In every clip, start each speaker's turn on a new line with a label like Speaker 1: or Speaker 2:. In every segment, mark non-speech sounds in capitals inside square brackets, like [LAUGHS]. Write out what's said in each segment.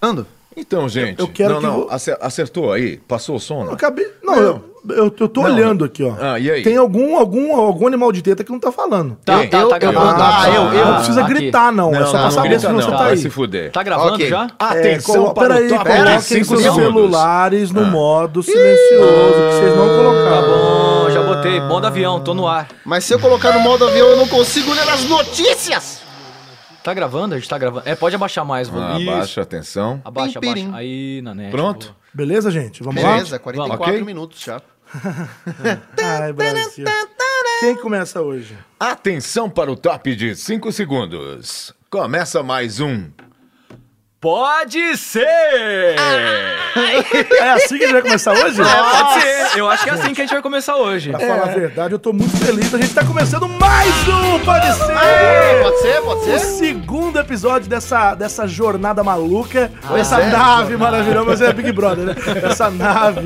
Speaker 1: Ando?
Speaker 2: Então, gente.
Speaker 3: Eu- eu quero
Speaker 2: não,
Speaker 3: que
Speaker 2: não.
Speaker 3: vo-
Speaker 2: ace- Acertou aí? Passou o som?
Speaker 3: Eu
Speaker 2: Não?
Speaker 3: acabei. Não,
Speaker 2: Não.
Speaker 3: Eu, eu, eu tô
Speaker 2: Não.
Speaker 3: olhando aqui, ó.
Speaker 2: Ah, e aí?
Speaker 3: Tem algum, algum, algum animal de teta que não tá falando.
Speaker 1: Tá,
Speaker 2: Ei,
Speaker 1: tá,
Speaker 2: eu-
Speaker 1: tá gravando.
Speaker 2: eu-
Speaker 1: Ah, eu, eu.
Speaker 3: Não precisa
Speaker 1: aqui.
Speaker 3: gritar, não. É só pra saber se
Speaker 2: grita,
Speaker 3: você
Speaker 2: não.
Speaker 3: tá
Speaker 2: Vai
Speaker 3: aí. É,
Speaker 2: se fuder.
Speaker 1: Tá gravando Ok. já?
Speaker 2: Atenção
Speaker 3: seu-
Speaker 2: para o
Speaker 3: peraí,
Speaker 2: top
Speaker 3: coloquem
Speaker 2: dos cinco
Speaker 3: os
Speaker 2: segundos.
Speaker 3: celulares no
Speaker 2: Ah.
Speaker 3: modo silencioso, que vocês não
Speaker 1: Tá
Speaker 3: colocaram.
Speaker 1: bom, já botei. Modo avião, tô no ar.
Speaker 4: Mas se eu colocar no modo avião, eu não consigo ler as notícias.
Speaker 1: Tá gravando? A gente tá gravando. É, pode abaixar mais, mano.
Speaker 2: Ah, Abaixa, atenção.
Speaker 1: Abaixa,
Speaker 4: Pim, pirim.
Speaker 1: abaixa. Aí, na net.
Speaker 2: Pronto?
Speaker 3: Beleza, gente? Vamos
Speaker 4: Beleza,
Speaker 3: lá?
Speaker 4: 44
Speaker 2: Vamos, ok?
Speaker 4: minutos já.
Speaker 3: Ai, Brasil. Quem começa hoje?
Speaker 2: Atenção para o top de 5 segundos. Começa mais um.
Speaker 1: Pode ser!
Speaker 3: Ah, É assim que a gente vai começar hoje?
Speaker 1: É, pode ser. Eu acho que é assim que a gente vai começar hoje.
Speaker 3: Pra falar a verdade, eu tô muito feliz. A gente tá começando mais um Pode Ser!
Speaker 4: Pode ser, pode
Speaker 3: O
Speaker 4: ser?
Speaker 3: segundo episódio dessa, dessa jornada maluca,
Speaker 1: Ah,
Speaker 3: essa
Speaker 4: é,
Speaker 3: nave maravilhosa, mas é Big Brother, né? Essa nave.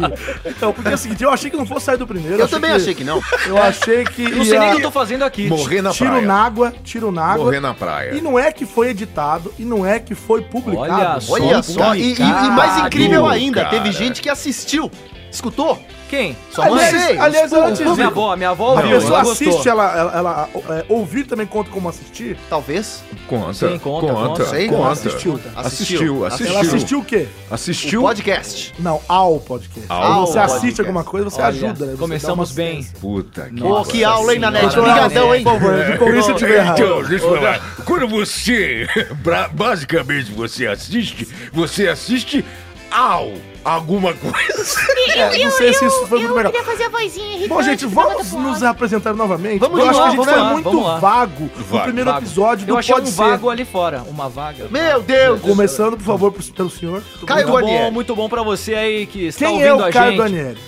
Speaker 3: Então, porque é o seguinte, eu achei que não fosse sair do primeiro.
Speaker 4: Eu também achei que não.
Speaker 3: Eu achei que.
Speaker 1: Não sei
Speaker 3: ia-
Speaker 1: nem o que eu tô fazendo aqui.
Speaker 2: Morrer na
Speaker 3: Tiro
Speaker 2: praia.
Speaker 3: na água, tiro na água.
Speaker 2: Morrer na praia.
Speaker 3: E não é que foi editado, e não é que foi publicado.
Speaker 1: Olha só. um
Speaker 3: um
Speaker 4: Olha só, e, e- e mais
Speaker 1: Complicado,
Speaker 4: incrível ainda,
Speaker 2: cara.
Speaker 4: teve gente que assistiu, escutou.
Speaker 1: Quem? Sua mãe?
Speaker 4: Não sei,
Speaker 3: Aliás, aliás antes de-
Speaker 1: Minha avó, minha avó
Speaker 3: A
Speaker 1: ouviu.
Speaker 3: pessoa
Speaker 1: ela gostou.
Speaker 3: assiste, ela, ela, ela, é, ouvir também conta como assistir.
Speaker 4: Talvez.
Speaker 2: Conta,
Speaker 1: Sim, conta,
Speaker 2: conta,
Speaker 1: conta.
Speaker 2: conta.
Speaker 4: Sei,
Speaker 3: assistiu.
Speaker 2: Assistiu, assistiu.
Speaker 3: Ela assistiu o quê?
Speaker 2: Assistiu.
Speaker 4: O podcast.
Speaker 3: Não, ao podcast.
Speaker 2: Ao
Speaker 3: você assiste
Speaker 2: podcast.
Speaker 3: alguma coisa, você
Speaker 1: Olha,
Speaker 3: ajuda. né? Você
Speaker 1: começamos
Speaker 3: dá uma
Speaker 1: bem.
Speaker 3: assistência.
Speaker 2: Puta que
Speaker 1: Nossa.
Speaker 4: Pô, que aula, hein,
Speaker 1: senhora,
Speaker 4: Nanete?
Speaker 1: né?
Speaker 4: Obrigadão, hein?
Speaker 3: É. Por favor, me corrija se eu tiver
Speaker 5: Então,
Speaker 3: errado.
Speaker 5: deixa eu falar. Quando você, [LAUGHS] pra- basicamente, você assiste, você assiste ao alguma coisa.
Speaker 3: É, não sei se isso foi
Speaker 6: eu
Speaker 3: muito legal.
Speaker 6: queria fazer a vozinha irritante. tá
Speaker 3: Bom, gente,
Speaker 6: do
Speaker 3: vamos
Speaker 6: Botafogo.
Speaker 3: nos apresentar novamente.
Speaker 4: Vamos
Speaker 3: Eu
Speaker 4: de
Speaker 3: acho que a gente
Speaker 4: novo,
Speaker 1: vamos
Speaker 3: foi
Speaker 1: lá,
Speaker 3: muito
Speaker 1: vamos lá.
Speaker 3: vago no
Speaker 2: Vago.
Speaker 3: primeiro
Speaker 1: Vago.
Speaker 3: episódio do
Speaker 1: Eu achei um
Speaker 3: Pode Ser.
Speaker 1: vago ali fora. Uma vaga.
Speaker 4: Meu Deus.
Speaker 3: Começando, por favor, pro- pelo senhor.
Speaker 4: Caio
Speaker 1: Muito bom,
Speaker 4: Guarnieri.
Speaker 1: muito bom pra você aí que está
Speaker 3: Quem
Speaker 1: tá ouvindo
Speaker 3: é
Speaker 1: a
Speaker 3: o Caio
Speaker 1: gente.
Speaker 3: Guarnieri?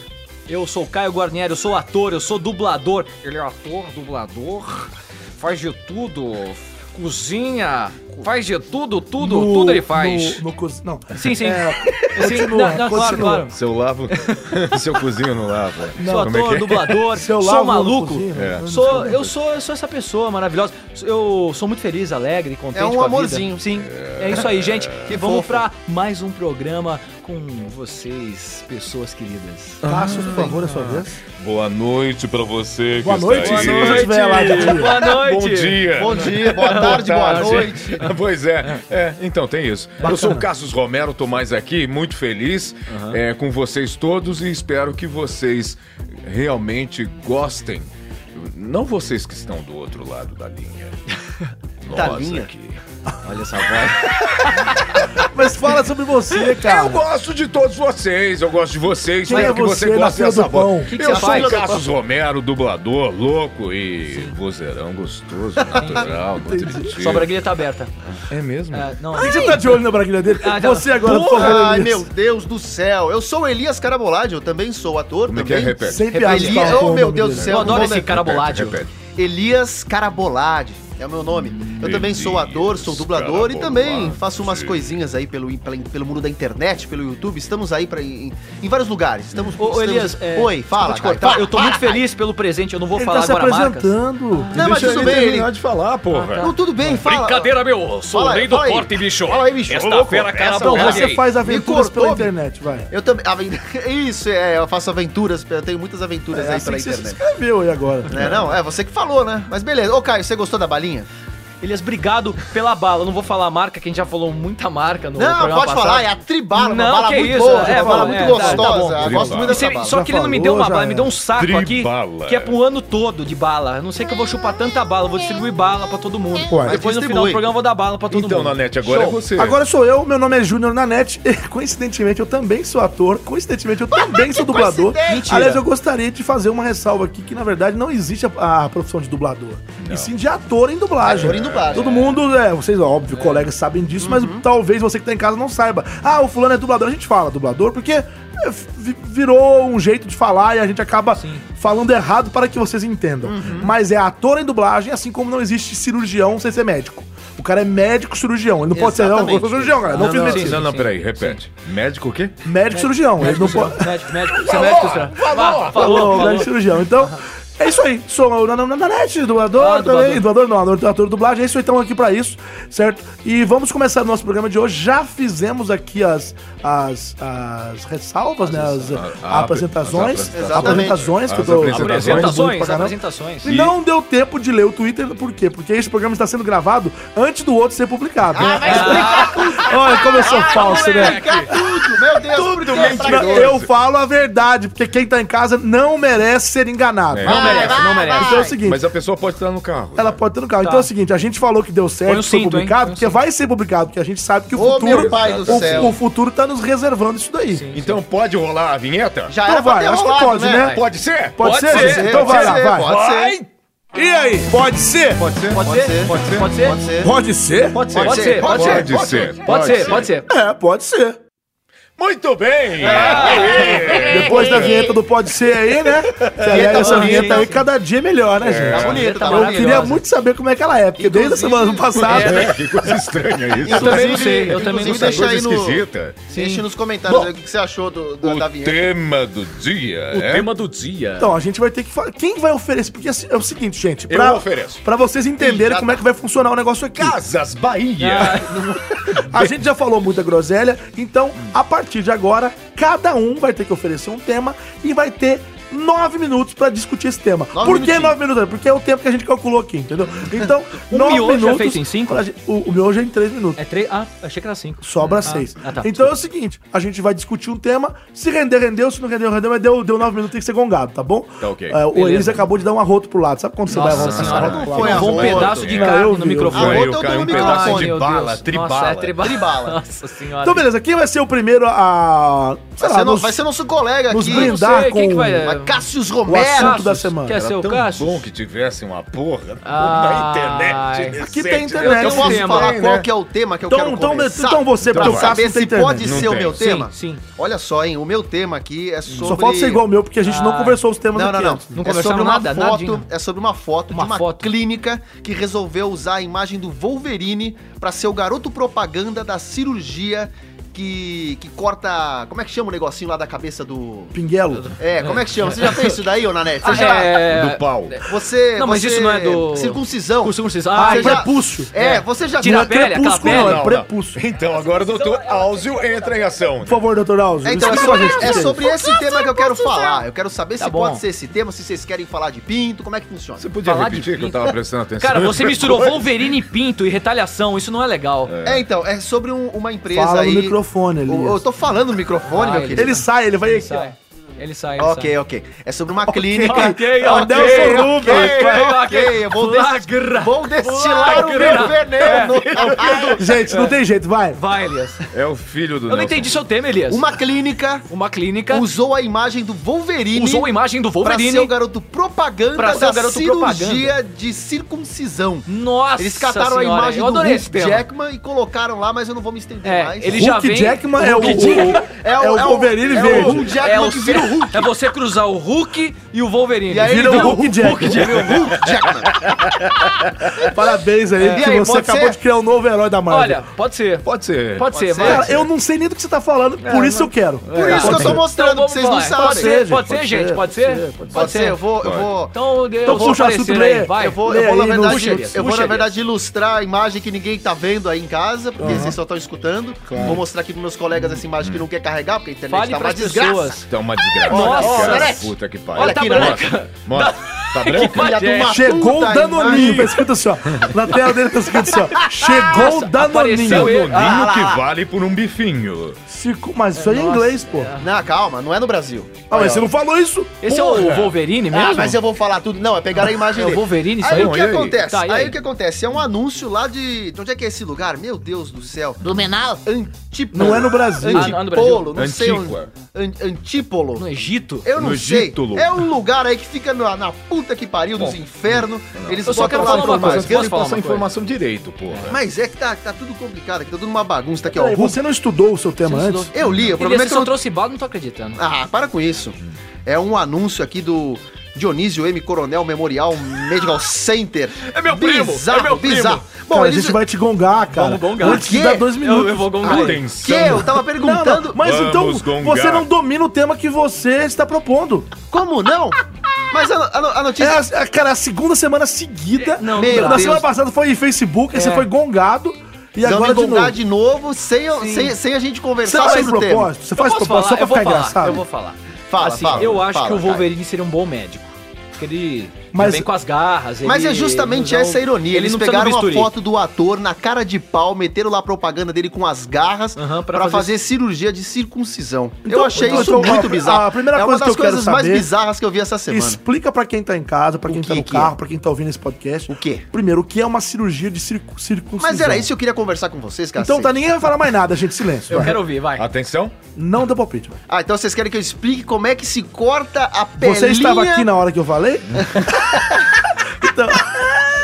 Speaker 1: Eu sou o Caio Guarnieri, eu sou ator, eu sou dublador.
Speaker 7: Ele é ator, dublador, faz de tudo, cozinha, faz de tudo, tudo,
Speaker 3: No-
Speaker 7: tudo ele faz.
Speaker 3: No, no cozi- não.
Speaker 1: Sim, sim.
Speaker 3: É,
Speaker 1: sim,
Speaker 3: continua,
Speaker 1: não, não, claro,
Speaker 3: continua.
Speaker 1: claro.
Speaker 2: Seu lavo.
Speaker 5: [LAUGHS]
Speaker 2: seu cozinho não lava.
Speaker 1: sou
Speaker 2: Como é
Speaker 1: ator,
Speaker 2: que é?
Speaker 1: dublador,
Speaker 3: Seu
Speaker 1: sou
Speaker 3: lavo na
Speaker 1: maluco.
Speaker 3: cozinha, né?
Speaker 1: Sou, eu sou, eu sou essa pessoa maravilhosa. Eu sou muito feliz, alegre, contente
Speaker 4: É um
Speaker 1: com a
Speaker 4: amorzinho.
Speaker 1: vida. Sim, é isso aí, gente. E vamos pra mais um programa com vocês, pessoas queridas.
Speaker 3: Cássio, por favor,
Speaker 1: Ah.
Speaker 3: é sua vez.
Speaker 5: Boa noite pra você.
Speaker 3: Boa
Speaker 5: que
Speaker 3: noite.
Speaker 5: Está aí.
Speaker 3: Se você estiver lá de dia.
Speaker 1: Boa noite.
Speaker 5: Bom dia.
Speaker 4: Bom dia, boa tarde, boa noite.
Speaker 2: [LAUGHS] pois é. é, então tem isso. Eu sou o Cassius Romero, tô mais aqui, muito feliz é, com vocês todos e espero que vocês realmente gostem. Não vocês que estão do outro lado da linha. Nós
Speaker 4: [LAUGHS] Da linha?
Speaker 2: aqui.
Speaker 1: Olha essa voz.
Speaker 3: Mas fala sobre
Speaker 1: [LAUGHS] É
Speaker 3: você, cara.
Speaker 2: Eu gosto de todos vocês, eu gosto de vocês,
Speaker 3: Quem
Speaker 2: espero
Speaker 3: é
Speaker 2: que você,
Speaker 3: você na
Speaker 2: goste
Speaker 3: fila
Speaker 2: dessa
Speaker 3: do pão?
Speaker 2: voz.
Speaker 1: Que que
Speaker 2: eu
Speaker 1: você
Speaker 2: sou
Speaker 1: faz?
Speaker 2: o Cassius Romero, dublador, louco e vozeirão gostoso, natural, contributivo.
Speaker 1: Sua braguilha tá aberta.
Speaker 2: É mesmo?
Speaker 1: É, não.
Speaker 3: Por que você tá de olho na braguilha dele?
Speaker 1: Ah, não.
Speaker 3: você agora, por favor,
Speaker 4: Ai,
Speaker 3: Elias.
Speaker 4: meu Deus do céu. Eu sou o Elias Carabolade, eu também sou ator.
Speaker 2: Como é que é?
Speaker 4: também.
Speaker 2: Repete.
Speaker 3: Sem
Speaker 1: Repete,
Speaker 3: piada.
Speaker 1: Elias.
Speaker 3: fala
Speaker 4: Oh,
Speaker 3: qual o
Speaker 4: meu
Speaker 3: nome
Speaker 4: Deus
Speaker 3: dele.
Speaker 4: do céu.
Speaker 1: Eu adoro esse
Speaker 2: Repete,
Speaker 1: caraboládio.
Speaker 2: repete.
Speaker 4: Elias Carabolade. É o meu nome. Eu também sou
Speaker 2: Elias
Speaker 4: ator, sou dublador e também
Speaker 2: Carabolade.
Speaker 4: faço umas coisinhas aí pelo, pela- pelo mundo da internet, pelo YouTube. Estamos aí pra, em, em vários lugares. Estamos,
Speaker 1: Ô, ô,
Speaker 4: estamos-
Speaker 1: Elias, é,
Speaker 4: Oi,
Speaker 1: desculpa
Speaker 4: fala.
Speaker 1: te
Speaker 4: cara,
Speaker 1: cortar,
Speaker 4: fala.
Speaker 1: eu tô muito feliz pelo presente, eu não vou
Speaker 3: Ele
Speaker 1: falar
Speaker 3: tá se
Speaker 1: agora marcas.
Speaker 3: apresentando.
Speaker 4: Não, mas
Speaker 2: Deixa
Speaker 4: tudo
Speaker 2: ele
Speaker 4: bem,
Speaker 2: terminar
Speaker 4: Eli-
Speaker 2: de falar,
Speaker 3: Ah,
Speaker 2: porra.
Speaker 4: Não, tudo bem, fala.
Speaker 7: Brincadeira, meu, sou
Speaker 4: Fala
Speaker 7: o
Speaker 4: aí,
Speaker 7: rei do
Speaker 4: fala aí.
Speaker 7: corte, bicho.
Speaker 4: Fala aí, bicho. Ô,
Speaker 7: Esta
Speaker 4: louco,
Speaker 7: fera, cara,
Speaker 4: essa
Speaker 3: Então,
Speaker 4: Olha
Speaker 3: você
Speaker 4: aí.
Speaker 3: faz aventuras
Speaker 4: Me cortou,
Speaker 3: pela
Speaker 4: me-
Speaker 3: internet, vai.
Speaker 4: Eu também. aven- [LAUGHS] Isso, é, eu faço aventuras, eu tenho muitas aventuras
Speaker 3: É
Speaker 4: aí
Speaker 3: assim
Speaker 4: pela
Speaker 3: que você se
Speaker 4: internet.
Speaker 3: inscreveu aí agora.
Speaker 4: É, não, é você que falou, né? Mas beleza. Ô, Caio, você gostou da balinha?
Speaker 1: Elias, obrigado pela bala. Eu não vou falar a marca, que a gente já falou muita marca no
Speaker 4: Não,
Speaker 1: programa
Speaker 4: pode
Speaker 1: passado.
Speaker 4: falar, é a tribala, uma
Speaker 1: Não,
Speaker 4: bala
Speaker 1: que
Speaker 4: muito
Speaker 1: isso,
Speaker 4: boa,
Speaker 1: é,
Speaker 4: uma bala
Speaker 1: bom,
Speaker 4: muito
Speaker 1: é, tá, tá
Speaker 4: gostosa.
Speaker 1: bom.
Speaker 4: eu gosto muito
Speaker 1: E
Speaker 4: dessa
Speaker 1: se-
Speaker 4: bala.
Speaker 1: só
Speaker 3: Já
Speaker 1: que ele não me
Speaker 3: falou,
Speaker 1: deu uma
Speaker 3: já
Speaker 1: bala,
Speaker 3: é.
Speaker 1: ele me deu um saco
Speaker 5: Tribala.
Speaker 1: aqui que é pro ano todo de bala. Eu Não sei que eu vou chupar tanta bala, vou distribuir bala pra todo mundo.
Speaker 3: Ué.
Speaker 1: Depois no
Speaker 4: Distribui.
Speaker 1: final do programa eu vou dar bala pra todo
Speaker 2: Então,
Speaker 1: mundo.
Speaker 2: Nanete, agora é você.
Speaker 3: Agora sou eu, meu nome é Júnior Nanete. [LAUGHS] e, Coincidentemente, eu também sou ator. Coincidentemente, eu também sou dublador.
Speaker 4: [LAUGHS] coincidência!
Speaker 3: Aliás, eu gostaria de fazer uma ressalva aqui que, na verdade, não existe a, a profissão de dublador. E sim de ator em dublagem.
Speaker 4: Ator em dublagem,
Speaker 3: Todo
Speaker 4: é.
Speaker 3: mundo, é, vocês, ó, óbvio, colegas sabem disso, mas talvez você que tá em casa não saiba. Ah, o fulano é dublador. A gente fala dublador porque é, vi- virou um jeito de falar e a gente acaba falando errado para que vocês entendam. Mas é ator em dublagem, assim como não existe cirurgião sem ser médico. O cara é médico cirurgião, ele não pode ser não, eu
Speaker 4: Exatamente.
Speaker 3: sou cirurgião, galera. Não,
Speaker 2: Não,
Speaker 3: fiz
Speaker 2: não,
Speaker 3: medicina.
Speaker 2: não, não, peraí, repete. Médico o quê?
Speaker 3: Médico cirurgião, ele não pode.
Speaker 1: é Médico, médico, você é médico, será? Vá,
Speaker 3: Falou,
Speaker 1: Falou, falou.
Speaker 3: médico cirurgião. Então, É isso aí. Sou na, na, na net, dublador
Speaker 1: Ah,
Speaker 3: também.
Speaker 1: dublador.
Speaker 3: Dublador não, ator, ator dublagem. É isso aí, estamos aqui pra isso, certo? E vamos começar o nosso programa de hoje. Já fizemos aqui as, as, as ressalvas, né? As,
Speaker 2: a- a-
Speaker 3: apresentações.
Speaker 2: as
Speaker 3: As apresentações
Speaker 4: apresentações.
Speaker 3: que eu
Speaker 2: As
Speaker 3: tô
Speaker 2: apresentações.
Speaker 3: eu tô doido pra
Speaker 1: Apresentações,
Speaker 3: caramba.
Speaker 1: apresentações.
Speaker 3: E não deu tempo de ler o Twitter, por quê? Porque este programa está sendo gravado antes do outro ser publicado. Olha,
Speaker 1: Ah,
Speaker 3: começou falso, né?
Speaker 4: Tudo, meu Deus. Tudo
Speaker 3: Não, Eu falo a verdade, porque quem tá em casa não merece ser enganado.
Speaker 2: É.
Speaker 1: Não merece, não merece.
Speaker 3: Então é o seguinte.
Speaker 2: Mas a pessoa pode estar no carro.
Speaker 3: Ela pode ter no carro. Então é o seguinte, a gente falou que deu certo,
Speaker 1: Tá. Põe o
Speaker 3: que foi
Speaker 1: cinto, hein?
Speaker 3: publicado,
Speaker 1: Põe o
Speaker 3: porque
Speaker 1: cinto.
Speaker 3: vai ser publicado, porque a gente sabe que o
Speaker 4: Ô,
Speaker 3: futuro.
Speaker 4: meu pai do
Speaker 3: o,
Speaker 4: céu.
Speaker 3: o futuro tá nos reservando isso daí.
Speaker 2: Então pode rolar a vinheta?
Speaker 3: Então
Speaker 4: Já era pra
Speaker 3: vai,
Speaker 4: ter
Speaker 3: acho que
Speaker 4: rolado,
Speaker 3: pode, né?
Speaker 2: Pode ser?
Speaker 3: Pode,
Speaker 1: Pode
Speaker 3: ser,
Speaker 1: ser,
Speaker 3: Zezé?
Speaker 4: pode
Speaker 3: Então vai
Speaker 4: ser,
Speaker 3: lá, vai.
Speaker 4: pode ser.
Speaker 3: E aí? Pode ser?
Speaker 2: Pode ser?
Speaker 1: Pode ser? Pode ser? Pode ser?
Speaker 4: Pode ser.
Speaker 3: Pode ser?
Speaker 1: Pode
Speaker 2: ser.
Speaker 1: ser? Pode ser?
Speaker 2: Pode ser.
Speaker 1: Pode ser? Pode ser?
Speaker 3: É, pode ser.
Speaker 2: Muito bem!
Speaker 3: Depois da vinheta do Pode Ser aí,
Speaker 4: [LAUGHS]
Speaker 3: né? Que, aliás, essa
Speaker 1: bonita,
Speaker 3: vinheta aí cada dia é melhor, né, gente?
Speaker 4: Tá bonito, tá
Speaker 3: Eu queria
Speaker 1: maravilhosa.
Speaker 3: muito saber como é que ela é, porque desde a semana passada.
Speaker 2: É, [LAUGHS] que coisa estranha isso.
Speaker 1: Eu também não
Speaker 4: Inclusive-
Speaker 1: sei, eu também não
Speaker 4: inclusive
Speaker 1: sei.
Speaker 2: Essa
Speaker 4: deixa
Speaker 2: coisa
Speaker 4: aí no-
Speaker 2: esquisita.
Speaker 4: Deixe nos comentários
Speaker 2: Bom,
Speaker 4: aí o que que você achou do, do- da
Speaker 2: O
Speaker 4: vinheta.
Speaker 2: tema do dia
Speaker 1: O
Speaker 2: é...
Speaker 1: tema do dia.
Speaker 3: Então, a gente vai ter que falar. Quem vai oferecer? Porque assim, é o seguinte, gente.
Speaker 2: Eu
Speaker 3: Pra,
Speaker 2: ofereço.
Speaker 3: pra vocês entenderem
Speaker 4: já tá.
Speaker 3: como é que vai funcionar o negócio aqui.
Speaker 2: Casas Bahia.
Speaker 3: A gente já falou muita groselha, então a partir de agora, cada um vai ter que oferecer um tema e vai ter nove minutos pra discutir esse tema.
Speaker 4: Nove
Speaker 3: Por que
Speaker 4: minutinhos.
Speaker 3: nove minutos? Porque é o tempo que a gente calculou aqui,
Speaker 4: [LAUGHS]
Speaker 3: entendeu? Então,
Speaker 1: O
Speaker 3: nove
Speaker 1: miojo é
Speaker 3: minutos.
Speaker 1: feito em cinco?
Speaker 3: pra gente- o, o miojo é em três minutos.
Speaker 1: É três. Ah, achei que era cinco.
Speaker 3: Sobra seis.
Speaker 1: ah, tá.
Speaker 3: Então é o seguinte: a gente vai discutir um tema. Se render, rendeu. Se não render, rendeu. Mas deu, deu nove minutos, tem que ser gongado, tá bom?
Speaker 2: Tá ok.
Speaker 3: É, o
Speaker 1: Beleza.
Speaker 3: Elise acabou de dar um arroto pro lado. Sabe quando você dá um
Speaker 1: Nossa
Speaker 3: arroto você
Speaker 1: senhora,
Speaker 3: arrota pro
Speaker 4: foi
Speaker 3: lado?
Speaker 4: arroto.
Speaker 1: levou um
Speaker 4: Não,
Speaker 1: pedaço de
Speaker 3: eu
Speaker 1: carne
Speaker 3: vi,
Speaker 1: no
Speaker 3: eu
Speaker 1: microfone.
Speaker 2: Caiu,
Speaker 4: Arroto eu
Speaker 2: caiu
Speaker 4: dou
Speaker 2: um
Speaker 4: no
Speaker 2: pedaço
Speaker 4: microfone,
Speaker 2: de
Speaker 1: meu
Speaker 2: bala,
Speaker 1: Deus.
Speaker 2: tribala.
Speaker 1: Nossa, é tribala.
Speaker 4: Tribala.
Speaker 1: Nossa senhora.
Speaker 3: Então, beleza, quem vai ser o primeiro a. Sei
Speaker 4: Vai,
Speaker 3: lá,
Speaker 4: ser no-
Speaker 3: nos-
Speaker 4: vai ser nosso colega
Speaker 3: nos
Speaker 4: aqui.
Speaker 1: Eu não
Speaker 3: brindar
Speaker 1: sei, quem
Speaker 3: com
Speaker 1: que vai... eh,
Speaker 4: Mas Cássius
Speaker 3: o assunto
Speaker 4: Romero.
Speaker 3: da semana.
Speaker 1: Quer ser o
Speaker 2: Tão
Speaker 1: Cássio?
Speaker 2: bom que tivesse uma porra na
Speaker 1: Ai.
Speaker 2: internet. né? Sete,
Speaker 3: Aqui tem
Speaker 2: né?
Speaker 3: internet.
Speaker 4: Eu
Speaker 1: um
Speaker 4: posso
Speaker 1: tema.
Speaker 4: falar
Speaker 2: Tem,
Speaker 4: qual
Speaker 2: né?
Speaker 4: que é o tema que eu
Speaker 3: Então-
Speaker 4: quero
Speaker 3: então-
Speaker 4: começar?
Speaker 3: então você, porque
Speaker 4: pra
Speaker 3: o Cássio
Speaker 4: saber
Speaker 3: não
Speaker 4: se
Speaker 3: tem
Speaker 4: pode
Speaker 3: internet.
Speaker 2: Não
Speaker 4: ser o
Speaker 2: tem.
Speaker 4: meu
Speaker 1: Sim,
Speaker 4: tema.
Speaker 1: sim.
Speaker 4: Olha só, hein, o meu tema aqui é sobre...
Speaker 3: Só falta ser igual o meu, porque a gente não
Speaker 1: Ah.
Speaker 3: conversou os temas
Speaker 4: Não, não,
Speaker 3: aqui
Speaker 4: não.
Speaker 3: antes.
Speaker 1: Não
Speaker 4: é
Speaker 1: conversaram
Speaker 4: sobre uma
Speaker 1: nada,
Speaker 4: foto,
Speaker 1: nadinha.
Speaker 4: é sobre uma foto
Speaker 1: Uma
Speaker 4: de uma
Speaker 1: foto.
Speaker 4: clínica que resolveu usar a imagem do Wolverine pra ser o garoto propaganda da cirurgia que que corta, como é que chama o negocinho lá da cabeça do
Speaker 3: Pinguelo.
Speaker 4: É, como é que chama? Você já fez isso daí, ô Nanete? Você
Speaker 1: Ah,
Speaker 4: já
Speaker 1: é...
Speaker 2: Do pau.
Speaker 4: Você
Speaker 1: Não, mas
Speaker 4: você-
Speaker 1: isso não é do-
Speaker 4: circuncisão.
Speaker 1: Com circuncisão.
Speaker 3: Ah,
Speaker 1: Ah,
Speaker 4: você
Speaker 3: é
Speaker 1: então-
Speaker 4: já-
Speaker 3: prepúcio.
Speaker 4: É, você já
Speaker 1: Tira
Speaker 4: viu-
Speaker 1: a pele, aquela
Speaker 3: crepúsculo,
Speaker 1: pele.
Speaker 3: não. é prepúcio.
Speaker 2: Então agora o doutor Áuzio entra em ação.
Speaker 3: Por favor, doutor Alves.
Speaker 4: É, então, é
Speaker 3: explica
Speaker 4: sobre,
Speaker 3: pra gente o
Speaker 4: é
Speaker 3: que é
Speaker 4: sobre esse tema que eu quero falar. Eu quero saber
Speaker 1: Tá
Speaker 4: se
Speaker 1: bom.
Speaker 4: pode ser esse tema, se vocês querem falar de pinto, como é que funciona.
Speaker 2: Você podia
Speaker 1: Falar de
Speaker 2: repetir que eu
Speaker 1: pinto.
Speaker 2: tava prestando atenção?
Speaker 1: Cara, você misturou Wolverine e Pinto e retaliação. Isso não é legal.
Speaker 4: É, então, é sobre um- uma
Speaker 3: isso.
Speaker 4: empresa
Speaker 3: Fala
Speaker 4: aí...
Speaker 3: no microfone ali.
Speaker 4: Eu, eu tô falando no
Speaker 1: Ah,
Speaker 4: microfone, meu
Speaker 1: ele-
Speaker 4: querido.
Speaker 3: Ele sai, ele vai.
Speaker 1: Ele sai. Ele sai. Ele
Speaker 4: Ok,
Speaker 1: sai.
Speaker 4: ok. É sobre uma clínica.
Speaker 1: ok,
Speaker 4: Ok,
Speaker 3: Adelson
Speaker 4: ok,
Speaker 3: Rubens,
Speaker 1: vai.
Speaker 4: ok, eu vou, des-
Speaker 1: Flagra.
Speaker 4: vou destilar o meu veneno.
Speaker 3: Gente, não tem jeito, vai.
Speaker 1: É. Vai, Elias.
Speaker 2: É o filho do
Speaker 1: Eu não
Speaker 2: Nelson.
Speaker 1: entendi seu tema, Elias.
Speaker 4: Uma clínica
Speaker 1: Uma clínica
Speaker 4: usou a imagem do Wolverine
Speaker 1: usou a imagem do
Speaker 4: pra ser o
Speaker 1: Wolverine.
Speaker 4: garoto propaganda
Speaker 1: Pra ser
Speaker 4: da
Speaker 1: o garoto
Speaker 4: cirurgia de circuncisão.
Speaker 1: Nossa
Speaker 4: Eles cataram
Speaker 1: senhora,
Speaker 4: a imagem
Speaker 1: eu
Speaker 4: do
Speaker 1: adorei
Speaker 4: Hugh
Speaker 1: esse tema.
Speaker 4: Jackman e colocaram lá, mas eu não vou me estender
Speaker 1: É,
Speaker 4: mais.
Speaker 1: ele
Speaker 3: Hulk
Speaker 1: já vem...
Speaker 3: Jackman é o,
Speaker 1: Hulk
Speaker 3: o-
Speaker 1: Jack-
Speaker 3: é o Wolverine
Speaker 4: é
Speaker 3: verde.
Speaker 4: O Hugh Jackman
Speaker 1: é, o
Speaker 4: que vira o Hulk.
Speaker 1: é você cruzar o Hulk e o Wolverine.
Speaker 4: E aí
Speaker 3: Vira
Speaker 4: ele
Speaker 3: o Hulk Jack.
Speaker 4: Vira o Hugh Jackman.
Speaker 3: Parabéns aí,
Speaker 4: E
Speaker 3: que
Speaker 4: aí,
Speaker 3: você
Speaker 4: pode
Speaker 3: acabou
Speaker 4: ser?
Speaker 3: de criar um novo herói da Marvel.
Speaker 1: Olha, pode ser. Pode,
Speaker 2: Pode ser.
Speaker 1: ser,
Speaker 4: ser.
Speaker 1: vai.
Speaker 3: Cara, eu não sei nem do que você tá falando, por isso eu quero.
Speaker 4: Por isso que eu tô mostrando,
Speaker 1: Então
Speaker 4: que vocês não
Speaker 1: vamos lá.
Speaker 4: sabem.
Speaker 1: Pode ser, pode ser, gente, pode ser.
Speaker 4: Pode ser, eu vou, eu vou.
Speaker 1: Então, eu
Speaker 3: Então
Speaker 1: vou
Speaker 3: puxa o assunto,
Speaker 1: aparecer
Speaker 3: Lê.
Speaker 1: aí, vai.
Speaker 4: Eu vou,
Speaker 3: Lê
Speaker 4: eu vou, na
Speaker 3: aí,
Speaker 4: verdade,
Speaker 1: puxa, Elias,
Speaker 4: eu vou,
Speaker 1: puxa,
Speaker 4: na verdade, ilustrar a imagem que ninguém tá vendo aí em casa, porque vocês só estão escutando. Vou mostrar aqui pros meus colegas essa imagem que não quer carregar, porque a internet
Speaker 1: Fale
Speaker 4: tá uma
Speaker 1: pras
Speaker 4: desgraça.
Speaker 1: pessoas.
Speaker 2: Tá uma desgraça.
Speaker 1: Nossa,
Speaker 2: Cara,
Speaker 4: Nanete.
Speaker 2: puta que pariu.
Speaker 1: Olha, tá
Speaker 4: aqui,
Speaker 1: branca.
Speaker 2: Mostra. [LAUGHS] Tá branco?
Speaker 4: Filha de uma
Speaker 3: Chegou
Speaker 4: puta
Speaker 3: o Danoninho, tá
Speaker 4: imagem.
Speaker 3: escrito assim, ó. Na tela dele tá escrito assim,
Speaker 1: [LAUGHS]
Speaker 3: ó. Chegou o
Speaker 1: apareceu
Speaker 3: Danoninho.
Speaker 1: ele.
Speaker 2: Ninho
Speaker 4: Ah, lá, lá.
Speaker 2: que vale por um bifinho.
Speaker 3: Fico- Mas isso aí é em inglês, pô.
Speaker 4: Não, calma, não é no Brasil.
Speaker 3: Ah, mas você não falou isso?
Speaker 1: Esse é o Wolverine mesmo?
Speaker 4: Ah, mas eu vou falar tudo. Não, é pegar a imagem
Speaker 1: É o
Speaker 4: dele.
Speaker 1: Wolverine, isso
Speaker 4: Aí
Speaker 1: aí?
Speaker 4: o que
Speaker 2: e aí?
Speaker 4: acontece?
Speaker 1: Tá, e
Speaker 4: aí?
Speaker 1: aí?
Speaker 4: o que acontece? É um anúncio lá de. De onde é que é esse lugar? Meu Deus do céu.
Speaker 6: Blumenau?
Speaker 4: Antípolo.
Speaker 3: Não é no Brasil.
Speaker 1: Ah, não é no Brasil?
Speaker 4: Antipolo, não sei onde.
Speaker 2: Antíqua.
Speaker 4: An- Antípolo.
Speaker 1: No Egito?
Speaker 4: Eu não
Speaker 2: No
Speaker 4: sei.
Speaker 2: Egíptolo.
Speaker 4: É um lugar aí que fica na, na puta que pariu, dos infernos. Eles
Speaker 1: Eu só
Speaker 4: botam
Speaker 1: quero
Speaker 4: lá
Speaker 1: falar uma
Speaker 4: informação.
Speaker 1: coisa,
Speaker 2: Mas querem
Speaker 1: posso falar
Speaker 2: passar
Speaker 1: uma coisa?
Speaker 2: informação direito, porra.
Speaker 4: Mas é que tá, tá tudo complicado aqui, tá tudo uma bagunça. Tá aqui, ó.
Speaker 3: Peraí, você não estudou o seu tema
Speaker 1: Você não
Speaker 3: antes?
Speaker 1: estudou?
Speaker 4: Eu li, o
Speaker 1: Elias,
Speaker 4: problema
Speaker 1: você
Speaker 4: é que
Speaker 1: só
Speaker 4: eu não...
Speaker 1: trouxe bala, não tô acreditando.
Speaker 4: Ah, para com isso. É um anúncio aqui do Dionísio M. Coronel Memorial Medical Center. É meu primo! Bizarro, bizarro. Bom,
Speaker 3: Cara, a
Speaker 4: eles-
Speaker 3: gente vai te gongar, cara.
Speaker 1: Vamos gongar.
Speaker 3: Antes de
Speaker 4: Quê?
Speaker 3: dar dois minutos.
Speaker 1: Eu, eu vou gongar. ele.
Speaker 4: Que?
Speaker 2: Atenção.
Speaker 4: Eu tava
Speaker 3: Não,
Speaker 4: perguntando...
Speaker 3: não, mas
Speaker 2: Vamos
Speaker 3: então
Speaker 2: gongar.
Speaker 3: você não domina o tema que você está propondo.
Speaker 4: Como não? Mas a, a- a
Speaker 3: É,
Speaker 4: notícia.
Speaker 3: a- a- cara, a segunda semana seguida.
Speaker 1: É, não, É.
Speaker 4: Meu
Speaker 3: na
Speaker 4: Deus.
Speaker 3: semana passada foi em Facebook, aí você foi gongado. E
Speaker 4: Dando
Speaker 3: agora de novo.
Speaker 4: engongar de novo, sem, eu- sem, sem a gente
Speaker 3: Você
Speaker 4: conversar
Speaker 3: faz
Speaker 4: sobre o tema.
Speaker 3: propósito? Você
Speaker 1: Eu
Speaker 3: faz
Speaker 1: posso
Speaker 3: propósito só
Speaker 1: falar,
Speaker 3: pra
Speaker 1: eu
Speaker 3: ficar
Speaker 1: vou falar,
Speaker 3: engraçado?
Speaker 1: eu vou falar.
Speaker 4: Fala,
Speaker 1: assim,
Speaker 4: fala,
Speaker 1: eu acho
Speaker 4: fala,
Speaker 1: que o
Speaker 4: Caio.
Speaker 1: Wolverine seria um bom médico. Porque ele
Speaker 3: Mas-
Speaker 1: Mas, vem com as garras.
Speaker 4: Mas
Speaker 1: ele
Speaker 4: é justamente
Speaker 1: não-
Speaker 4: essa a ironia. Eles
Speaker 1: não precisa do
Speaker 4: pegaram uma
Speaker 1: bisturi.
Speaker 4: foto do ator na cara de pau, meteram lá a propaganda dele com as garras
Speaker 1: Aham, pra
Speaker 4: pra fazer...
Speaker 1: fazer
Speaker 4: cirurgia de circuncisão.
Speaker 3: Então-
Speaker 4: eu achei
Speaker 3: então-
Speaker 4: isso
Speaker 3: então,
Speaker 4: muito
Speaker 3: a-
Speaker 4: bizarro.
Speaker 3: a primeira
Speaker 4: é
Speaker 3: coisa
Speaker 4: uma das
Speaker 3: que eu quero
Speaker 4: coisas mais
Speaker 3: saber-
Speaker 4: bizarras que eu vi essa semana.
Speaker 3: Explica pra quem tá em casa, pra
Speaker 4: O
Speaker 3: quem tá
Speaker 4: que
Speaker 3: no
Speaker 4: que
Speaker 3: carro,
Speaker 4: é?
Speaker 3: pra quem tá ouvindo esse podcast.
Speaker 4: O quê?
Speaker 3: Primeiro, o que é uma cirurgia de circu circuncisão?
Speaker 4: Mas era isso que eu queria conversar com vocês, cara.
Speaker 3: Então tá, ninguém vai falar mais nada, gente. Silêncio.
Speaker 1: Eu
Speaker 3: vai.
Speaker 1: quero ouvir, vai.
Speaker 2: Atenção.
Speaker 3: Não dá palpite. vai.
Speaker 4: Ah, então vocês querem que eu explique como é que se corta a pelinha?
Speaker 3: Você estava aqui na hora que eu
Speaker 4: [LAUGHS]
Speaker 3: falei? então.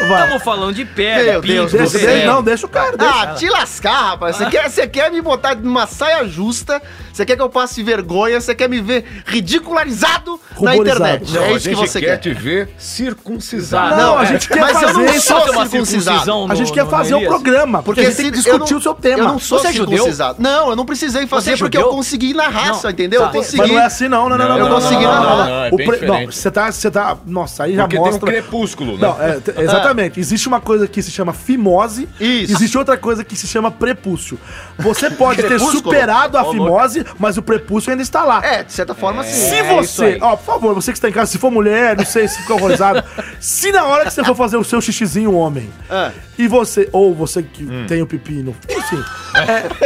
Speaker 3: Vai.
Speaker 1: Estamos falando de pele,
Speaker 4: Meu Deus do
Speaker 3: Deixa,
Speaker 4: céu.
Speaker 1: é
Speaker 3: deixa- não, deixa o cara, deixa.
Speaker 4: Ah, te lascar, rapaz. Você quer, você quer me botar numa saia justa, você quer que eu passe vergonha, você quer me ver ridicularizado na
Speaker 3: Ruborizado.
Speaker 4: internet.
Speaker 2: Não,
Speaker 4: é
Speaker 2: a
Speaker 4: isso que
Speaker 2: gente
Speaker 4: você
Speaker 2: quer,
Speaker 4: quer.
Speaker 2: te ver circuncisado.
Speaker 1: Exato.
Speaker 3: não,
Speaker 1: não,
Speaker 3: a
Speaker 1: é.
Speaker 3: gente quer
Speaker 4: Mas eu
Speaker 3: fazer
Speaker 4: não
Speaker 3: isso.
Speaker 4: sou
Speaker 1: Fazer uma
Speaker 4: circuncisado.
Speaker 1: circuncisão
Speaker 3: A
Speaker 1: no-
Speaker 3: gente quer
Speaker 1: no
Speaker 3: fazer o
Speaker 1: nariz?
Speaker 3: programa, porque, a gente
Speaker 4: é se-
Speaker 3: tem que
Speaker 4: eu
Speaker 3: discutir
Speaker 4: não-
Speaker 3: o seu tema.
Speaker 4: Eu não sou
Speaker 1: Você é judeu?
Speaker 4: circuncisado. Não, eu não precisei fazer
Speaker 1: Você é
Speaker 4: porque
Speaker 1: judeu?
Speaker 4: eu consegui na raça,
Speaker 1: Não,
Speaker 4: entendeu?
Speaker 1: tá.
Speaker 4: Eu
Speaker 1: Mas
Speaker 4: consegui.
Speaker 3: Mas não é assim, não, não, não, não.
Speaker 2: Não,
Speaker 3: não,
Speaker 4: não, não, não, não,
Speaker 2: não, é
Speaker 3: O
Speaker 2: bem
Speaker 3: pre-
Speaker 2: diferente.
Speaker 3: não, você tá, você tá. Nossa, aí já
Speaker 2: Porque
Speaker 3: mostra.
Speaker 2: tem um crepúsculo, né?
Speaker 3: Não, é, t- exatamente. Existe uma coisa que se chama fimose.
Speaker 4: Isso.
Speaker 3: Existe outra coisa que se chama prepúcio. Você pode ter
Speaker 4: Crepúsculo?
Speaker 3: superado a fimose, mas o prepúcio ainda está lá.
Speaker 4: É, de certa forma, sim.
Speaker 3: Se você, ó, por favor, você que está em casa, se for mulher, não sei se ficou horrorizado, se na hora que você for fazer o seu xixizinho homem,
Speaker 4: Ah.
Speaker 3: e você, ou você que tem o pepino, enfim,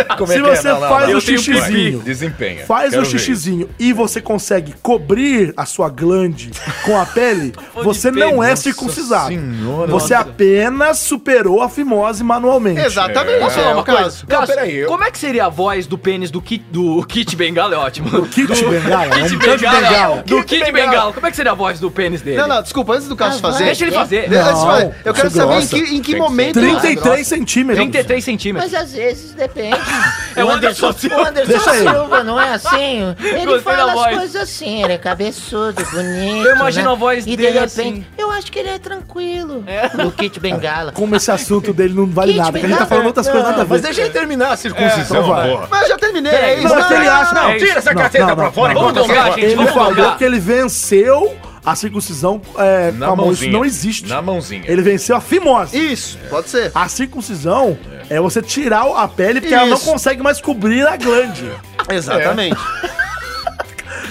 Speaker 3: é,
Speaker 2: Como é
Speaker 3: se
Speaker 2: que é?
Speaker 3: você
Speaker 2: Não, não,
Speaker 3: faz
Speaker 2: não.
Speaker 3: o
Speaker 2: Eu tenho
Speaker 3: xixizinho,
Speaker 2: Vai, Desempenha.
Speaker 3: faz
Speaker 2: Quero
Speaker 3: o
Speaker 2: ver isso.
Speaker 3: xixizinho e você consegue cobrir a sua glande com a pele, você não é circuncisado.
Speaker 2: senhora.
Speaker 3: Você é apenas superou a fimose manualmente.
Speaker 4: Exatamente.
Speaker 1: Posso falar
Speaker 4: é
Speaker 1: uma
Speaker 4: o
Speaker 1: coisa?
Speaker 4: caso.
Speaker 2: Não,
Speaker 1: Cássio,
Speaker 2: peraí, eu-
Speaker 1: Como é que seria a voz do pênis do Kit, do [LAUGHS] Kit Bengala? É ótimo. Do
Speaker 3: Kit Bengala, é
Speaker 1: Kit
Speaker 3: um tanto de
Speaker 1: Bengala.
Speaker 3: Bengala.
Speaker 1: Do Kit Bengala. Como é que seria a voz do pênis dele?
Speaker 4: Não, não, desculpa, antes do Cássio fazer.
Speaker 1: Deixa ele fazer.
Speaker 4: Deixa- antes de fazer,
Speaker 3: Não,
Speaker 4: eu quero
Speaker 3: você
Speaker 4: saber
Speaker 3: gosta.
Speaker 4: em que, em que
Speaker 2: Tem que
Speaker 4: momento.
Speaker 3: 33 centímetros.
Speaker 1: 33 centímetros.
Speaker 6: Mas às vezes depende.
Speaker 3: [LAUGHS]
Speaker 1: É o Anderson
Speaker 6: O
Speaker 1: Silva.
Speaker 6: Anderson
Speaker 3: Deixa aí.
Speaker 6: Silva, não é assim? Ele
Speaker 1: Gostei da
Speaker 6: fala as
Speaker 1: voz.
Speaker 6: coisas assim, ele é cabeçudo, bonito.
Speaker 1: Eu imagino
Speaker 6: né?
Speaker 1: a voz
Speaker 6: e
Speaker 1: dele
Speaker 6: de repente,
Speaker 1: assim.
Speaker 6: Eu acho que ele é tranquilo. Do Kit Bengala.
Speaker 3: Como esse assunto dele não vale
Speaker 6: Kit
Speaker 3: nada, porque ele tá
Speaker 6: Bengala?
Speaker 3: falando outras coisas nada a ver.
Speaker 2: Mas deixa ele terminar a circuncisão,
Speaker 3: É,
Speaker 2: porra.
Speaker 4: Mas eu já terminei, é
Speaker 1: Peraí,
Speaker 4: isso.
Speaker 3: Não,
Speaker 4: Não,
Speaker 3: é que ele acha.
Speaker 1: não,
Speaker 3: Não,
Speaker 1: é isso.
Speaker 2: Tira essa caceta pra fora
Speaker 1: não.
Speaker 2: enquanto
Speaker 1: Vamos
Speaker 2: você
Speaker 1: jogar,
Speaker 2: fala.
Speaker 1: gente.
Speaker 3: Ele
Speaker 1: vamos
Speaker 3: falou
Speaker 1: jogar.
Speaker 3: que ele venceu a circuncisão é,
Speaker 2: Na
Speaker 3: com a mão. Isso
Speaker 2: mãozinha.
Speaker 3: não existe.
Speaker 2: Na mãozinha.
Speaker 3: Ele venceu a fimose.
Speaker 4: Isso, pode ser.
Speaker 3: A circuncisão é. você tirar a pele porque ela não
Speaker 4: Isso.
Speaker 3: consegue mais cobrir a glande.
Speaker 1: É.
Speaker 4: Exatamente.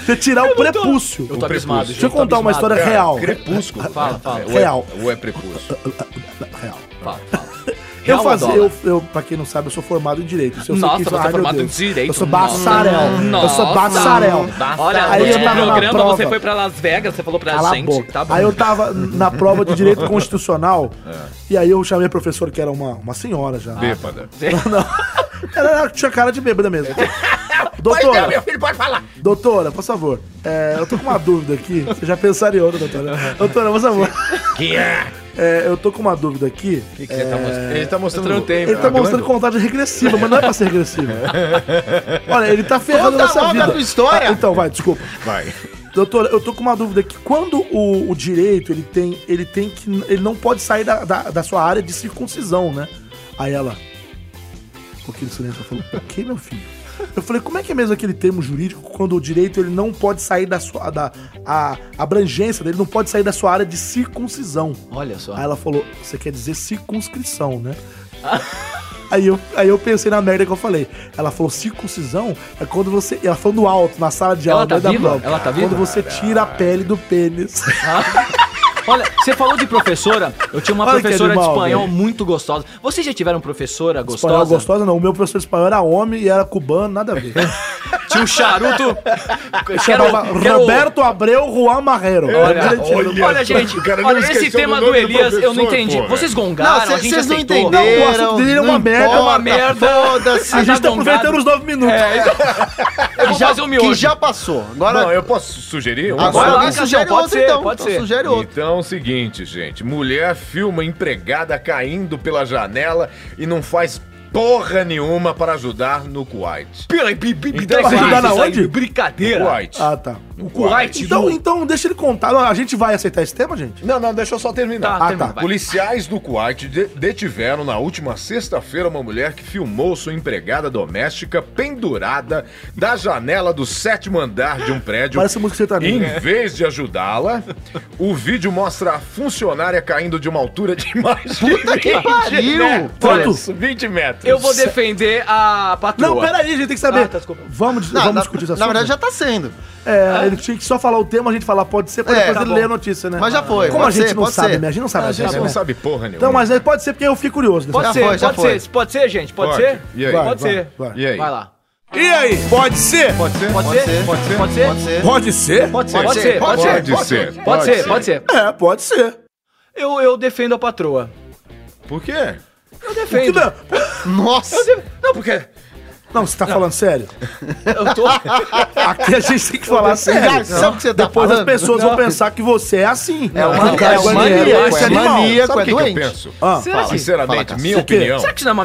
Speaker 3: Você tirar o prepúcio.
Speaker 1: Eu tô abismado, gente.
Speaker 3: Deixa eu contar
Speaker 1: tô
Speaker 3: uma
Speaker 1: abismado. É,
Speaker 3: história real.
Speaker 2: Crepúsculo.
Speaker 1: Fala, fala.
Speaker 2: Ou é-
Speaker 3: Real.
Speaker 2: Ou é prepúsculo.
Speaker 3: Real.
Speaker 1: Fala, fala.
Speaker 3: Eu
Speaker 1: Real
Speaker 3: fazia,
Speaker 1: ou
Speaker 3: eu,
Speaker 1: dólar?
Speaker 3: eu, pra quem não sabe, eu sou formado em direito. Se eu sei
Speaker 1: Nossa,
Speaker 3: que isso-
Speaker 1: você é
Speaker 3: ai, meu
Speaker 1: formado em
Speaker 3: Deus.
Speaker 1: direito?
Speaker 3: Eu sou bacharel. Eu sou
Speaker 1: Nossa.
Speaker 3: bacharel.
Speaker 1: Olha,
Speaker 3: Aí
Speaker 1: aí
Speaker 3: eu tava na
Speaker 1: programa,
Speaker 3: prova.
Speaker 1: você foi pra Las Vegas, você falou pra
Speaker 3: Cala a
Speaker 1: gente.
Speaker 3: boca.
Speaker 1: Tá bom.
Speaker 3: Aí eu tava na prova de direito [LAUGHS] constitucional e aí eu chamei a professora, que era uma, uma senhora já.
Speaker 2: Bêbada.
Speaker 3: Ela era- tinha cara de bêbada [LAUGHS] mesmo. doutora,
Speaker 2: filho, pode falar.
Speaker 3: doutora, por favor. é, eu tô com uma dúvida aqui. Você já pensaria em outra, doutora. [LAUGHS] Doutora, por favor.
Speaker 2: Quem é?
Speaker 3: É, eu tô com uma dúvida aqui.
Speaker 2: Ele tá mostrando o tempo.
Speaker 3: Ele tá mostrando contagem regressiva, mas não é pra ser
Speaker 4: [LAUGHS]
Speaker 3: regressiva. Olha, ele tá ferrando
Speaker 4: Conta
Speaker 3: nossa
Speaker 4: logo
Speaker 3: vida.
Speaker 4: a tua história.
Speaker 3: Ah, então, vai, desculpa.
Speaker 2: Vai.
Speaker 3: Doutora, eu tô com uma dúvida aqui. Quando o, o direito, ele tem, ele tem que. Ele não pode sair da, da, da sua área de circuncisão, né? Aí ela. Um pouquinho de silêncio. Ela falou, o que, meu filho? Eu falei, como é que é mesmo aquele termo jurídico quando o direito ele não pode sair da sua. da a abrangência dele não pode sair da sua área de circuncisão.
Speaker 1: Olha só.
Speaker 3: Aí ela falou, você quer dizer circunscrição,
Speaker 1: [LAUGHS]
Speaker 3: né? Aí eu, aí eu pensei na merda que eu falei. Ela falou, circuncisão é quando você. Ela falando alto na sala de
Speaker 1: Ela
Speaker 3: aula
Speaker 1: tá
Speaker 3: no meio
Speaker 1: viva? Ela tá viva?
Speaker 3: Quando você tira a pele do
Speaker 1: [LAUGHS]
Speaker 3: pênis.
Speaker 1: Olha, você falou de professora. Eu tinha uma
Speaker 3: Olha que
Speaker 1: professora
Speaker 3: animal,
Speaker 1: de espanhol
Speaker 3: velho.
Speaker 1: muito gostosa. Vocês já tiveram professora
Speaker 3: Espanhol
Speaker 1: gostosa?
Speaker 3: gostosa, não. O meu professor de espanhol era homem e era cubano, nada a
Speaker 1: [LAUGHS]
Speaker 3: ver.
Speaker 1: Tinha
Speaker 3: [LAUGHS]
Speaker 1: um charuto.
Speaker 3: Chamava Roberto Abreu Juan Marrero.
Speaker 1: É, Olha,
Speaker 3: Era direito.
Speaker 1: olha, olha, gente,
Speaker 2: o cara não
Speaker 1: olha,
Speaker 2: esqueceu
Speaker 1: esse tema
Speaker 2: do
Speaker 1: do
Speaker 2: nome do
Speaker 1: Elias, eu não
Speaker 2: professor,
Speaker 1: entendi.
Speaker 2: porra.
Speaker 1: Vocês
Speaker 4: Não,
Speaker 1: gongaram, a gente
Speaker 4: vocês não
Speaker 1: aceitou.
Speaker 4: entenderam.
Speaker 3: Não, o assunto dele é uma
Speaker 4: não
Speaker 3: merda.
Speaker 4: importa,
Speaker 1: É uma merda.
Speaker 4: Foda-se.
Speaker 3: A gente tá
Speaker 1: Tá gongado.
Speaker 3: aproveitando os nove minutos.
Speaker 1: É. Eu vou
Speaker 4: Que já-
Speaker 1: fazer o miojo.
Speaker 4: Que já passou. um Agora,
Speaker 2: Não, eu posso sugerir? um?
Speaker 1: Agora
Speaker 4: agora
Speaker 1: lá,
Speaker 4: alguém
Speaker 1: Cassião,
Speaker 4: sugere
Speaker 1: pode
Speaker 4: outro,
Speaker 1: ser,
Speaker 4: então.
Speaker 1: pode
Speaker 4: Então
Speaker 1: ser.
Speaker 4: Sugere outro.
Speaker 2: Então, é o seguinte, gente. Mulher filma empregada caindo pela janela e não faz porra nenhuma para ajudar no Kuwait.
Speaker 1: Peraí, bi- bi- bi-
Speaker 2: Então,
Speaker 1: tá
Speaker 3: vai
Speaker 1: errado,
Speaker 3: ajudar na
Speaker 1: isso aí,
Speaker 3: onde?
Speaker 1: Brincadeira.
Speaker 2: Kuwait.
Speaker 3: Ah, tá.
Speaker 7: O Kuwait
Speaker 3: Então,
Speaker 7: do-
Speaker 3: então deixa ele contar. A gente vai aceitar esse tema, gente?
Speaker 2: Não, não, deixa eu só terminar.
Speaker 7: Tá,
Speaker 3: Ah,
Speaker 7: termina,
Speaker 3: tá.
Speaker 7: vai.
Speaker 2: Policiais do Kuwait de- detiveram na última sexta-feira uma mulher que filmou sua empregada doméstica pendurada da janela do sétimo andar de um prédio.
Speaker 3: Parece música
Speaker 2: Em
Speaker 3: sertaneja.
Speaker 2: vez de ajudá-la, o vídeo mostra a funcionária caindo de uma altura de mais de 20,
Speaker 4: pariu!
Speaker 2: metros.
Speaker 3: Quanto?
Speaker 2: 20 metros.
Speaker 7: Eu vou defender a patroa.
Speaker 3: Não, peraí, a gente tem que saber.
Speaker 1: Ah, tá, desculpa.
Speaker 3: vamos dis-
Speaker 4: Não,
Speaker 3: vamos
Speaker 4: na,
Speaker 3: discutir né? isso
Speaker 4: na verdade já tá sendo.
Speaker 3: É, ele tinha que só falar o tema, a gente falar pode ser, pra
Speaker 4: É,
Speaker 3: depois
Speaker 4: tá
Speaker 3: ele
Speaker 4: bom.
Speaker 3: ler a notícia, né?
Speaker 4: Mas já foi,
Speaker 3: Como a
Speaker 4: pode
Speaker 3: gente
Speaker 4: ser,
Speaker 3: não
Speaker 4: pode
Speaker 3: sabe,
Speaker 4: ser.
Speaker 3: né? A gente não sabe.
Speaker 2: A
Speaker 3: as
Speaker 1: Tá
Speaker 2: gente
Speaker 3: regras,
Speaker 2: não
Speaker 3: né?
Speaker 2: sabe porra nenhuma.
Speaker 3: Então, mas aí pode ser porque eu fiquei curioso. dessa
Speaker 1: Pode
Speaker 4: Já
Speaker 1: ser,
Speaker 4: foi, já
Speaker 1: pode
Speaker 4: foi.
Speaker 1: ser. Pode ser, gente? é, Pode,
Speaker 2: Pode.
Speaker 1: ser?
Speaker 2: E aí?
Speaker 3: Vai,
Speaker 1: pode
Speaker 3: vai,
Speaker 1: ser.
Speaker 3: vai.
Speaker 2: E aí?
Speaker 7: Vai lá.
Speaker 3: E aí, pode ser?
Speaker 2: Pode ser?
Speaker 1: Pode,
Speaker 4: Pode
Speaker 1: ser?
Speaker 4: ser,
Speaker 1: Pode ser? Pode ser?
Speaker 4: Pode ser.
Speaker 3: Pode ser?
Speaker 1: Pode
Speaker 2: ser,
Speaker 1: Pode
Speaker 2: Pode
Speaker 1: ser, pode ser.
Speaker 2: ser.
Speaker 1: Pode ser, pode ser.
Speaker 3: É, pode ser.
Speaker 1: Eu, eu defendo a patroa.
Speaker 2: Por quê?
Speaker 1: Eu
Speaker 3: Que
Speaker 1: defendo.
Speaker 3: não,
Speaker 4: Nossa!
Speaker 1: Eu def- Não, porque
Speaker 3: não, você tá falando sério?
Speaker 1: eu tô.
Speaker 3: Aqui a gente tem que falar
Speaker 4: Cara,
Speaker 3: sério.
Speaker 4: sabe o que você tá
Speaker 3: Depois as
Speaker 4: falando?
Speaker 3: pessoas vão pensar que você é assim.
Speaker 4: É uma-
Speaker 3: cara,
Speaker 4: é uma
Speaker 3: maníaco,
Speaker 4: maníaco,
Speaker 3: esse
Speaker 4: é
Speaker 3: um animal.
Speaker 4: maníaco.
Speaker 2: Sabe o que,
Speaker 4: é
Speaker 2: que eu
Speaker 4: doente.
Speaker 2: penso?
Speaker 3: Ah,
Speaker 1: Será que, será
Speaker 2: Sinceramente,
Speaker 4: Fala,
Speaker 2: minha
Speaker 3: O quê?
Speaker 2: opinião.
Speaker 1: que isso não é uma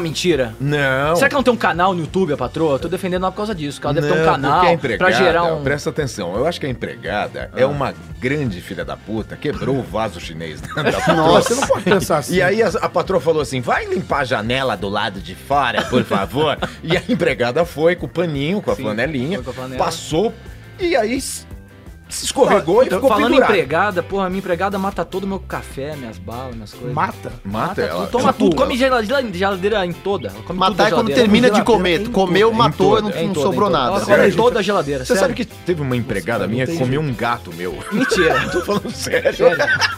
Speaker 2: é
Speaker 1: mentira?
Speaker 2: Não.
Speaker 1: Será que ela não tem um canal no YouTube, a patroa? Eu tô defendendo ela por causa disso. Que ela deve ter um
Speaker 2: porque a
Speaker 1: canal
Speaker 2: empregada,
Speaker 1: pra gerar um. Ah.
Speaker 2: Presta atenção, eu acho que a empregada é uma grande filha da puta, quebrou o vaso
Speaker 1: [LAUGHS]
Speaker 2: chinês da, da patroa.
Speaker 3: você não pode pensar assim.
Speaker 2: E aí a, a patroa falou assim: vai limpar a janela do lado de fora,
Speaker 1: [LAUGHS]
Speaker 2: por favor. e a empregada foi com o paninho, com a flanelinha,
Speaker 1: foi com a flanela.
Speaker 2: passou e aí s- se escorregou e ficou
Speaker 1: Falando em
Speaker 2: pendurada.
Speaker 1: empregada, porra, minha empregada mata todo o meu café, minhas balas, minhas coisas.
Speaker 3: Mata.
Speaker 2: Mata ela.
Speaker 1: tudo, toma tudo, come geladeira, geladeira em toda. ela Come tudo da
Speaker 4: Matar é quando
Speaker 1: geladeira.
Speaker 4: termina de
Speaker 3: Geladeira
Speaker 4: comer.
Speaker 3: em
Speaker 4: Comeu,
Speaker 2: tudo, em
Speaker 4: matou,
Speaker 2: tudo,
Speaker 4: não,
Speaker 1: É em
Speaker 4: não
Speaker 1: toda, em
Speaker 4: sobrou
Speaker 1: toda.
Speaker 4: nada.
Speaker 1: Ela come
Speaker 3: Sério?
Speaker 1: toda a geladeira.
Speaker 2: Você
Speaker 1: sério.
Speaker 2: sabe que teve uma empregada minha que comeu um gato meu. [LAUGHS]
Speaker 1: Mentira.
Speaker 2: tô falando sério.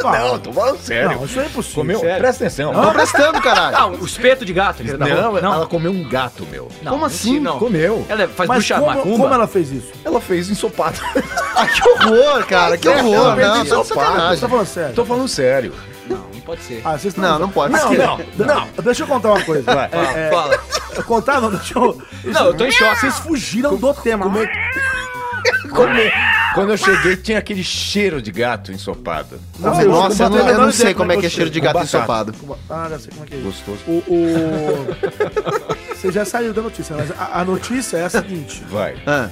Speaker 2: Não, tô falando sério.
Speaker 3: Não, isso é impossível.
Speaker 2: comeu,
Speaker 1: sério.
Speaker 2: presta atenção.
Speaker 4: Tô prestando, caralho.
Speaker 1: Não, o espeto de gato. filho da
Speaker 2: Não,
Speaker 1: puta.
Speaker 2: ela comeu um gato meu.
Speaker 1: não,
Speaker 4: como
Speaker 1: mentira,
Speaker 4: assim?
Speaker 1: tá Não.
Speaker 2: Comeu.
Speaker 1: Ela faz
Speaker 3: Mas
Speaker 1: bruxa
Speaker 3: como,
Speaker 1: macumba.
Speaker 3: como ela fez isso?
Speaker 2: Ela fez ensopado. [LAUGHS]
Speaker 4: Ah, que horror, cara. Que horror.
Speaker 2: Ela fez
Speaker 4: Não, tá de
Speaker 2: ensopado.
Speaker 3: Você tá
Speaker 4: sacanagem.
Speaker 3: falando sério?
Speaker 2: Tô falando sério.
Speaker 1: Não, não pode ser.
Speaker 3: Ah, vocês tão-
Speaker 4: Não, não pode.
Speaker 3: Mas
Speaker 2: Não,
Speaker 3: que-
Speaker 2: não,
Speaker 3: de-
Speaker 2: não.
Speaker 3: Deixa eu contar uma coisa.
Speaker 2: Vai, fala.
Speaker 3: É, eu Contar não, deixa eu...
Speaker 1: Não, eu tô em choque.
Speaker 3: Vocês fugiram do tema.
Speaker 4: é
Speaker 2: Come- Quando eu cheguei, tinha aquele cheiro de gato ensopado.
Speaker 3: Não, eu-
Speaker 4: Nossa, eu
Speaker 3: eu tenho a
Speaker 4: não, eu não
Speaker 3: menor
Speaker 4: sei
Speaker 3: ideia
Speaker 4: como é que é
Speaker 3: eu
Speaker 4: cheiro de
Speaker 3: sei.
Speaker 4: gato
Speaker 2: batata.
Speaker 4: ensopado.
Speaker 3: Ah, já sei como é que é isso.
Speaker 2: Gostoso.
Speaker 3: O, o- Você já saiu da notícia, mas a, a notícia é a seguinte.
Speaker 2: Vai.
Speaker 4: Ah,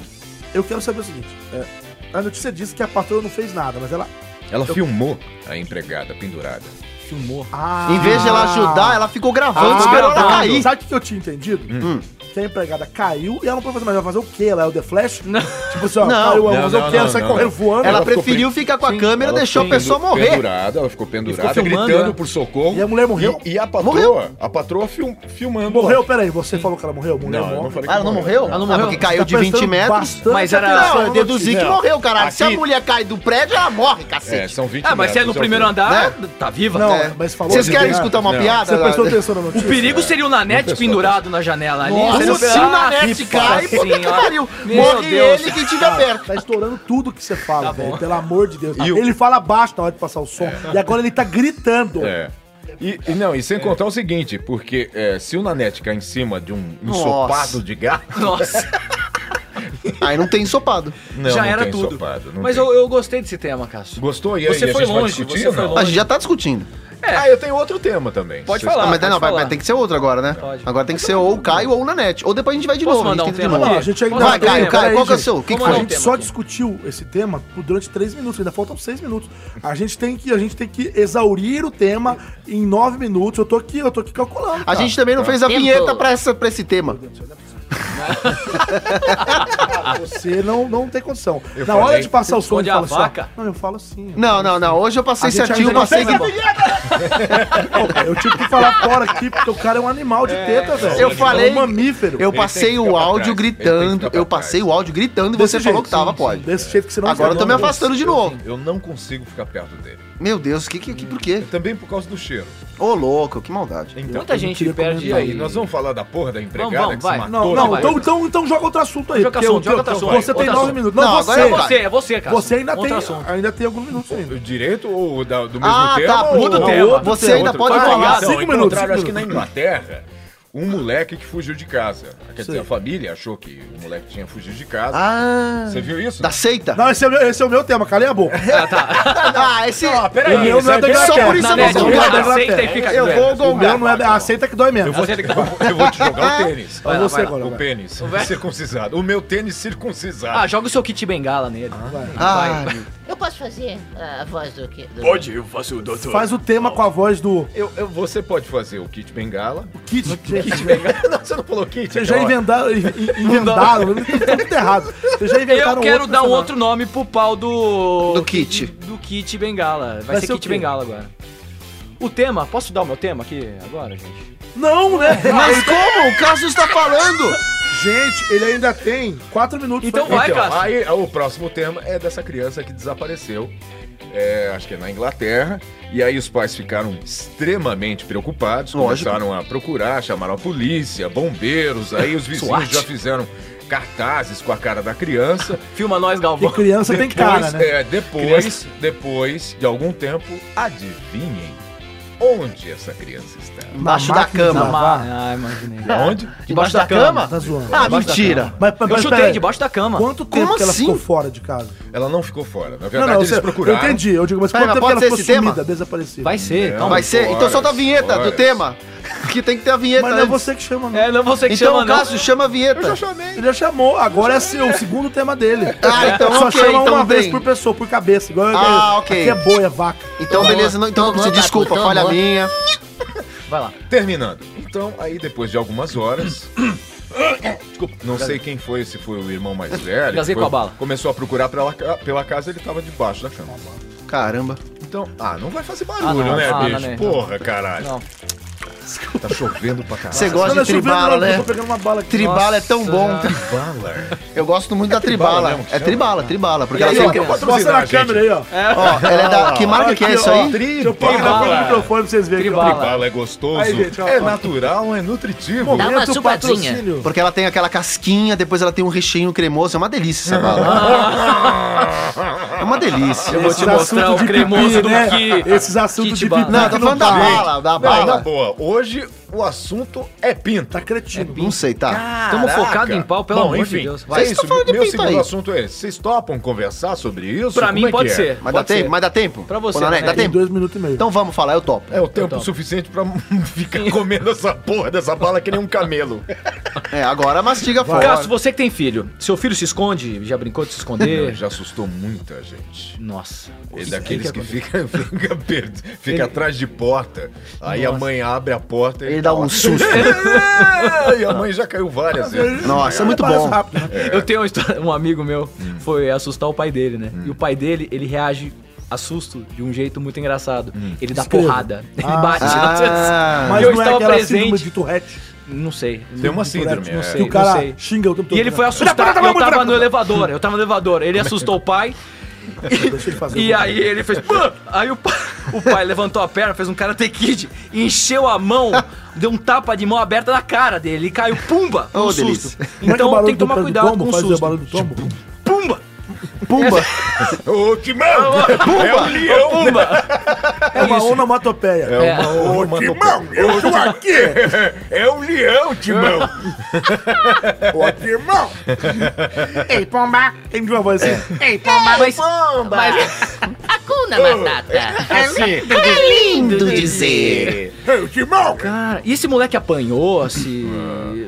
Speaker 3: Eu quero saber o seguinte. é, a notícia diz que a patroa não fez nada, mas ela...
Speaker 2: Ela filmou a empregada pendurada.
Speaker 1: Filmou.
Speaker 3: Ah,
Speaker 4: Em vez de ela ajudar, ela ficou gravando,
Speaker 3: Ah,
Speaker 4: esperou ela
Speaker 3: tá.
Speaker 4: cair.
Speaker 3: Sabe o que que eu tinha entendido?
Speaker 2: Hum.
Speaker 3: Hum. Que a empregada caiu e ela não pode fazer mais. Ela vai fazer o quê? Ela é o The Flash?
Speaker 1: Não.
Speaker 3: Tipo assim, ó,
Speaker 4: Não.
Speaker 3: caiu, ela
Speaker 2: Não,
Speaker 3: vai fazer
Speaker 2: não,
Speaker 3: o quê? Ela
Speaker 2: não,
Speaker 3: sai
Speaker 2: não.
Speaker 3: correndo voando.
Speaker 4: Ela
Speaker 2: ela ficou
Speaker 4: preferiu ficar com a câmera e
Speaker 2: Ela
Speaker 4: deixou a
Speaker 2: ficou
Speaker 4: pessoa morrer.
Speaker 2: Pendurada, ela ficou pendurada,
Speaker 1: Ficou filmando,
Speaker 2: gritando
Speaker 1: né?
Speaker 2: por socorro.
Speaker 3: E a mulher morreu?
Speaker 2: E, e a patroa,
Speaker 4: Morreu.
Speaker 2: a patroa film- filmando.
Speaker 3: Morreu? Peraí, você falou que ela morreu? Mulher
Speaker 2: Não, eu não
Speaker 3: morre.
Speaker 2: falei
Speaker 4: Ah, ela não morreu?
Speaker 1: Ela não
Speaker 4: Ah,
Speaker 1: morreu?
Speaker 4: porque caiu
Speaker 3: Tá
Speaker 4: de 20
Speaker 3: prestando
Speaker 4: metros.
Speaker 3: bastante
Speaker 1: Mas era-
Speaker 3: atenção
Speaker 4: Não,
Speaker 3: na
Speaker 4: eu deduzi
Speaker 3: notícia.
Speaker 4: que morreu, caralho. Se a
Speaker 2: Aqui-
Speaker 4: mulher cai do prédio, ela morre,
Speaker 2: É,
Speaker 4: cacete.
Speaker 2: são 20
Speaker 1: Ah, mas se é no
Speaker 2: metros,
Speaker 1: primeiro
Speaker 2: são-
Speaker 1: andar, tá viva?
Speaker 3: Não,
Speaker 4: É.
Speaker 3: mas falou...
Speaker 4: Vocês
Speaker 3: de
Speaker 4: querem
Speaker 3: piada.
Speaker 4: escutar uma
Speaker 2: Não.
Speaker 4: piada?
Speaker 3: Você prestou atenção na
Speaker 1: O
Speaker 3: notícia?
Speaker 1: perigo seria o Nanete pendurado na janela ali.
Speaker 4: Nossa,
Speaker 1: Seria-
Speaker 4: se o
Speaker 1: Ah,
Speaker 4: Nanete
Speaker 1: que
Speaker 4: cai,
Speaker 1: pariu.
Speaker 4: puta que pariu.
Speaker 1: Meu
Speaker 4: Morre
Speaker 1: Deus.
Speaker 4: ele quem tiver perto.
Speaker 3: Tá estourando tudo que você fala, velho. Pelo amor de Deus.
Speaker 2: Tá E o-
Speaker 3: Ele fala baixo na hora de passar o som. E agora ele tá gritando.
Speaker 2: É. E, e não, e
Speaker 1: É.
Speaker 2: sem contar o seguinte, porque é, se o Nanete cair em cima de um ensopado de gato, [LAUGHS]
Speaker 1: Nossa,
Speaker 4: Aí não tem ensopado.
Speaker 2: não,
Speaker 1: já
Speaker 2: não
Speaker 1: era
Speaker 2: tem
Speaker 1: tudo.
Speaker 2: ensopado, não
Speaker 1: Mas
Speaker 2: tem.
Speaker 1: eu, eu gostei desse tema, Cássio.
Speaker 2: Gostou? E aí,
Speaker 1: Você
Speaker 2: a
Speaker 1: foi
Speaker 2: gente vai
Speaker 1: longe,
Speaker 2: discutir
Speaker 1: você
Speaker 2: ou
Speaker 1: foi
Speaker 2: não?
Speaker 1: longe.
Speaker 4: A gente já tá discutindo.
Speaker 2: Ah, eu tenho outro tema também.
Speaker 1: Pode
Speaker 2: Vocês-
Speaker 1: falar.
Speaker 4: Ah, mas não, vai,
Speaker 1: falar.
Speaker 4: vai ter que ser outro agora, né?
Speaker 1: Pode.
Speaker 4: Agora tem que ser ou o Caio ou o Nanete. Ou depois a gente vai de
Speaker 1: Posso
Speaker 4: novo.
Speaker 1: mandar
Speaker 4: a
Speaker 1: um
Speaker 4: gente tenta
Speaker 1: tema?
Speaker 4: de
Speaker 3: Vamos
Speaker 4: novo.
Speaker 3: lá, a gente ainda
Speaker 4: Vai,
Speaker 3: não tem-
Speaker 4: Caio, Caio,
Speaker 3: peraí,
Speaker 4: qual que é o
Speaker 3: gente.
Speaker 4: seu? O que, que
Speaker 1: Vamos
Speaker 3: a
Speaker 1: lá,
Speaker 4: foi?
Speaker 1: um
Speaker 3: gente
Speaker 1: tema
Speaker 3: só
Speaker 1: aqui.
Speaker 3: discutiu esse tema por- durante três minutos, ainda faltam seis minutos. A gente tem que, a gente tem que exaurir o tema em nove minutos. Eu tô aqui, eu tô aqui calculando.
Speaker 4: A
Speaker 3: cara.
Speaker 4: gente também
Speaker 1: Tá.
Speaker 4: não fez a
Speaker 6: Tempo.
Speaker 4: vinheta pra, essa, pra esse tema.
Speaker 3: Você não, não tem condição.
Speaker 2: Eu
Speaker 3: Na
Speaker 2: falei.
Speaker 3: hora de passar o som,
Speaker 1: Esconde
Speaker 3: ele fala
Speaker 1: a vaca?
Speaker 3: Assim, ó, não, eu falo assim.
Speaker 4: Não, não, não. Hoje eu passei
Speaker 3: A gente
Speaker 4: certinho,
Speaker 3: ainda não
Speaker 4: passei.
Speaker 3: fez a Não, eu tive que falar fora aqui, porque o cara é um animal de teta, velho.
Speaker 4: Eu falei-
Speaker 3: É um mamífero.
Speaker 4: Eu
Speaker 2: Ele tem que
Speaker 4: passei
Speaker 2: ficar
Speaker 4: o
Speaker 2: pra
Speaker 4: áudio
Speaker 2: trás, ele tem que
Speaker 4: gritando.
Speaker 2: ficar pra
Speaker 4: Eu passei
Speaker 2: trás.
Speaker 4: o áudio gritando e
Speaker 3: Desse
Speaker 4: você
Speaker 3: jeito,
Speaker 4: falou que tava,
Speaker 3: sim, sim.
Speaker 4: pode.
Speaker 3: Desse jeito que você não
Speaker 4: Agora eu tô me
Speaker 3: afastando.
Speaker 4: afastando de novo.
Speaker 2: assim, Eu não consigo ficar perto dele. É
Speaker 4: Meu Deus, que, que, que, por quê?
Speaker 2: Também por causa do cheiro.
Speaker 4: Ô, louco, que maldade.
Speaker 2: Então,
Speaker 1: Muita gente
Speaker 3: queria
Speaker 1: perde
Speaker 2: e
Speaker 3: comentar
Speaker 2: aí, nós vamos falar da porra da empregada
Speaker 1: Vamos, vamos,
Speaker 2: que
Speaker 1: vai.
Speaker 2: se
Speaker 3: Não,
Speaker 2: matou?
Speaker 3: não,
Speaker 1: vai.
Speaker 3: então, então, então joga outro assunto aí.
Speaker 1: Joga
Speaker 3: porque
Speaker 1: assunto,
Speaker 3: eu-
Speaker 1: joga outro
Speaker 3: Você
Speaker 1: assunto,
Speaker 3: tem
Speaker 1: outro
Speaker 3: nove
Speaker 1: assunto.
Speaker 3: minutos.
Speaker 4: Não,
Speaker 3: Não,
Speaker 4: agora
Speaker 1: É
Speaker 3: você.
Speaker 1: você, é você, Cássio.
Speaker 3: Você ainda
Speaker 1: Outro
Speaker 3: tem,
Speaker 1: assunto.
Speaker 3: ainda tem alguns minutos ainda.
Speaker 2: Direito ou da- do mesmo
Speaker 4: Ah,
Speaker 2: tema?
Speaker 4: tá.
Speaker 2: ou-
Speaker 4: Muda o
Speaker 1: não,
Speaker 4: tema.
Speaker 1: outro
Speaker 4: Você
Speaker 1: tema,
Speaker 4: ainda
Speaker 2: outro
Speaker 4: pode
Speaker 2: tema.
Speaker 1: Vai,
Speaker 4: falar.
Speaker 2: Não,
Speaker 3: cinco
Speaker 2: ao
Speaker 3: minutos,
Speaker 2: contrário,
Speaker 3: cinco
Speaker 2: acho que na
Speaker 3: minutos.
Speaker 2: Inglaterra, um moleque que fugiu de casa. Quer dizer,
Speaker 3: Sei.
Speaker 2: a família achou que o moleque tinha fugido de casa.
Speaker 4: Ah,
Speaker 2: Você viu isso?
Speaker 4: da seita?
Speaker 3: Não, esse é, o meu, esse é o meu tema, calei a boca.
Speaker 4: Ah, esse.
Speaker 3: o meu não é da
Speaker 4: Só
Speaker 3: Inglaterra.
Speaker 4: por isso eu
Speaker 3: Não,
Speaker 4: vou
Speaker 7: Não,
Speaker 3: não, não,
Speaker 4: gongar.
Speaker 3: não,
Speaker 7: aceita
Speaker 3: não,
Speaker 7: e fica
Speaker 4: Eu vou
Speaker 3: O meu
Speaker 4: gongar.
Speaker 3: não é da. Aceita que dói mesmo.
Speaker 2: Eu vou, te, eu vou- eu vou te jogar o tênis.
Speaker 3: Mas você agora.
Speaker 2: O
Speaker 3: vai.
Speaker 2: pênis circuncisado. O meu tênis circuncisado.
Speaker 1: Ah, joga o seu kit bengala nele.
Speaker 4: Ah,
Speaker 6: Eu posso fazer a voz do que? do-
Speaker 5: eu faço o doutor.
Speaker 3: Faz o tema com a voz do
Speaker 2: Eu- eu- você pode fazer o kit bengala.
Speaker 3: Kit.
Speaker 2: Kit bengala? [LAUGHS] Não, você não falou kit. é
Speaker 3: Vocês já
Speaker 2: aquela hora.
Speaker 3: inventaram. in- in- Inventaram. Tá muito errado. Vocês já inventaram
Speaker 1: Eu quero
Speaker 3: outro
Speaker 1: dar um
Speaker 3: personagem.
Speaker 1: outro nome pro pau do.
Speaker 4: Do kit.
Speaker 1: Do kit bengala. Vai,
Speaker 3: Vai
Speaker 1: ser,
Speaker 3: ser o
Speaker 1: kit
Speaker 3: quê?
Speaker 1: bengala agora. O tema, posso dar o meu tema aqui agora, gente?
Speaker 3: Não, né?
Speaker 4: mas como? O Cassius está falando!
Speaker 3: Gente, ele ainda tem quatro minutos.
Speaker 1: Então
Speaker 3: pra-
Speaker 1: vai,
Speaker 2: Então,
Speaker 1: Cássio.
Speaker 2: aí o próximo tema é dessa criança que desapareceu. É, acho que é na Inglaterra. E aí os pais ficaram extremamente preocupados,
Speaker 4: Lógico.
Speaker 2: começaram a procurar, chamaram a polícia, bombeiros, aí os vizinhos
Speaker 1: SWAT.
Speaker 2: já fizeram cartazes com a cara da criança.
Speaker 1: Filma nós, Galvão.
Speaker 3: Porque criança tem cara, né?
Speaker 2: é, depois,
Speaker 1: Criança.
Speaker 2: depois de algum tempo, adivinhem onde essa criança está.
Speaker 4: Embaixo
Speaker 3: Uma
Speaker 4: da
Speaker 3: máquina.
Speaker 1: Na
Speaker 4: cama.
Speaker 1: ma- Ah, imaginei.
Speaker 2: Onde?
Speaker 4: Debaixo da cama?
Speaker 3: Tá zoando.
Speaker 4: Ah,
Speaker 1: Debaixo da
Speaker 4: mentira!
Speaker 3: Mas, mas,
Speaker 1: Eu
Speaker 3: mas
Speaker 1: chutei
Speaker 3: peraí,
Speaker 1: debaixo da cama.
Speaker 3: Quanto tempo
Speaker 4: Como
Speaker 3: que ela
Speaker 4: assim?
Speaker 3: ficou fora de casa?
Speaker 2: Ela não ficou fora. Na verdade, eles
Speaker 3: você-
Speaker 2: procuraram.
Speaker 3: eu entendi. Eu digo, mas
Speaker 4: Peraí,
Speaker 3: quanto tempo que
Speaker 4: mas
Speaker 3: ela ficou
Speaker 4: pode ser esse tema?
Speaker 3: sumida, desaparecida?
Speaker 1: Vai ser,
Speaker 2: Não,
Speaker 1: calma.
Speaker 4: Vai ser? Então
Speaker 2: horas,
Speaker 4: solta a vinheta
Speaker 2: horas.
Speaker 4: do tema. Que tem que ter a vinheta
Speaker 3: Mas não é
Speaker 4: antes.
Speaker 3: você que chama, não.
Speaker 1: É, não é você que
Speaker 4: Então,
Speaker 1: chama, não.
Speaker 4: Cássio, chama a vinheta.
Speaker 3: Ele já chamou, agora é seu, o segundo tema dele.
Speaker 4: Ah, então,
Speaker 3: Só
Speaker 4: ok,
Speaker 3: chama
Speaker 4: então
Speaker 3: uma
Speaker 4: vem.
Speaker 3: vez por pessoa, por cabeça. Igual eu-
Speaker 4: Ah, ok.
Speaker 3: Aqui é boi, é vaca.
Speaker 4: Então,
Speaker 6: Tomou,
Speaker 4: beleza, não, então,
Speaker 6: tomou,
Speaker 4: você
Speaker 3: tá
Speaker 6: Bacu,
Speaker 4: desculpa,
Speaker 6: tomou.
Speaker 4: falha minha.
Speaker 1: Vai lá.
Speaker 2: Terminando. Então, aí depois de algumas horas. [COUGHS] Desculpa, não sei quem foi, se foi o irmão mais velho.
Speaker 1: Engasguei
Speaker 2: foi-
Speaker 1: com a bala.
Speaker 2: Começou a procurar pela, ca- pela casa, ele tava debaixo da cama.
Speaker 4: Caramba.
Speaker 2: Então, ah, não vai fazer
Speaker 1: Ah,
Speaker 2: barulho,
Speaker 1: não,
Speaker 2: né,
Speaker 1: ah,
Speaker 2: bicho?
Speaker 1: não, né?
Speaker 2: Porra, caralho.
Speaker 1: Não.
Speaker 2: Tá chovendo pra caralho.
Speaker 4: Você gosta de tribala,
Speaker 3: não, eu
Speaker 4: né?
Speaker 3: Tô pegando uma bala aqui.
Speaker 4: Tribala é tão bom.
Speaker 2: Baller.
Speaker 4: Eu gosto muito da
Speaker 2: tribala
Speaker 4: tribala.
Speaker 2: mesmo que
Speaker 4: É
Speaker 2: chama?
Speaker 4: tribala, tribala. Porque
Speaker 1: E
Speaker 4: ela
Speaker 1: aí,
Speaker 4: tem.
Speaker 1: ó,
Speaker 4: aquele-
Speaker 2: Patrocinar,
Speaker 3: Mostra na
Speaker 2: gente.
Speaker 3: câmera aí, ó.
Speaker 4: Ó, ela é da. Que marca que é
Speaker 3: Aqui,
Speaker 4: isso
Speaker 3: ó,
Speaker 4: aí?
Speaker 3: Tri- Deixa eu pôr na
Speaker 1: Tribala.
Speaker 3: frente do microfone pra vocês verem.
Speaker 1: Tribala.
Speaker 2: Bala é gostoso,
Speaker 3: Aí, gente, ó,
Speaker 2: é
Speaker 3: ó.
Speaker 2: natural, é nutritivo.
Speaker 6: Dá uma
Speaker 3: Momento
Speaker 6: chupadinha.
Speaker 3: patrocínio.
Speaker 4: Porque ela tem aquela casquinha, depois ela tem um recheio cremoso. É uma delícia essa bala. É uma delícia.
Speaker 1: vou te mostrar
Speaker 3: assunto
Speaker 1: o cremoso do que-
Speaker 3: Esses assuntos
Speaker 1: que
Speaker 3: de
Speaker 1: te bala.
Speaker 3: pipi
Speaker 4: Não, eu tô
Speaker 3: que
Speaker 4: falando da
Speaker 3: dá.
Speaker 4: bala, da
Speaker 2: Não, na
Speaker 4: bala.
Speaker 2: boa, hoje o assunto é pinta.
Speaker 3: Tá cretino.
Speaker 4: Não sei, tá?
Speaker 1: Estamos focados em pau, pelo
Speaker 2: Bom,
Speaker 1: amor
Speaker 2: enfim,
Speaker 1: de Deus.
Speaker 2: É
Speaker 4: Vocês
Speaker 2: isso,
Speaker 4: estão falando de
Speaker 2: meu
Speaker 4: pinta
Speaker 2: segundo
Speaker 4: aí.
Speaker 2: assunto é esse. Vocês topam conversar sobre isso?
Speaker 1: Pra
Speaker 2: Como
Speaker 1: mim
Speaker 2: é que
Speaker 1: pode
Speaker 2: é?
Speaker 1: ser.
Speaker 4: Mas
Speaker 1: pode
Speaker 4: dá tempo?
Speaker 1: ser.
Speaker 4: Mas dá tempo?
Speaker 1: Pra você,
Speaker 4: Ô, Nané,
Speaker 1: né? Tem
Speaker 4: Dá
Speaker 3: Tem
Speaker 4: tempo?
Speaker 3: dois minutos e meio.
Speaker 4: Então vamos falar, eu topo.
Speaker 2: É o tempo
Speaker 1: topo.
Speaker 2: suficiente pra [LAUGHS] ficar comendo essa porra dessa bala que nem um
Speaker 1: [LAUGHS]
Speaker 2: camelo.
Speaker 4: É, agora mastiga
Speaker 1: Cássio,
Speaker 4: fora.
Speaker 1: você que tem filho, seu filho se esconde? Já brincou de se esconder?
Speaker 2: Já assustou muita gente.
Speaker 1: É. Nossa.
Speaker 2: É daqueles que,
Speaker 1: acontece?
Speaker 2: fica, [LAUGHS] fica, perto, fica atrás de porta. Aí a mãe abre a porta e
Speaker 4: Ele dá um
Speaker 2: [LAUGHS]
Speaker 4: susto.
Speaker 2: É, e a mãe já caiu
Speaker 1: [LAUGHS]
Speaker 2: várias vezes.
Speaker 4: Nossa, é Hum. muito
Speaker 3: Aparece
Speaker 4: bom.
Speaker 3: rápido, né?
Speaker 1: Eu tenho uma história, um amigo meu foi assustar o pai dele, né?
Speaker 4: Hum.
Speaker 1: E o pai dele, ele reage a susto de um jeito muito engraçado. Ele dá
Speaker 3: Escreva.
Speaker 1: porrada, [LAUGHS] ele
Speaker 3: Ah.
Speaker 1: bate.
Speaker 4: Hum. Ah.
Speaker 1: Mas
Speaker 3: Mas
Speaker 1: eu
Speaker 3: não é
Speaker 1: estava
Speaker 3: aquela síndrome
Speaker 1: presente.
Speaker 3: de Tourette.
Speaker 1: Não sei.
Speaker 2: Tem uma síndrome,
Speaker 3: Tourette,
Speaker 2: é.
Speaker 3: não sei.
Speaker 1: Não
Speaker 3: Que o cara
Speaker 1: sei.
Speaker 3: xinga o tempo todo.
Speaker 1: E ele foi assustar, eu tava no elevador, eu tava no elevador. Ele assustou o pai,
Speaker 3: Deixa ele fazer.
Speaker 1: e aí ele fez... "Pã!" Aí o pai, [LAUGHS] o pai levantou a perna, fez um karate kid, encheu a mão, deu um tapa de mão aberta na cara dele e caiu, pumba, um
Speaker 4: Oh,
Speaker 1: susto.
Speaker 4: delícia.
Speaker 3: é
Speaker 1: Então tem que tomar cuidado com o
Speaker 3: Faz o
Speaker 1: susto. Tipo,
Speaker 3: barulho do tombo.
Speaker 1: Pumba!
Speaker 4: Pumba.
Speaker 2: Ô, Timão! É o leão!
Speaker 1: Pumba!
Speaker 3: É uma onomatopeia.
Speaker 2: É
Speaker 1: É.
Speaker 2: uma onomatopeia.
Speaker 5: Timão, eu tô aqui. É
Speaker 2: um
Speaker 5: o leão, Timão. Ô, Timão.
Speaker 8: Ei, pomba!
Speaker 1: É.
Speaker 3: Tem de uma voz assim.
Speaker 8: Ei, pomba!
Speaker 6: Mas-
Speaker 8: pomba!
Speaker 6: [LAUGHS] Hakuna Matata.
Speaker 2: Assim,
Speaker 6: É lindo dizer.
Speaker 1: É.
Speaker 5: Ei, Timão.
Speaker 1: Cara, e esse moleque apanhou, se...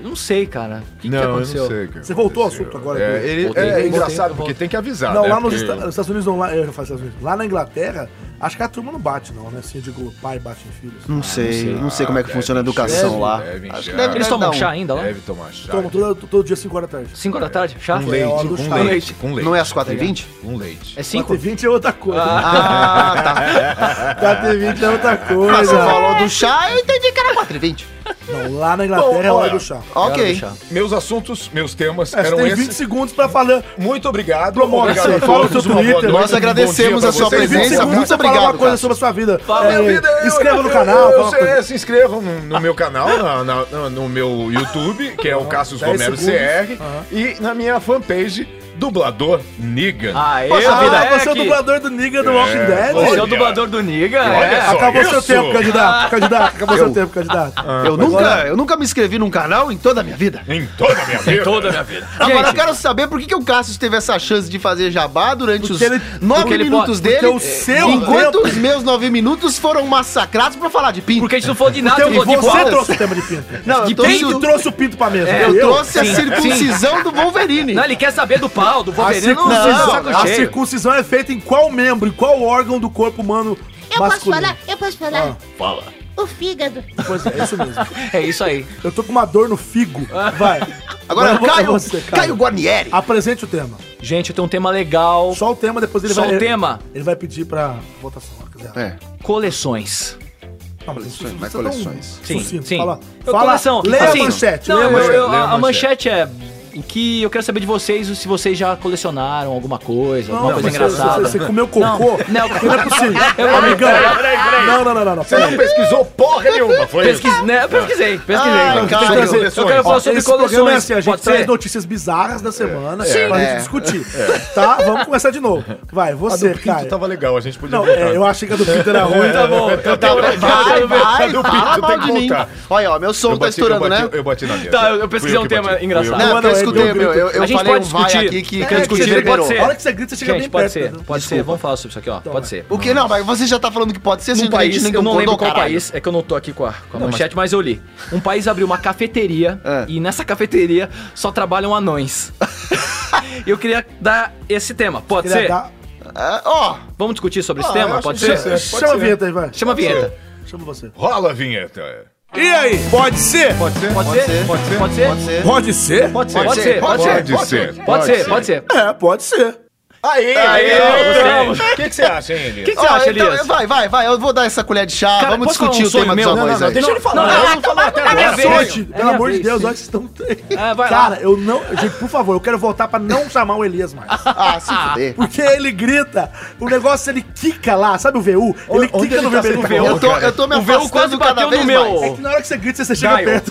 Speaker 1: Não sei, cara. O que, que
Speaker 2: não, eu não
Speaker 1: aconteceu?
Speaker 2: sei. o que
Speaker 3: Você voltou ao
Speaker 2: aconteceu.
Speaker 3: assunto agora,
Speaker 2: É,
Speaker 3: Pedro?
Speaker 2: ele-
Speaker 1: Voltei,
Speaker 2: é
Speaker 1: voltei,
Speaker 2: engraçado,
Speaker 1: voltei.
Speaker 2: porque tem que avisar,
Speaker 3: Não,
Speaker 2: né?
Speaker 1: É,
Speaker 3: lá nos
Speaker 2: Porque-
Speaker 3: Esta- nos Estados Unidos não. Lá, eu falo Estados Unidos. Lá na Inglaterra, acho que a turma não bate, não, né? Assim, eu digo, pai bate em filhos.
Speaker 1: Hum.
Speaker 4: Não sei, não sei como é que
Speaker 2: Ah,
Speaker 4: funciona a
Speaker 2: deve
Speaker 4: educação
Speaker 2: encher,
Speaker 4: lá.
Speaker 2: deve
Speaker 4: Acho que
Speaker 2: encher.
Speaker 4: deve-
Speaker 1: Eles
Speaker 4: deve
Speaker 1: tomam
Speaker 4: dar um.
Speaker 1: chá ainda lá?
Speaker 2: Deve tomar chá.
Speaker 3: Toma todo, todo dia 5 horas da tarde.
Speaker 1: 5 da tarde? Chá?
Speaker 2: Com um leite,
Speaker 3: É, hora do
Speaker 2: com
Speaker 3: chá.
Speaker 2: leite, com leite.
Speaker 4: Não é às 4h20?
Speaker 2: Com leite.
Speaker 1: É 5?
Speaker 3: 4h20 é outra coisa.
Speaker 4: Ah, tá.
Speaker 3: 4h20 é outra
Speaker 4: Mas você
Speaker 3: coisa.
Speaker 4: falou do chá, eu entendi que era 4h20.
Speaker 3: Não, lá na Inglaterra é hora do chá.
Speaker 4: Ok.
Speaker 2: Meus assuntos, meus temas
Speaker 3: É, você
Speaker 1: um
Speaker 2: eram
Speaker 3: tem 20
Speaker 2: esses.
Speaker 3: segundos pra falar.
Speaker 2: Muito obrigado.
Speaker 3: Promove,
Speaker 2: obrigado
Speaker 3: você fala no seu
Speaker 2: uma boa
Speaker 3: Twitter.
Speaker 2: noite,
Speaker 4: Nós
Speaker 2: um bom
Speaker 4: agradecemos
Speaker 2: dia pra
Speaker 4: a sua
Speaker 2: vocês.
Speaker 3: Tem 20
Speaker 4: presença,
Speaker 3: segundos pra
Speaker 4: muito
Speaker 3: falar uma
Speaker 4: obrigado,
Speaker 3: coisa
Speaker 4: Cássio.
Speaker 3: sobre a sua vida.
Speaker 1: Fala,
Speaker 3: É,
Speaker 1: minha
Speaker 3: Inscreva no
Speaker 2: eu- né?
Speaker 3: canal.
Speaker 2: eu-
Speaker 3: fala uma coisa.
Speaker 2: se inscrevam no, no meu canal, na- na- na- no meu YouTube, que é o Cassius
Speaker 3: dez
Speaker 2: Romero
Speaker 3: segundos.
Speaker 2: CR, e na minha fanpage Dublador Negan.
Speaker 1: Aê,
Speaker 3: Ah,
Speaker 1: vida
Speaker 3: você é o
Speaker 1: que-
Speaker 3: dublador do Nigga do Walking Dead?
Speaker 1: Você é o
Speaker 2: Olha.
Speaker 1: dublador do Niga?
Speaker 2: Olha
Speaker 1: É.
Speaker 2: só
Speaker 3: Acabou seu
Speaker 2: isso.
Speaker 3: tempo, candidato. Candidato, acabou seu tempo, candidato.
Speaker 4: Eu nunca, eu nunca me inscrevi num canal em toda a minha vida.
Speaker 2: Em toda a minha vida.
Speaker 1: Toda a minha vida.
Speaker 4: Agora eu
Speaker 1: Gente,
Speaker 4: quero saber por que, que o Cassius teve essa chance de fazer jabá durante os
Speaker 3: Porque ele-
Speaker 1: porque
Speaker 4: nove
Speaker 1: ele pode-
Speaker 4: minutos dele,
Speaker 3: porque o seu
Speaker 4: enquanto
Speaker 3: tempo-
Speaker 4: os meus nove minutos foram massacrados pra falar de pinto.
Speaker 1: porque a gente não falou de nada,
Speaker 3: Então,
Speaker 1: falou de
Speaker 3: você
Speaker 1: bolas.
Speaker 3: trouxe o tema de pinto.
Speaker 4: Não, eu
Speaker 3: de
Speaker 4: trouxe
Speaker 3: pinto
Speaker 4: o- É,
Speaker 3: trouxe o pinto pra mesa.
Speaker 4: eu, trouxe a circuncisão do Wolverine.
Speaker 1: Não, ele quer saber do pau, do
Speaker 3: A
Speaker 1: Wolverine. Não,
Speaker 3: circuncisão,
Speaker 1: saco
Speaker 3: a
Speaker 1: cheio.
Speaker 3: circuncisão é feita em qual membro, em qual órgão do corpo humano
Speaker 6: Eu posso
Speaker 3: assim, masculino? Ah,
Speaker 6: falar? Eu posso falar? Fala. O fígado.
Speaker 3: Pois é, é isso mesmo.
Speaker 1: É isso aí.
Speaker 3: Eu tô com uma dor no figo. Vai.
Speaker 4: Agora,
Speaker 3: eu vou pra
Speaker 4: Caio,
Speaker 3: você, Caio.
Speaker 4: Caio Guarnieri.
Speaker 3: Apresente o tema.
Speaker 1: Gente, eu tenho um tema legal.
Speaker 3: Só o tema, depois ele
Speaker 1: Só
Speaker 3: vai...
Speaker 1: o tema?
Speaker 3: Ele vai pedir pra votação. se
Speaker 2: Ah,
Speaker 3: quiser.
Speaker 4: É,
Speaker 1: Coleções.
Speaker 3: Não, mas isso-
Speaker 4: vai
Speaker 3: isso é tão
Speaker 4: coleções.
Speaker 1: Sim,
Speaker 3: sucinto.
Speaker 1: sim.
Speaker 3: Fala,
Speaker 1: Eu-
Speaker 3: fala
Speaker 1: coleção.
Speaker 3: lê a
Speaker 1: Assim,
Speaker 3: manchete.
Speaker 1: Não,
Speaker 3: lê a
Speaker 1: eu-
Speaker 3: manchete.
Speaker 1: eu-
Speaker 2: lê a
Speaker 1: a, manchete é o que eu quero saber de vocês, se vocês já colecionaram alguma coisa,
Speaker 3: Não,
Speaker 1: alguma coisa
Speaker 3: mas você-
Speaker 1: engraçada.
Speaker 3: Você, você comeu cocô?
Speaker 1: Não,
Speaker 3: Não é possível. Amigão. Não, não, não, não. não.
Speaker 2: Você não pesquisou
Speaker 1: [LAUGHS]
Speaker 2: porra nenhuma, foi isso?
Speaker 1: Pesquis, né, eu pesquisei, pesquisei.
Speaker 3: Ah,
Speaker 4: Ai,
Speaker 1: Eu
Speaker 4: cara.
Speaker 1: quero-
Speaker 2: Coleções.
Speaker 1: eu quero falar sobre
Speaker 3: Esse programa é
Speaker 1: coleções.
Speaker 3: assim, a gente
Speaker 1: pode
Speaker 3: traz
Speaker 1: ser?
Speaker 3: notícias bizarras da semana pra
Speaker 4: É.
Speaker 3: gente discutir. Tá? Vamos começar de novo. Vai, você, cara.
Speaker 2: tava legal, a gente podia
Speaker 3: Não, é, eu achei que a do Pinto era ruim.
Speaker 1: Tá bom.
Speaker 2: Eu
Speaker 4: Tá,
Speaker 2: tava
Speaker 4: vai, vai, vai,
Speaker 2: do
Speaker 4: fala
Speaker 2: pinto,
Speaker 4: mal
Speaker 2: tem que
Speaker 4: de mim.
Speaker 2: contar.
Speaker 4: Olha, ó, meu som tá
Speaker 2: bati-
Speaker 4: estourando,
Speaker 2: bati-
Speaker 4: né?
Speaker 2: Eu bati na mesa.
Speaker 1: Tá, eu- eu
Speaker 2: Fui
Speaker 1: pesquisei
Speaker 2: que
Speaker 1: um tema
Speaker 2: bati, fui eu
Speaker 1: engraçado.
Speaker 2: que
Speaker 4: Não,
Speaker 2: bati.
Speaker 4: porque eu
Speaker 3: Mano, eu
Speaker 4: escutei,
Speaker 3: grito.
Speaker 4: meu. Eu, eu
Speaker 1: A gente
Speaker 4: falei
Speaker 1: pode
Speaker 4: um vai
Speaker 1: discutir.
Speaker 4: aqui que,
Speaker 1: É,
Speaker 4: que eu
Speaker 1: discutir,
Speaker 4: discuti
Speaker 1: pode
Speaker 4: liberou.
Speaker 1: ser.
Speaker 3: A hora que você grita, você chega
Speaker 1: Gente,
Speaker 3: bem
Speaker 1: pode
Speaker 3: perto.
Speaker 1: ser,
Speaker 3: né?
Speaker 1: pode ser, vamos falar sobre isso aqui, ó. pode
Speaker 3: vai.
Speaker 1: ser.
Speaker 4: O que não, mas você já tá falando que pode ser,
Speaker 1: Um
Speaker 4: sendo que a gente
Speaker 1: país, eu não
Speaker 4: concordou,
Speaker 1: lembro qual
Speaker 4: caralho.
Speaker 1: país, é que eu não tô aqui com a, com a manchete, mas... eu li. Um país abriu uma cafeteria
Speaker 4: É.
Speaker 1: e nessa cafeteria só trabalham anões. eu queria dar esse tema, pode
Speaker 3: Queria
Speaker 1: ser?
Speaker 3: dar-
Speaker 4: Ah, Ó,
Speaker 1: Vamos discutir sobre esse
Speaker 2: Ah, eu
Speaker 1: tema,
Speaker 2: acho
Speaker 1: pode ser?
Speaker 2: interessante. Pode
Speaker 3: Chama a
Speaker 2: ser.
Speaker 3: vinheta aí, vai.
Speaker 1: Chama a vinheta.
Speaker 3: Chama você.
Speaker 2: Rola a vinheta.
Speaker 3: E aí, pode ser?
Speaker 2: Pode ser?
Speaker 1: Pode ser? Pode ser? Pode ser?
Speaker 4: pode ser.
Speaker 3: Pode ser?
Speaker 4: Pode
Speaker 1: ser, pode ser,
Speaker 4: pode ser.
Speaker 2: Pode ser.
Speaker 1: Pode ser, pode ser.
Speaker 3: É, pode ser.
Speaker 2: Aí, aí, O que que você acha, hein,
Speaker 1: O
Speaker 2: Elias?
Speaker 1: que, que você
Speaker 4: Ó,
Speaker 1: acha,
Speaker 4: então,
Speaker 1: Elias?
Speaker 4: vai, vai, vai, eu vou dar essa colher de chá,
Speaker 1: Cara,
Speaker 4: vamos
Speaker 1: posso falar um
Speaker 4: discutir o
Speaker 1: sonho
Speaker 4: tema dos
Speaker 1: meu?
Speaker 4: anões aí.
Speaker 2: Deixa ele falar.
Speaker 1: Não,
Speaker 2: eu não falar até agora.
Speaker 1: minha vez.
Speaker 3: Sorte,
Speaker 1: É
Speaker 3: pelo
Speaker 1: minha
Speaker 3: amor de
Speaker 1: vez,
Speaker 3: Deus,
Speaker 1: sim.
Speaker 3: olha que estão.
Speaker 1: É, vai lá.
Speaker 3: Cara, eu não. Gente, por favor, eu quero voltar pra não chamar o Elias
Speaker 1: [LAUGHS]
Speaker 3: mais.
Speaker 4: Ah, se fuder.
Speaker 3: Porque ele grita, o negócio ele quica lá, sabe o VU? Ele
Speaker 2: onde
Speaker 3: quica
Speaker 2: ele
Speaker 3: no
Speaker 2: tá
Speaker 3: VBU.
Speaker 2: sentado?
Speaker 4: Eu tô, eu tô me
Speaker 1: O Veu quase
Speaker 4: afastando cada
Speaker 1: bateu
Speaker 4: vez
Speaker 1: no meu.
Speaker 3: É
Speaker 4: mais.
Speaker 3: que na hora que você grita, você chega
Speaker 1: Gaio.
Speaker 3: perto.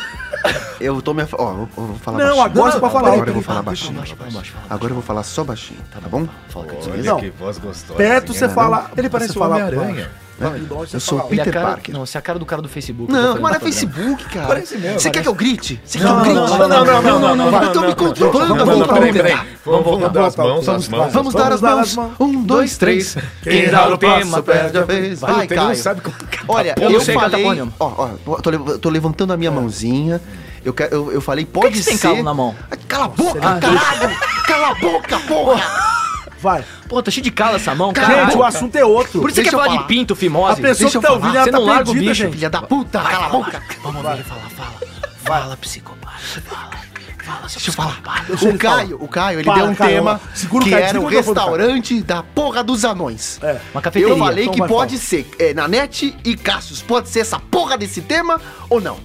Speaker 4: Eu tô me afastando. Ó, eu vou- eu vou falar
Speaker 3: Não,
Speaker 4: baixinho.
Speaker 3: agora você pode falar.
Speaker 4: Agora eu vou
Speaker 3: Ele
Speaker 4: falar
Speaker 3: fala
Speaker 4: baixinho. Agora eu vou falar só baixinho, tá bom? Fala, Cactus, beleza?
Speaker 3: Não.
Speaker 2: Olha que voz gostosa.
Speaker 3: Perto
Speaker 2: hein,
Speaker 3: você
Speaker 2: né?
Speaker 3: fala.
Speaker 2: Ele parece
Speaker 3: você
Speaker 1: um
Speaker 2: o
Speaker 3: fala,
Speaker 2: Homem-Aranha.
Speaker 3: pô, vai de longe, você
Speaker 4: Eu sou
Speaker 3: fala,
Speaker 1: Ele é a
Speaker 4: Peter
Speaker 1: cara-
Speaker 4: Parker.
Speaker 1: Não, você é a cara do cara do Facebook. eu já
Speaker 4: Não,
Speaker 1: falei
Speaker 4: mas é
Speaker 1: no programa.
Speaker 4: Facebook, cara. Você quer que eu grite? Você quer que
Speaker 3: Não,
Speaker 4: eu grite?
Speaker 3: não, não,
Speaker 2: não, não, não, não,
Speaker 4: Eu tô me controlando,
Speaker 2: Não,
Speaker 4: vamos
Speaker 2: não, peraí,
Speaker 4: vamos
Speaker 2: peraí.
Speaker 4: tentar.
Speaker 2: Vamos, vamos dar as
Speaker 3: voltar.
Speaker 2: mãos, as mãos.
Speaker 4: Vamos
Speaker 3: Vamos
Speaker 4: dar as
Speaker 3: dar
Speaker 4: mãos.
Speaker 3: as mãos.
Speaker 4: Um, dois, três.
Speaker 1: Quem dá o tema,
Speaker 4: perde a vez. Vai,
Speaker 2: Ele não
Speaker 4: Caio.
Speaker 2: sabe como...
Speaker 4: Olha,
Speaker 1: porra.
Speaker 4: eu,
Speaker 1: Eu não sei tá cantar
Speaker 4: falei.
Speaker 1: porra nenhuma.
Speaker 4: Ó, ó, tô, le- tô levantando a minha mãozinha. Eu, quero- eu, eu falei, pode
Speaker 1: É. que você
Speaker 4: ser.
Speaker 1: tem calo na mão?
Speaker 4: Ai, Cala a boca,
Speaker 1: [LAUGHS]
Speaker 4: caralho! Cala a boca, porra!
Speaker 3: Vai.
Speaker 1: Pô, tá cheio de cala essa mão, cara.
Speaker 3: Gente, o assunto é outro.
Speaker 1: Por isso que
Speaker 4: Deixa
Speaker 1: você quer
Speaker 4: eu
Speaker 1: falar
Speaker 4: falar.
Speaker 1: de pinto,
Speaker 3: A
Speaker 1: fimose.
Speaker 3: pessoa
Speaker 4: deixa
Speaker 3: que
Speaker 4: eu
Speaker 3: tá
Speaker 4: falar.
Speaker 3: ouvindo, ela
Speaker 1: Você não
Speaker 3: tá
Speaker 1: larga o
Speaker 3: perdida,
Speaker 1: bicho.
Speaker 3: gente.
Speaker 4: Filha da puta, cala a boca!
Speaker 1: Vamos ver, fala, fala. Fala, psicopata. Fala. Fala, seu
Speaker 4: Deixa eu falar.
Speaker 1: psicopata.
Speaker 3: Deixa
Speaker 4: O
Speaker 3: ele falar.
Speaker 4: Caio, o Caio, ele
Speaker 3: Para,
Speaker 4: deu um
Speaker 3: Caio,
Speaker 4: tema
Speaker 3: ó. Segura o
Speaker 4: que
Speaker 3: Caio,
Speaker 4: era
Speaker 3: segura
Speaker 4: o
Speaker 3: o microfone, Caio.
Speaker 4: restaurante da porra dos anões.
Speaker 3: É.
Speaker 1: Uma cafeteria.
Speaker 4: Eu falei
Speaker 3: então
Speaker 4: que
Speaker 3: vai,
Speaker 4: pode ser é, Nanete e Cassius. Pode ser essa porra desse tema ou não?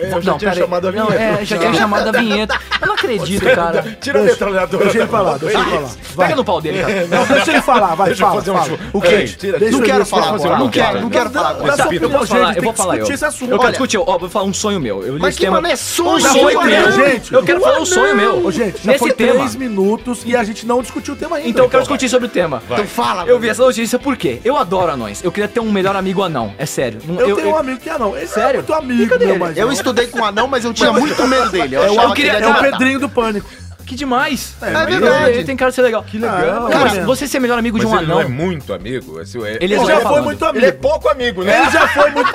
Speaker 2: Eu já tinha
Speaker 1: peraí.
Speaker 2: chamado a
Speaker 1: Não, é,
Speaker 2: vinheta.
Speaker 1: já tinha chamado a vinheta. Eu não acredito, cara.
Speaker 2: Tira a metralhadora.
Speaker 3: Deixa ele falar, deixa ele falar.
Speaker 1: Pega no pau dele, cara.
Speaker 3: Não, deixa ele falar, vai,
Speaker 2: Deixa eu
Speaker 3: fala,
Speaker 2: fazer um
Speaker 3: fala.
Speaker 2: jogo.
Speaker 3: O
Speaker 2: Ei,
Speaker 3: que?
Speaker 2: tira-
Speaker 4: não quero falar
Speaker 2: fazer
Speaker 4: agora,
Speaker 2: uma
Speaker 4: não quero,
Speaker 2: piada.
Speaker 4: não quero falar agora.
Speaker 3: Dá sua
Speaker 1: Pita, eu
Speaker 3: opinião,
Speaker 1: posso falar,
Speaker 3: gente,
Speaker 1: eu
Speaker 3: tem
Speaker 1: vou
Speaker 3: que
Speaker 1: falar eu.
Speaker 3: discutir esse assunto.
Speaker 1: Eu quero
Speaker 4: Olha.
Speaker 1: discutir, ó, vou falar um sonho meu. Eu li
Speaker 4: Mas
Speaker 1: esse
Speaker 4: que
Speaker 1: tema.
Speaker 4: mané
Speaker 1: Um
Speaker 4: sonho,
Speaker 3: Já foi
Speaker 1: sonho meu.
Speaker 3: três, gente.
Speaker 1: Eu quero falar um sonho meu.
Speaker 3: Ô, gente, já
Speaker 1: Nesse
Speaker 3: foi
Speaker 1: tema.
Speaker 3: três minutos e a gente não discutiu o tema ainda.
Speaker 1: Então eu quero discutir sobre o tema.
Speaker 4: Então fala,
Speaker 1: Eu vi essa notícia por quê? Eu adoro anões. Eu queria ter um melhor amigo anão. É sério. Não-
Speaker 3: Eu, tenho um amigo que é não. Esse
Speaker 1: Sério?
Speaker 3: é muito amigo,
Speaker 1: Cadê
Speaker 3: meu, É
Speaker 1: ele?
Speaker 3: mas...
Speaker 4: Eu estudei com um anão, mas eu tinha muito medo dele. Eu,
Speaker 3: É
Speaker 4: achava
Speaker 3: o,
Speaker 4: que ele
Speaker 1: queria-
Speaker 4: era
Speaker 3: é o
Speaker 4: de matar.
Speaker 3: Pedrinho do Pânico.
Speaker 1: Que demais.
Speaker 4: É
Speaker 1: Mas
Speaker 4: verdade.
Speaker 1: Ele tem cara de ser legal. Que
Speaker 3: legal.
Speaker 1: Cara,
Speaker 3: Olha.
Speaker 1: você ser melhor amigo de um
Speaker 2: Mas ele não
Speaker 1: anão.
Speaker 2: é muito amigo. esse é-
Speaker 1: Ele
Speaker 3: Ele
Speaker 1: Olha,
Speaker 3: já foi
Speaker 1: falando.
Speaker 3: muito
Speaker 2: Ele é
Speaker 3: amigo.
Speaker 2: pouco amigo, né?
Speaker 3: Ele já foi muito...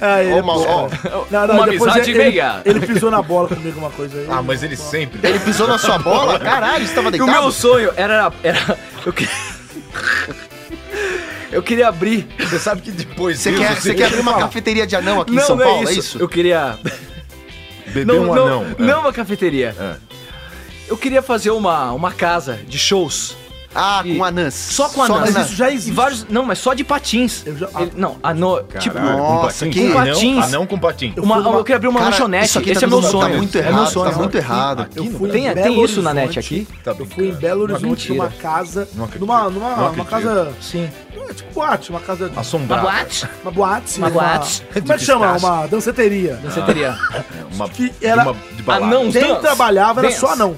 Speaker 3: Ah, ele
Speaker 4: Ô,
Speaker 3: é
Speaker 4: mal,
Speaker 3: bom.
Speaker 4: ó.
Speaker 3: Não, não,
Speaker 1: Uma
Speaker 3: depois
Speaker 1: amizade
Speaker 3: ele, ele,
Speaker 1: meia.
Speaker 3: ele pisou na bola comigo uma coisa aí.
Speaker 2: Ah, mas ele sempre...
Speaker 4: Ele pisou na sua bola? Caralho, você tava
Speaker 1: E o
Speaker 4: deitado?
Speaker 1: meu sonho era. era eu, que... [LAUGHS] eu queria abrir.
Speaker 2: Você sabe que depois
Speaker 4: Você quer, você quer abrir uma cafeteria de anão aqui em São Paulo, é isso?
Speaker 1: Eu queria.
Speaker 2: Beber
Speaker 1: Não,
Speaker 2: um
Speaker 1: não,
Speaker 2: anão.
Speaker 1: não uma cafeteria.
Speaker 2: É.
Speaker 1: Eu queria fazer uma, uma casa de shows.
Speaker 4: Ah, com anãs.
Speaker 1: Só com anãs.
Speaker 3: mas isso já
Speaker 1: E
Speaker 3: existe.
Speaker 1: vários. Não, mas só de patins.
Speaker 3: Eu já-
Speaker 1: Ele- não, anão. Tipo,
Speaker 2: Caralho,
Speaker 4: nossa,
Speaker 2: com patins?
Speaker 4: que-
Speaker 2: Anão-
Speaker 1: patins.
Speaker 2: Anão com patins.
Speaker 3: Eu
Speaker 1: uma-
Speaker 3: fui numa-
Speaker 1: eu queria abrir uma
Speaker 4: Cara, isso
Speaker 1: lanchonete.
Speaker 4: aqui
Speaker 1: Esse
Speaker 4: tá
Speaker 1: é meu
Speaker 4: muito- tá
Speaker 1: sonho.
Speaker 4: muito
Speaker 1: é meu
Speaker 4: errado,
Speaker 1: sonho.
Speaker 4: tá muito errado.
Speaker 2: Aqui
Speaker 3: Eu
Speaker 2: no
Speaker 3: fui
Speaker 2: Brasil.
Speaker 1: Tem-
Speaker 3: em
Speaker 1: tem
Speaker 3: Belo
Speaker 1: isso na
Speaker 3: Horizonte.
Speaker 1: net aqui?
Speaker 2: Tá
Speaker 3: eu
Speaker 2: brincando.
Speaker 3: fui em Belo
Speaker 1: Não
Speaker 3: Horizonte
Speaker 1: acredito.
Speaker 3: numa casa,
Speaker 2: Não acredito.
Speaker 3: numa, numa
Speaker 2: Não
Speaker 3: uma
Speaker 2: acredito.
Speaker 3: casa,
Speaker 1: Sim.
Speaker 3: é tipo boate, uma casa,
Speaker 6: Uma
Speaker 2: Assombrado.
Speaker 6: boate?
Speaker 3: uma boate,
Speaker 1: Uma boate.
Speaker 3: como é que chama? Uma danceteria.
Speaker 1: Você teria.
Speaker 2: Uma,
Speaker 3: Que era-
Speaker 2: uma de balada.
Speaker 1: Anão.
Speaker 3: Quem
Speaker 1: Dance.
Speaker 3: trabalhava era
Speaker 1: Dance.
Speaker 3: só não.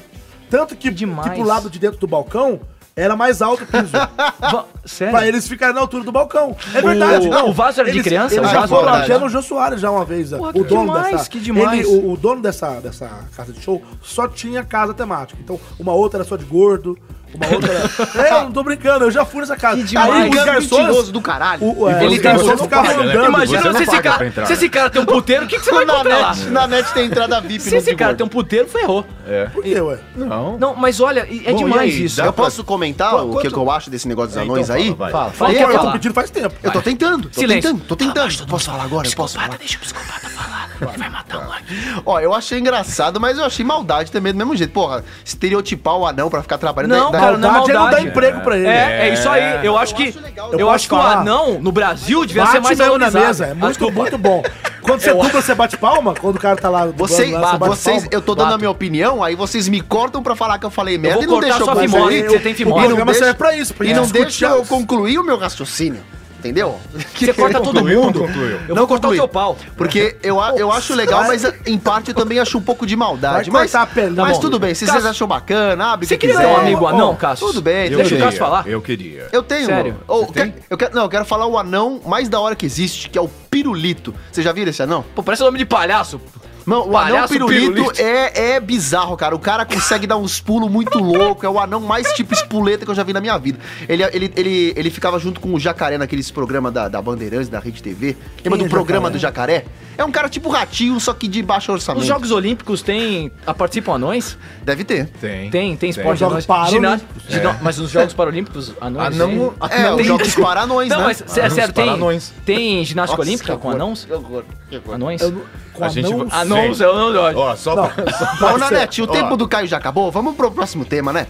Speaker 3: Tanto que, que
Speaker 1: Demais.
Speaker 3: pro lado de dentro do balcão era mais alto o piso.
Speaker 1: [LAUGHS] Va- Sério?
Speaker 3: pra eles ficarem na altura do balcão. É verdade.
Speaker 1: O- o vaso era de criança?
Speaker 3: Eles
Speaker 4: O
Speaker 3: já
Speaker 4: vaso
Speaker 3: foram
Speaker 4: era
Speaker 3: lá,
Speaker 4: de-
Speaker 3: já no Jô Soares já uma vez.
Speaker 1: Pô,
Speaker 3: o
Speaker 1: que
Speaker 3: dono
Speaker 1: demais,
Speaker 3: dessa,
Speaker 1: que demais.
Speaker 3: ele- o, o dono dessa, dessa casa de show só tinha casa temática. Então, uma outra era só de gordo, uma outra
Speaker 1: [LAUGHS]
Speaker 3: era... É, eu não tô brincando, eu já fui nessa casa.
Speaker 1: Que demais.
Speaker 3: Aí os
Speaker 1: Cara,
Speaker 3: garçons...
Speaker 4: mentiroso do caralho.
Speaker 3: O, é, os
Speaker 1: Ele tem
Speaker 3: garçons
Speaker 1: você
Speaker 3: ficavam
Speaker 2: paga, né?
Speaker 3: andando.
Speaker 1: Imagina
Speaker 2: Você não
Speaker 1: se esse,
Speaker 2: paga
Speaker 1: cara,
Speaker 2: pra entrar,
Speaker 1: se
Speaker 2: né?
Speaker 1: esse cara tem um puteiro, o que,
Speaker 2: [LAUGHS]
Speaker 1: que você vai
Speaker 4: na,
Speaker 1: encontrar lá?
Speaker 4: net, na net tem entrada VIP
Speaker 1: Se
Speaker 4: no
Speaker 1: esse
Speaker 4: Big
Speaker 1: cara
Speaker 4: Gordo.
Speaker 1: tem um puteiro, ferrou.
Speaker 3: Por quê, ué?
Speaker 2: Não.
Speaker 1: Não, mas olha, e- é
Speaker 2: Bom,
Speaker 1: demais
Speaker 2: e aí,
Speaker 1: isso.
Speaker 2: dá
Speaker 4: Eu
Speaker 2: pra-
Speaker 4: posso comentar o que,
Speaker 1: quanto-
Speaker 4: que eu acho desse negócio dos
Speaker 2: É, então
Speaker 4: anões aí?
Speaker 2: fala, vai. Fala,
Speaker 1: Ah, fala,
Speaker 4: Aí
Speaker 1: quer
Speaker 4: é que eu
Speaker 3: Eu
Speaker 1: falar?
Speaker 4: tô
Speaker 3: tô pedindo
Speaker 4: pedindo-
Speaker 3: faz tempo.
Speaker 4: Eu tô tentando, tô
Speaker 1: Silêncio. Tá,
Speaker 4: tentando, tô
Speaker 1: Abaixa
Speaker 4: tentando.
Speaker 1: todo
Speaker 4: Posso falar agora? Eu posso falar?
Speaker 1: Deixa o psicopata falar. Ele vai matar um aqui.
Speaker 4: [LAUGHS] Ó, eu achei engraçado, mas eu achei maldade também do mesmo jeito. Porra, estereotipar o anão pra ficar trabalhando...
Speaker 1: Não,
Speaker 4: dá- dá-
Speaker 1: cara, não é
Speaker 3: Maldade é não dar
Speaker 1: maldade.
Speaker 3: emprego pra ele.
Speaker 1: É, é isso aí. Eu acho
Speaker 4: Eu
Speaker 1: que.
Speaker 4: acho legal.
Speaker 1: Eu,
Speaker 3: Eu
Speaker 1: acho que o
Speaker 3: posso falar?
Speaker 1: anão no Brasil devia ser
Speaker 3: bate
Speaker 1: mais
Speaker 3: mesmo na mesa.
Speaker 1: valorizado.
Speaker 3: É
Speaker 1: Acho
Speaker 3: muito,
Speaker 1: que eu-
Speaker 3: muito bom. Quando você dubla, você bate palma? Quando o cara tá lá. dublando
Speaker 4: Vocês, ah,
Speaker 3: lá, você bate
Speaker 4: vocês,
Speaker 3: palma?
Speaker 4: eu tô dando
Speaker 1: Bato.
Speaker 4: a minha opinião, aí vocês me cortam pra falar que eu falei merda
Speaker 1: vou
Speaker 4: e não
Speaker 1: cortar
Speaker 4: deixam
Speaker 1: sua
Speaker 4: eu
Speaker 3: Mas
Speaker 1: fimose,
Speaker 4: concluir.
Speaker 3: aí
Speaker 1: você tem fimose.
Speaker 3: O programa
Speaker 4: Não
Speaker 3: serve
Speaker 4: deixa-
Speaker 3: pra isso. pra
Speaker 4: E não
Speaker 3: discutir
Speaker 4: deixa eu
Speaker 3: algo.
Speaker 4: concluir o meu raciocínio, entendeu? [LAUGHS]
Speaker 1: Você corta todo
Speaker 2: Concluiu,
Speaker 1: mundo.
Speaker 2: concluiu.
Speaker 1: Eu vou cortar o
Speaker 4: concluí.
Speaker 1: teu pau.
Speaker 4: Porque eu, a- eu acho legal, mas em parte eu também acho um pouco de maldade.
Speaker 3: Vai
Speaker 4: Mas,
Speaker 3: cortar a perna,
Speaker 4: mas
Speaker 3: bom.
Speaker 4: tudo bem, se vocês
Speaker 1: Cássio,
Speaker 4: acham bacana, abre o
Speaker 1: Você
Speaker 4: que
Speaker 1: queria ter um
Speaker 4: quiser.
Speaker 1: amigo
Speaker 3: Ó,
Speaker 1: anão, Cássio?
Speaker 4: Tudo bem,
Speaker 1: Eu
Speaker 4: deixa
Speaker 1: o
Speaker 2: queria,
Speaker 1: Cássio falar.
Speaker 2: Eu queria.
Speaker 4: Eu tenho.
Speaker 1: Sério?
Speaker 4: Oh,
Speaker 2: Você
Speaker 4: que-
Speaker 2: tem?
Speaker 4: eu quero, não, eu quero falar o anão mais da hora que existe, que é o pirulito. Você já viram esse anão?
Speaker 1: Pô, parece o nome de palhaço.
Speaker 4: Não, o anão
Speaker 1: Palhaço
Speaker 4: pirulito,
Speaker 1: pirulito.
Speaker 4: É, é bizarro, cara. O cara consegue dar uns pulos muito louco. É o anão mais tipo espuleta que eu já vi na minha vida. Ele, ele, ele, ele ficava junto com o jacaré naqueles programas da, da Bandeirantes, da Rede TV. Lembra do
Speaker 3: é o
Speaker 4: programa do jacaré? É um cara tipo ratinho, só que de baixo orçamento.
Speaker 1: Os Jogos Olímpicos têm. a- Participam anões?
Speaker 4: Deve ter.
Speaker 2: Tem.
Speaker 1: Tem, tem esporte
Speaker 3: Tem.
Speaker 1: anões.
Speaker 3: Jogos Paralímpicos.
Speaker 1: Ginástica. Mas nos Jogos Paralímpicos, anões.
Speaker 2: Anão-
Speaker 1: tem.
Speaker 4: É, os
Speaker 1: tem-
Speaker 4: jogos para anões,
Speaker 1: Não,
Speaker 4: né?
Speaker 1: mas sé-
Speaker 2: Anões
Speaker 1: sério,
Speaker 2: para
Speaker 1: tem,
Speaker 2: anões.
Speaker 1: tem ginástica
Speaker 4: Nossa,
Speaker 1: olímpica
Speaker 4: que
Speaker 1: com
Speaker 4: horror,
Speaker 1: anãos?
Speaker 4: que horror, que horror.
Speaker 1: Anões?
Speaker 3: Eu não- Com
Speaker 2: A gente
Speaker 3: anãos?
Speaker 2: vai-
Speaker 1: Anões,
Speaker 2: Sei.
Speaker 1: eu não olho.
Speaker 2: Ó, só pra...
Speaker 4: Ô, Nanete, o
Speaker 2: Ó.
Speaker 4: tempo do Caio já acabou? Vamos pro próximo tema, né?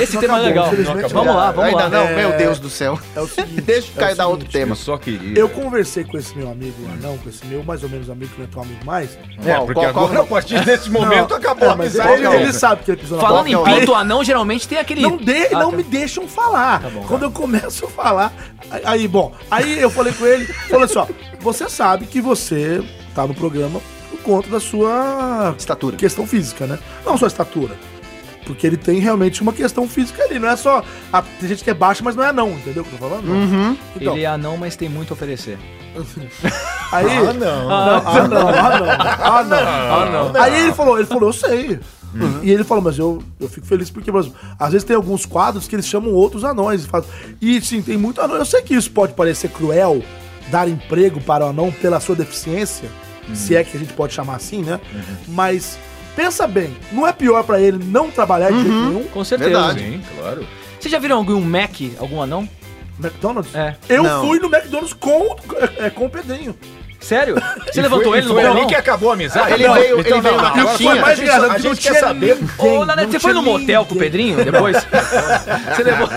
Speaker 1: Esse tema é legal.
Speaker 3: infelizmente,
Speaker 1: Vamos lá, vamos
Speaker 4: Ainda
Speaker 1: lá.
Speaker 4: não,
Speaker 3: É-
Speaker 4: meu Deus do céu.
Speaker 3: É o seguinte,
Speaker 4: Deixa o
Speaker 3: é o
Speaker 4: Caio dar outro
Speaker 3: seguinte.
Speaker 4: tema.
Speaker 2: Eu só queria.
Speaker 3: Eu conversei com esse meu amigo, não, com esse meu mais ou menos amigo, que não é teu amigo mais.
Speaker 2: É,
Speaker 4: Qual-
Speaker 2: porque
Speaker 4: qual- qual-
Speaker 2: agora, a
Speaker 3: [LAUGHS]
Speaker 2: partir desse momento,
Speaker 3: Não,
Speaker 2: acabou
Speaker 3: é,
Speaker 2: a
Speaker 3: mas
Speaker 2: amizade.
Speaker 3: ele, ele sabe que ele pisou na
Speaker 1: Falando
Speaker 3: bola.
Speaker 1: em pinto anão, geralmente tem aquele.
Speaker 3: Não, de,
Speaker 1: Ah,
Speaker 3: não
Speaker 1: tá.
Speaker 3: me deixam falar. Quando eu começo a falar. aí- Aí, bom, aí eu falei com ele, falei assim, ó, você sabe que você tá no programa por conta da sua
Speaker 4: Estatura.
Speaker 3: questão física, né? Não só estatura. Porque ele tem realmente uma questão física ali, não é só. ah, tem gente que é baixa, mas não é não, entendeu o que eu tô falando? Então,
Speaker 1: Ele é anão, mas tem muito a oferecer.
Speaker 3: aí.
Speaker 2: Ah, não.
Speaker 3: Ah, não, ah, não, ah, não. Aí ele falou, ele falou, eu sei. E ele falou, mas eu, eu fico feliz porque, por exemplo, às vezes tem alguns quadros que eles chamam outros anões. E, fazem- e sim, tem muito anão. Eu sei que isso pode parecer cruel, dar emprego para o anão pela sua deficiência, se é que a gente pode chamar assim, né? Mas pensa bem, não é pior pra ele não trabalhar de jeito nenhum?
Speaker 1: Com certeza.
Speaker 4: Verdade.
Speaker 2: Sim, claro.
Speaker 1: Vocês já viram algum Mac, algum anão?
Speaker 3: McDonald's?
Speaker 1: É.
Speaker 3: Eu
Speaker 4: Não.
Speaker 3: fui no McDonald's com, é, com o Pedrinho.
Speaker 1: Sério? Você
Speaker 2: E
Speaker 1: levantou
Speaker 2: foi-
Speaker 1: ele
Speaker 2: e
Speaker 1: no
Speaker 2: foi ali
Speaker 1: bolão?
Speaker 2: que acabou a amizade. né?
Speaker 4: ele veio- ele veio na
Speaker 2: agora
Speaker 4: coxinha.
Speaker 2: foi mais
Speaker 3: A gente-
Speaker 2: engraçado.
Speaker 3: a
Speaker 2: A
Speaker 3: gente
Speaker 2: gente quer
Speaker 3: tinha
Speaker 2: saber.
Speaker 1: Ô, Nanete, né? você foi no motel com o Pedrinho depois? você levou...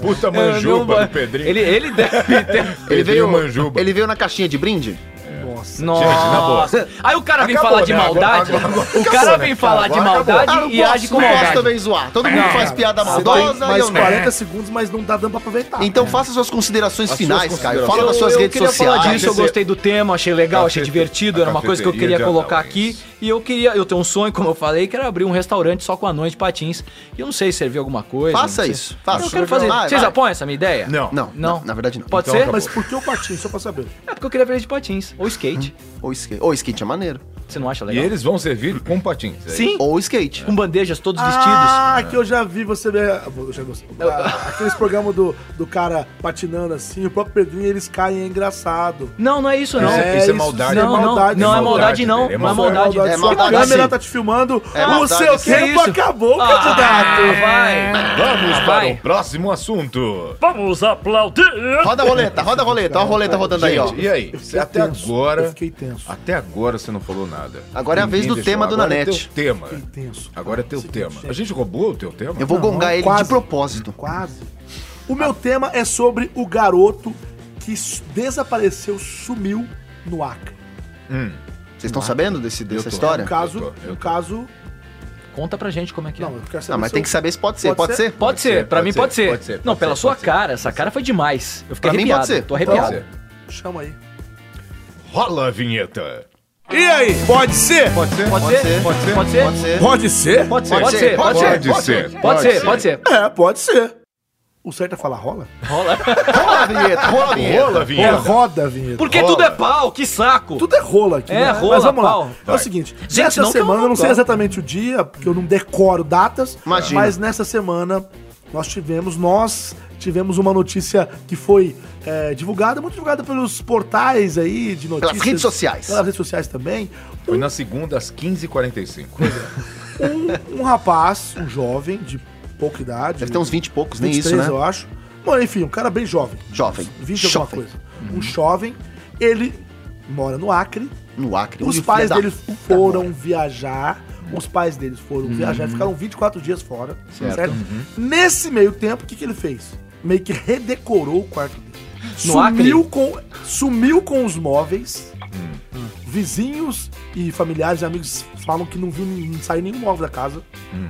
Speaker 2: Puta
Speaker 1: Eu
Speaker 2: manjuba
Speaker 1: É, não-
Speaker 2: do Pedrinho.
Speaker 1: Ele, ele deve ter...
Speaker 4: Ele veio,
Speaker 2: manjuba.
Speaker 4: ele veio na caixinha de brinde?
Speaker 3: Nossa.
Speaker 1: Nossa. Aí o cara vem
Speaker 2: Acabou,
Speaker 1: falar de
Speaker 2: né? Agora-
Speaker 1: maldade.
Speaker 2: agora- agora
Speaker 1: O cara
Speaker 2: acabou, né?
Speaker 1: vem falar de
Speaker 2: Agora acabou.
Speaker 1: maldade
Speaker 4: Ah, não
Speaker 1: e age
Speaker 4: posso,
Speaker 1: com
Speaker 4: não posso
Speaker 1: maldade.
Speaker 4: também zoar. Todo mundo faz piada
Speaker 3: Você tem
Speaker 4: maldosa e eu
Speaker 3: mais
Speaker 4: não.
Speaker 3: 40 segundos, mas não dá dando pra aproveitar. É.
Speaker 4: Então faça suas considerações
Speaker 2: As suas
Speaker 4: finais, Caio. Fala
Speaker 2: considerações.
Speaker 4: nas suas
Speaker 1: eu
Speaker 4: redes
Speaker 1: queria
Speaker 4: sociais.
Speaker 1: falar disso, eu
Speaker 2: Esse-
Speaker 1: gostei do tema, achei legal, achei
Speaker 2: Cafe-
Speaker 1: divertido, era uma
Speaker 2: a
Speaker 1: coisa que eu
Speaker 2: cafeteria
Speaker 1: queria
Speaker 2: de
Speaker 1: colocar
Speaker 2: anões.
Speaker 1: aqui. E eu queria, eu tenho um sonho, como eu falei, que era abrir um restaurante só com anões de patins. E eu não sei se servir alguma coisa.
Speaker 4: Faça
Speaker 1: não sei.
Speaker 4: isso, faça.
Speaker 1: Eu quero fazer.
Speaker 4: Vai,
Speaker 1: Vocês
Speaker 4: vai.
Speaker 1: apoiam essa minha ideia?
Speaker 2: Não.
Speaker 4: Não,
Speaker 1: Não.
Speaker 4: não, na verdade não.
Speaker 1: Pode
Speaker 2: Então
Speaker 1: ser?
Speaker 2: acabou.
Speaker 3: Mas por que o patinho? Só pra saber.
Speaker 1: É porque eu queria ver de patins. Ou skate.
Speaker 4: Ou skate, ou skate é maneiro.
Speaker 1: Você não acha
Speaker 2: Hum. E
Speaker 1: legal?
Speaker 2: eles vão servir com patins. é isso?
Speaker 1: Sim.
Speaker 4: Ou skate.
Speaker 1: Com bandejas todos vestidos.
Speaker 3: Ah, que eu já vi você ver. Eu já gostei. Ah, Aqueles programas do, do cara patinando assim, o próprio Pedrinho, eles caem, é engraçado.
Speaker 1: Não, não é isso não.
Speaker 2: Isso é- isso é maldade.
Speaker 1: Não, não, não é
Speaker 2: maldade,
Speaker 1: maldade, não.
Speaker 2: velho, é
Speaker 1: Não é
Speaker 2: maldade.
Speaker 1: maldade.
Speaker 4: É
Speaker 3: sua
Speaker 4: maldade,
Speaker 3: câmera
Speaker 4: sim.
Speaker 3: tá te filmando.
Speaker 4: É
Speaker 3: o
Speaker 4: maldade,
Speaker 3: seu
Speaker 4: sim.
Speaker 3: tempo
Speaker 1: Que isso?
Speaker 3: acabou,
Speaker 1: Ah,
Speaker 3: candidato.
Speaker 1: vai.
Speaker 2: Vamos para
Speaker 1: vai.
Speaker 2: o próximo assunto.
Speaker 9: Vamos aplaudir!
Speaker 4: Roda a roleta, roda a roleta, ó a roleta rodando aí, ó.
Speaker 2: Gente, e aí?
Speaker 3: Eu fiquei
Speaker 2: Até
Speaker 3: tenso,
Speaker 2: agora.
Speaker 3: eu fiquei tenso.
Speaker 2: Até agora você não falou nada.
Speaker 4: Agora é a
Speaker 2: Ninguém
Speaker 4: vez do
Speaker 2: deixou-
Speaker 4: tema do
Speaker 2: agora é
Speaker 4: Nanete.
Speaker 2: teu tema.
Speaker 3: Tenso.
Speaker 2: Agora é teu
Speaker 3: Seguinte,
Speaker 2: tema.
Speaker 3: gente.
Speaker 2: A gente roubou o teu tema?
Speaker 4: Eu vou
Speaker 3: Não,
Speaker 4: gongar ele
Speaker 3: quase.
Speaker 4: de propósito.
Speaker 3: Quase. O meu tema é sobre o garoto que s- desapareceu, sumiu no Acre.
Speaker 4: Vocês estão sabendo desse, dessa
Speaker 2: Eu tô.
Speaker 3: Um
Speaker 4: história?
Speaker 3: caso.
Speaker 2: eu tô- eu
Speaker 3: Um
Speaker 2: tô.
Speaker 3: caso.
Speaker 1: Conta pra gente como é que é.
Speaker 3: Não, eu quero saber.
Speaker 4: Não, mas
Speaker 3: se
Speaker 4: tem
Speaker 3: eu-
Speaker 4: que saber se pode ser.
Speaker 3: Pode
Speaker 4: Pode
Speaker 3: ser?
Speaker 4: ser?
Speaker 1: Pode ser, pra
Speaker 2: pode
Speaker 1: mim
Speaker 2: ser,
Speaker 1: pode ser.
Speaker 2: pode ser,
Speaker 1: não,
Speaker 2: pode
Speaker 1: pela
Speaker 2: ser,
Speaker 1: sua
Speaker 2: pode ser.
Speaker 1: cara, essa cara foi demais. Eu fiquei
Speaker 4: Pra mim,
Speaker 1: arrepiado.
Speaker 4: pode ser.
Speaker 1: Tô arrepiado.
Speaker 4: Então,
Speaker 1: Tô arrepiado.
Speaker 3: Chama aí.
Speaker 2: Rola a vinheta.
Speaker 3: E aí, pode ser?
Speaker 2: Pode ser?
Speaker 1: Pode ser? Pode ser? Pode ser?
Speaker 4: Pode ser.
Speaker 3: Pode ser?
Speaker 1: Pode ser? Pode ser? Pode
Speaker 4: Pode
Speaker 2: Pode
Speaker 1: ser?
Speaker 2: ser.
Speaker 1: Pode ser? Pode ser?
Speaker 3: É, pode ser. O certo é falar rola?
Speaker 4: Rola a vinheta, rola a vinheta.
Speaker 2: Rola,
Speaker 3: É
Speaker 2: vinheta.
Speaker 3: roda, vinheta.
Speaker 1: Porque tudo é pau, que saco.
Speaker 3: Tudo é rola aqui.
Speaker 1: É,
Speaker 3: né?
Speaker 1: rola,
Speaker 3: Mas vamos lá.
Speaker 1: pau.
Speaker 3: É o seguinte:
Speaker 1: Gente,
Speaker 3: nessa
Speaker 1: não que eu
Speaker 3: semana, eu
Speaker 1: não
Speaker 3: não sei
Speaker 1: gosto.
Speaker 3: exatamente o dia, porque eu não decoro datas.
Speaker 4: Imagina.
Speaker 3: Mas nessa semana, nós tivemos, nós tivemos uma notícia que foi é, divulgada, muito divulgada pelos portais aí de notícias.
Speaker 4: redes sociais.
Speaker 3: Pelas redes sociais também.
Speaker 2: Foi na segunda às 15h45.
Speaker 3: Um, um rapaz, um jovem de pouca idade.
Speaker 4: Deve ter uns 20 e poucos, nem
Speaker 3: 23,
Speaker 4: isso, né?
Speaker 3: eu acho. Bom, enfim, um cara bem jovem.
Speaker 4: Jovem.
Speaker 3: 20 e alguma
Speaker 4: Jovem.
Speaker 3: coisa. Um jovem, ele mora no Acre.
Speaker 4: No Acre.
Speaker 3: Os
Speaker 4: onde o
Speaker 3: pais
Speaker 4: um filho da
Speaker 3: dele
Speaker 4: puta
Speaker 3: foram
Speaker 4: mora.
Speaker 3: viajar. Os pais deles foram viajar e ficaram 24 dias fora. Certo.
Speaker 4: Certo. Uhum.
Speaker 3: Nesse meio tempo, o que, que ele fez? Meio que redecorou o quarto dele.
Speaker 1: No
Speaker 3: sumiu, com, sumiu com os móveis. Vizinhos e familiares e amigos falam que não viu nem- não saiu nenhum móvel da casa.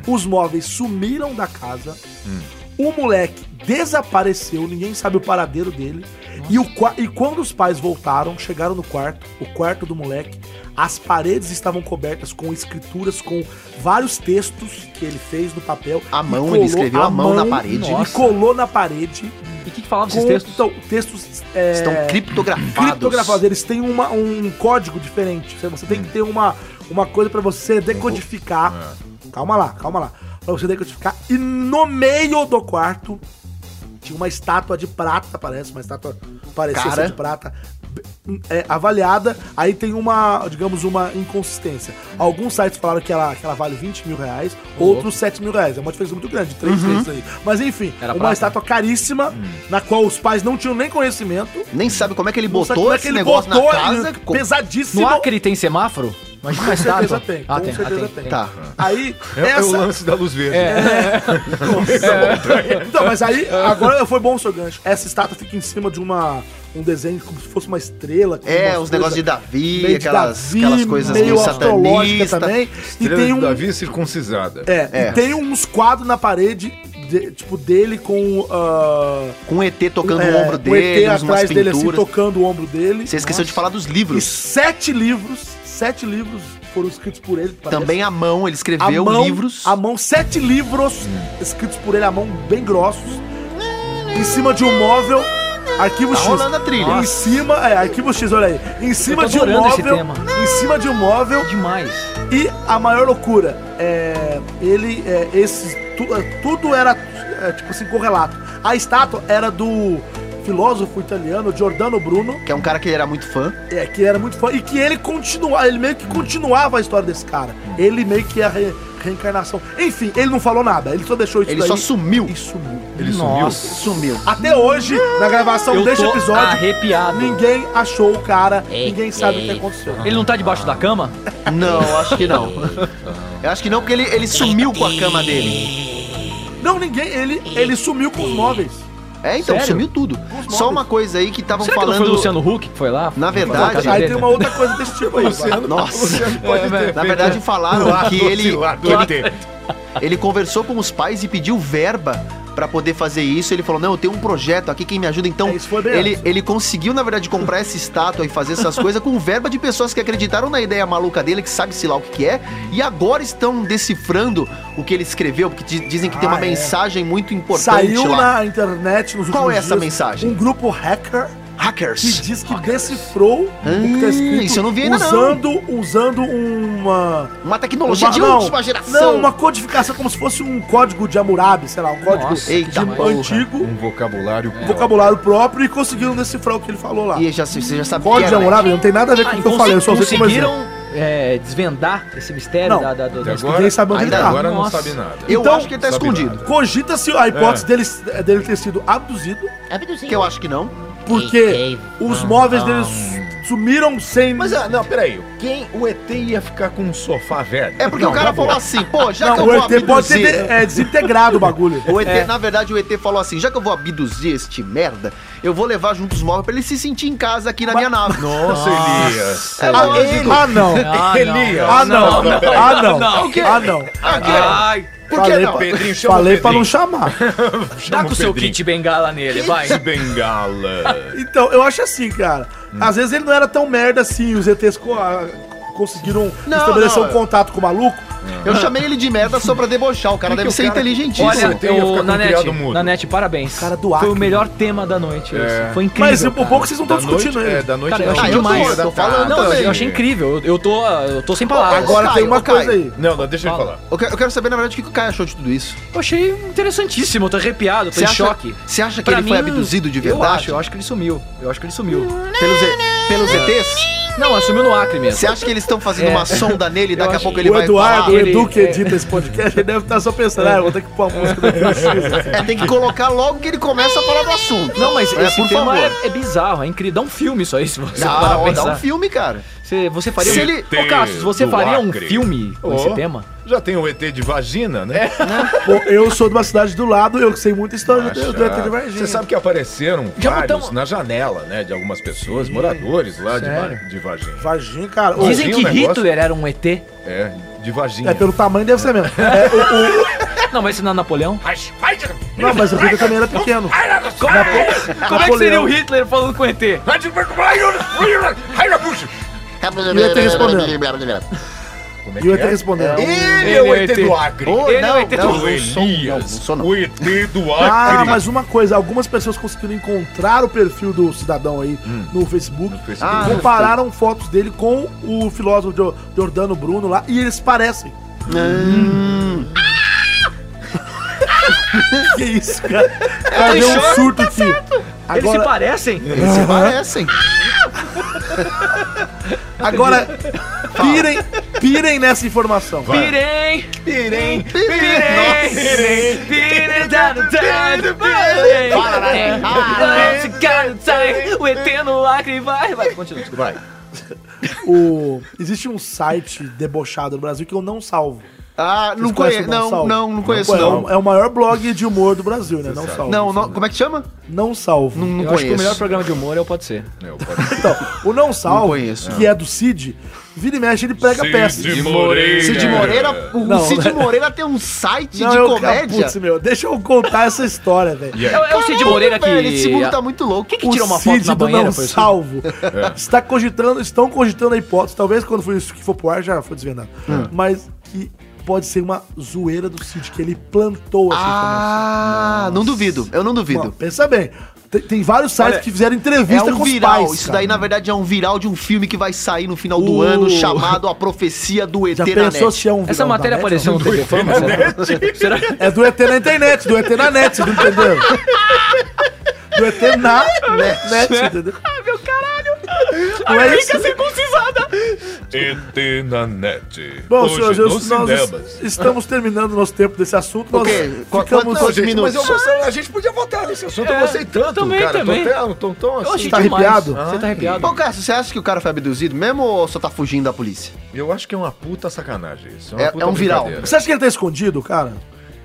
Speaker 3: Os móveis sumiram da casa. O moleque desapareceu, ninguém sabe o paradeiro dele. E, o, qua- e quando os pais voltaram, chegaram no quarto, o quarto do moleque, as paredes estavam cobertas com escrituras, com vários textos que ele fez no papel.
Speaker 4: À
Speaker 3: e
Speaker 4: mão, ele escreveu à mão na parede.
Speaker 3: E
Speaker 4: Nossa.
Speaker 3: colou na parede.
Speaker 1: E o que, que falava
Speaker 3: Com,
Speaker 1: esses textos?
Speaker 3: Então, textos é,
Speaker 4: Estão criptografados.
Speaker 3: criptografados. Eles têm uma- um código diferente. Você- Você tem
Speaker 1: Hum.
Speaker 3: que ter uma, uma coisa pra você
Speaker 1: um
Speaker 3: decodificar.
Speaker 1: é.
Speaker 3: Calma lá, calma lá. Pra você decodificar. E no meio do quarto tinha uma estátua de prata, parece. Uma estátua parecia
Speaker 4: Cara.
Speaker 3: ser de prata. b- é, avaliada, aí tem uma, digamos, uma inconsistência. Alguns sites falaram que ela, que ela vale 20 mil reais, outros 7 mil reais. É uma diferença muito grande, três vezes aí. Mas enfim,
Speaker 1: Uhum. Era
Speaker 3: uma
Speaker 1: prata. Hum.
Speaker 3: estátua caríssima, na qual os pais não tinham nem conhecimento.
Speaker 4: Nem sabe como é que ele
Speaker 3: Nossa,
Speaker 4: botou
Speaker 3: como é
Speaker 4: esse
Speaker 3: que ele
Speaker 4: negócio
Speaker 3: botou?
Speaker 4: na casa.
Speaker 3: Ele-
Speaker 4: com-
Speaker 3: Pesadíssimo.
Speaker 1: No Acre tem semáforo? Mas
Speaker 3: Com certeza tem.
Speaker 1: Ah,
Speaker 3: com
Speaker 1: tem, ah,
Speaker 3: certeza
Speaker 1: tem,
Speaker 3: tem.
Speaker 4: Tá.
Speaker 3: [LAUGHS] Aí,
Speaker 2: É, é o
Speaker 3: [LAUGHS] essa... É.
Speaker 2: lance da luz verde.
Speaker 3: Então, mas aí, agora foi bom o seu gancho. Essa estátua fica em cima de uma... Um desenho como se fosse uma estrela. com
Speaker 4: É,
Speaker 3: umas
Speaker 4: os negócios de
Speaker 3: coisas
Speaker 4: Davi,
Speaker 3: meio de
Speaker 4: aquelas,
Speaker 3: Davi,
Speaker 4: aquelas coisas meio
Speaker 3: astrológica
Speaker 4: satanistas.
Speaker 3: também. E
Speaker 2: Estrela
Speaker 3: tem
Speaker 2: de
Speaker 3: um...
Speaker 2: Davi circuncisada.
Speaker 3: É,
Speaker 4: É.
Speaker 3: e tem uns quadros na parede, de- tipo, dele com... ah,
Speaker 4: Com o ET tocando
Speaker 3: é,
Speaker 4: o ombro dele,
Speaker 3: ET
Speaker 4: uns- umas
Speaker 3: atrás dele, assim,
Speaker 4: pinturas.
Speaker 3: tocando o ombro dele.
Speaker 4: Você esqueceu de falar dos
Speaker 3: E
Speaker 4: livros.
Speaker 3: sete livros, sete livros foram escritos por ele. parece.
Speaker 4: Também à mão,
Speaker 3: a
Speaker 4: ele escreveu
Speaker 3: mão,
Speaker 4: livros.
Speaker 3: a mão, sete livros escritos por ele, a mão bem grossos, em cima de um móvel, arquivo
Speaker 4: Tá
Speaker 3: X.
Speaker 4: rolando a trilha.
Speaker 3: Em cima, é, arquivo X, olha aí. Em cima
Speaker 1: tô
Speaker 3: de um
Speaker 1: adorando esse
Speaker 3: móvel,
Speaker 1: tema.
Speaker 3: em cima de um móvel
Speaker 1: é Demais.
Speaker 3: e a maior loucura, é, ele, é, esse, tu- tudo era, é, tipo assim, correlato. A estátua era do filósofo italiano Giordano Bruno,
Speaker 4: Que é um cara que ele era muito fã.
Speaker 3: é, que era muito fã. E que ele continuava, ele meio que continuava a história desse cara. Ele meio que é a re- reencarnação. Enfim, ele não falou nada, ele só deixou isso
Speaker 4: Ele
Speaker 3: daí
Speaker 4: só sumiu.
Speaker 3: e sumiu.
Speaker 2: Ele [LAUGHS] sumiu.
Speaker 4: Sumiu.
Speaker 3: Até hoje, na gravação
Speaker 1: Eu
Speaker 3: deste
Speaker 1: tô
Speaker 3: Então episódio,
Speaker 1: arrepiado.
Speaker 3: ninguém achou o cara,
Speaker 4: É,
Speaker 3: ninguém sabe o que aconteceu.
Speaker 1: Ele não tá debaixo da cama?
Speaker 4: Não, acho que não. Eu acho que não, porque ele, ele sumiu com a cama dele.
Speaker 3: Não, ninguém, ele, ele sumiu com os móveis.
Speaker 4: É, então,
Speaker 1: Sério?
Speaker 4: sumiu tudo. Só uma coisa aí que estavam
Speaker 1: Será que não
Speaker 4: falando.
Speaker 1: foi o Luciano Huck que foi lá?
Speaker 4: Na verdade-
Speaker 1: Foi lá na casa
Speaker 3: Aí
Speaker 1: dele?
Speaker 3: tem uma outra coisa desse tipo
Speaker 4: [LAUGHS]
Speaker 3: aí. vai.
Speaker 4: Nossa. [LAUGHS]
Speaker 2: Pode ter
Speaker 4: Na
Speaker 3: né?
Speaker 4: verdade, falaram que ele, que ele
Speaker 2: feito-
Speaker 4: Ele conversou com os pais e pediu verba pra poder fazer isso. Ele falou: Não, eu tenho um projeto aqui, quem me ajuda? Então,
Speaker 3: É, isso foi bem
Speaker 4: ele,
Speaker 3: antes.
Speaker 4: ele conseguiu, na verdade, comprar essa estátua e fazer essas coisas com verba de pessoas que acreditaram na ideia maluca dele, que sabe-se lá o que, que é, e agora estão decifrando o que ele escreveu, porque di- dizem que tem uma
Speaker 3: Ah, é.
Speaker 4: mensagem muito importante
Speaker 3: Saiu
Speaker 4: lá.
Speaker 3: na internet nos últimos
Speaker 4: Qual é essa
Speaker 3: dias,
Speaker 4: mensagem?
Speaker 3: Um grupo hacker que
Speaker 4: Hackers.
Speaker 3: diz que decifrou o que tá
Speaker 4: Ah,
Speaker 3: escrito
Speaker 4: isso eu não vi ainda não.
Speaker 3: usando, usando uma
Speaker 4: Uma tecnologia de
Speaker 3: não,
Speaker 4: última geração.
Speaker 3: Não, uma codificação como se fosse um código de Hammurabi, sei lá, um código
Speaker 1: Nossa,
Speaker 4: Eita,
Speaker 3: de-
Speaker 4: porra.
Speaker 3: antigo,
Speaker 2: Um vocabulário
Speaker 3: um vocabulário próprio e conseguiram decifrar o que ele falou lá.
Speaker 4: E já, você já sabe é,
Speaker 3: Código de Hammurabi não tem nada a ver com
Speaker 1: Ah,
Speaker 3: o que eu falei, eu só usei como exemplo.
Speaker 1: conseguiram é, desvendar esse mistério
Speaker 3: Não.
Speaker 1: da, da, do-
Speaker 2: Até
Speaker 1: da-
Speaker 2: agora,
Speaker 3: ninguém sabe onde
Speaker 2: ainda
Speaker 3: ele tá.
Speaker 2: agora não
Speaker 1: Nossa.
Speaker 2: sabe nada.
Speaker 4: Eu
Speaker 3: Então,
Speaker 4: acho que ele tá
Speaker 2: sabe
Speaker 4: escondido.
Speaker 2: nada.
Speaker 3: Cogita-se a hipótese dele, dele ter sido abduzido,
Speaker 6: Abduzido.
Speaker 4: Que eu acho que não.
Speaker 3: porque os móveis dele su- sumiram sem...
Speaker 2: Mas, ah, não, peraí. Quem, o ET ia ficar com um sofá velho?
Speaker 4: É porque
Speaker 2: Não,
Speaker 4: o cara
Speaker 2: tá bom.
Speaker 4: falou assim, pô, já
Speaker 3: não,
Speaker 4: que eu
Speaker 3: o
Speaker 4: vou
Speaker 3: ET pode ser
Speaker 4: abduzir-
Speaker 3: de- é, desintegrado o [LAUGHS] bagulho.
Speaker 4: O ET, na verdade, o ET falou assim: já que eu vou abduzir este merda, eu vou levar junto os móveis pra ele se sentir em casa aqui na minha nave.
Speaker 2: Nossa, Elias.
Speaker 4: É
Speaker 3: Ah,
Speaker 4: lógico.
Speaker 3: ah, não.
Speaker 1: Ah,
Speaker 2: Elias.
Speaker 3: Ah, não. Ah, não.
Speaker 1: Não, o quê?
Speaker 3: Ah, não.
Speaker 1: Ai,
Speaker 4: Por que
Speaker 3: Falei
Speaker 4: não?
Speaker 3: pra-
Speaker 2: Pedrinho, chama
Speaker 3: Falei
Speaker 2: o
Speaker 3: pra não
Speaker 2: Pedrinho.
Speaker 3: chamar.
Speaker 1: dá com o seu
Speaker 2: Pedrinho.
Speaker 1: kit bengala nele, vai.
Speaker 2: De bengala. Hum.
Speaker 3: Então, eu acho assim, cara. Às vezes ele não era tão merda assim, os ETs co- ah, conseguiram
Speaker 4: Não,
Speaker 3: estabelecer
Speaker 4: não,
Speaker 3: um
Speaker 4: eu-
Speaker 3: contato com o maluco.
Speaker 4: Eu chamei ele de merda só pra debochar. O cara deve ser inteligentíssimo.
Speaker 1: Olha,
Speaker 2: Isso, eu ia ficar
Speaker 1: o
Speaker 2: com
Speaker 1: Nanete,
Speaker 2: criado mudo.
Speaker 1: Nanete, parabéns.
Speaker 3: Cara do
Speaker 1: Foi
Speaker 3: Acre.
Speaker 1: o melhor tema da noite.
Speaker 4: É.
Speaker 1: esse. Foi incrível.
Speaker 3: Mas o
Speaker 1: cara.
Speaker 3: pouco vocês não estão discutindo
Speaker 2: noite, é,
Speaker 3: ainda.
Speaker 2: da noite
Speaker 1: Cara, eu
Speaker 2: não.
Speaker 1: achei
Speaker 4: Ah, eu tô,
Speaker 1: demais.
Speaker 4: eu tô falando
Speaker 1: Não, eu
Speaker 4: também.
Speaker 1: achei incrível. Eu, eu tô, eu tô sem palavras.
Speaker 4: Agora-
Speaker 3: Agora tem uma
Speaker 4: Ô, Caio, ô,
Speaker 3: coisa aí.
Speaker 2: Não, não, deixa ele
Speaker 1: Fala.
Speaker 2: falar.
Speaker 4: Eu que- eu quero saber, na verdade, o que que o Caio achou de tudo isso.
Speaker 1: Eu achei interessantíssimo, eu tô arrepiado, tô em
Speaker 4: acha,
Speaker 1: choque.
Speaker 4: Você acha que
Speaker 1: Pra
Speaker 4: ele foi
Speaker 1: mim,
Speaker 4: abduzido de
Speaker 1: Eu acho,
Speaker 4: verdade?
Speaker 1: eu acho que ele sumiu. Eu acho que ele sumiu.
Speaker 4: pelos, E- pelos ETs?
Speaker 1: Não, ele sumiu no Acre mesmo.
Speaker 4: Você acha que eles estão fazendo uma sonda nele e daqui a
Speaker 1: É. acho-
Speaker 4: pouco ele
Speaker 3: o
Speaker 4: vai
Speaker 3: Eduardo, o
Speaker 4: falar? É.
Speaker 3: Edu que
Speaker 1: Ele-
Speaker 3: edita esse podcast, ele deve estar só pensando, ah, eu vou ter que pôr a música do X.
Speaker 4: É, tem que colocar logo que ele começa a falar do assunto.
Speaker 1: Não, mas
Speaker 4: é,
Speaker 1: esse
Speaker 4: por
Speaker 1: tema
Speaker 4: favor.
Speaker 1: é, é bizarro, é incrível. Dá um filme só isso, você
Speaker 4: Dá,
Speaker 1: parar pra
Speaker 4: ó, dá
Speaker 1: pensar.
Speaker 4: um filme, cara.
Speaker 1: Você, você faria
Speaker 4: Se
Speaker 1: um...
Speaker 4: ele-
Speaker 1: Ô, Cassius, você
Speaker 2: do
Speaker 1: faria um
Speaker 2: Acre.
Speaker 1: filme com esse
Speaker 2: Ó.
Speaker 1: tema?
Speaker 2: Já tem o ET de vagina, né?
Speaker 3: Pô, eu sou de uma cidade do lado, eu que sei muita história [LAUGHS] do, do ET de Varginha.
Speaker 2: Ah, Você sabe que apareceram
Speaker 1: Já
Speaker 2: vários
Speaker 1: botamos-
Speaker 2: na janela, né? De algumas pessoas, moradores lá de,
Speaker 3: Sério?
Speaker 2: va- de vagina.
Speaker 3: Varginha, cara. o-
Speaker 1: Dizem
Speaker 2: vi um
Speaker 1: que
Speaker 2: negócio-
Speaker 1: Hitler era um ET.
Speaker 2: É, de vagina.
Speaker 3: É, pelo tamanho deve ser mesmo. É, o- o-
Speaker 1: Não, mas isso não é Napoleão?
Speaker 3: não, mas o Peter também era pequeno.
Speaker 1: Como é que seria o Hitler falando com
Speaker 2: né?
Speaker 1: ET?
Speaker 3: E o ET respondendo.
Speaker 2: Como é
Speaker 3: E o
Speaker 2: que
Speaker 3: ET
Speaker 2: é?
Speaker 3: respondendo.
Speaker 2: Ele é o ET do Acre.
Speaker 4: Ô,
Speaker 1: Ele
Speaker 4: não,
Speaker 1: é o ET
Speaker 4: não,
Speaker 1: do-
Speaker 2: O
Speaker 4: não sou, não, não
Speaker 2: Elias,
Speaker 4: sou, não.
Speaker 2: o ET do Acre.
Speaker 3: Ah, mas uma coisa, algumas pessoas conseguiram encontrar o perfil do cidadão aí
Speaker 2: Hum.
Speaker 3: no Facebook.
Speaker 2: Facebook.
Speaker 4: Ah,
Speaker 3: Compararam fotos dele com o filósofo Gio- Giordano Bruno lá e eles parecem.
Speaker 4: Ah!
Speaker 3: que isso, cara?
Speaker 4: É,
Speaker 3: Cara, deu um surto
Speaker 4: tá
Speaker 3: aqui.
Speaker 1: Eles se
Speaker 3: Agora,
Speaker 1: parecem?
Speaker 4: eles se parecem.
Speaker 3: agora pirem, pirem nessa informação.
Speaker 1: Pirem! Pirem! Pirem! Pirem!
Speaker 4: Fala,
Speaker 1: É.
Speaker 4: né?
Speaker 1: Pirem! O ET no Acre vai! Vai, continua.
Speaker 2: Vai.
Speaker 3: O, existe um site debochado no Brasil que eu não salvo.
Speaker 4: Ah, não
Speaker 3: Vocês conhecem
Speaker 4: conheço.
Speaker 3: o Não
Speaker 4: Não,
Speaker 3: Salvo?
Speaker 4: não, não conheço,
Speaker 3: Pô, é,
Speaker 4: não.
Speaker 3: o, é o maior blog de humor do Brasil, né? Não salvo.
Speaker 4: Não, não, como é que chama?
Speaker 3: Não salvo.
Speaker 4: Não, não
Speaker 1: Eu acho que o melhor
Speaker 4: conheço.
Speaker 1: programa de humor é o Pode Ser.
Speaker 2: É, o Pode-
Speaker 3: Então, o Não Salvo,
Speaker 4: conheço.
Speaker 3: que é do Cid, vira e mexe, ele prega peças.
Speaker 2: De Moreira.
Speaker 1: É.
Speaker 4: Cid Moreira, o
Speaker 3: Não,
Speaker 4: Cid
Speaker 3: né?
Speaker 4: Moreira tem um site
Speaker 3: Não,
Speaker 4: de
Speaker 3: eu-
Speaker 4: comédia.
Speaker 3: putz, meu, deixa eu contar essa história, velho.
Speaker 2: E aí?
Speaker 1: É, o- é o Cid Moreira que.
Speaker 4: Velho, esse mundo tá muito louco.
Speaker 1: que tirou uma foto
Speaker 3: Cid
Speaker 1: na
Speaker 3: do
Speaker 1: banheira,
Speaker 3: Não
Speaker 1: foi isso? É.
Speaker 3: Salvo está cogitando, estão cogitando a hipótese, talvez quando for isso que for pro ar já foi desvendado,
Speaker 4: Hum.
Speaker 3: mas que pode ser uma zoeira do Cid, que ele plantou essa
Speaker 4: Ah, não duvido. Eu não
Speaker 3: informação.
Speaker 4: duvido.
Speaker 3: Mano, pensa bem, tem, tem vários sites que fizeram entrevista
Speaker 4: é um
Speaker 3: com os
Speaker 4: viral.
Speaker 3: pais,
Speaker 4: Isso
Speaker 3: cara.
Speaker 4: daí, na verdade, é um viral de um filme que vai sair no final do
Speaker 3: Uh.
Speaker 4: ano chamado A Profecia do ET
Speaker 3: Já
Speaker 4: na
Speaker 3: pensou
Speaker 4: Net.
Speaker 3: se é um
Speaker 1: Essa
Speaker 3: viral
Speaker 1: matéria
Speaker 3: da net?
Speaker 1: apareceu no TV Fama, será? Será?
Speaker 3: É do ET na internet, do ET na net, você não entendeu? Do ET na net, entendeu?
Speaker 1: Ah, meu caralho!
Speaker 3: Não é isso.
Speaker 1: circuncisada!
Speaker 2: ET na net.
Speaker 3: Bom,
Speaker 2: Hoje
Speaker 3: senhores,
Speaker 2: nos
Speaker 3: nós,
Speaker 2: cinemas.
Speaker 3: estamos terminando o nosso tempo desse assunto. Nós
Speaker 4: Ok, qu-
Speaker 3: ficamos...
Speaker 4: quantos
Speaker 2: Gente, mas eu
Speaker 4: minutos?
Speaker 2: gostava, a gente podia votar nesse assunto, eu
Speaker 1: É,
Speaker 2: gostei tanto,
Speaker 1: também,
Speaker 2: cara.
Speaker 1: também.
Speaker 2: Tô até, tô tão
Speaker 1: Eu
Speaker 2: assim.
Speaker 1: achei
Speaker 3: tá
Speaker 1: demais.
Speaker 3: arrepiado?
Speaker 1: Você tá arrepiado?
Speaker 4: Ô, Cássio, você acha que o cara foi abduzido mesmo ou só tá fugindo da polícia?
Speaker 2: Eu acho que é uma puta sacanagem isso.
Speaker 4: É-
Speaker 2: uma puta
Speaker 4: é um viral.
Speaker 2: brincadeira.
Speaker 3: Você acha que ele tá escondido, cara?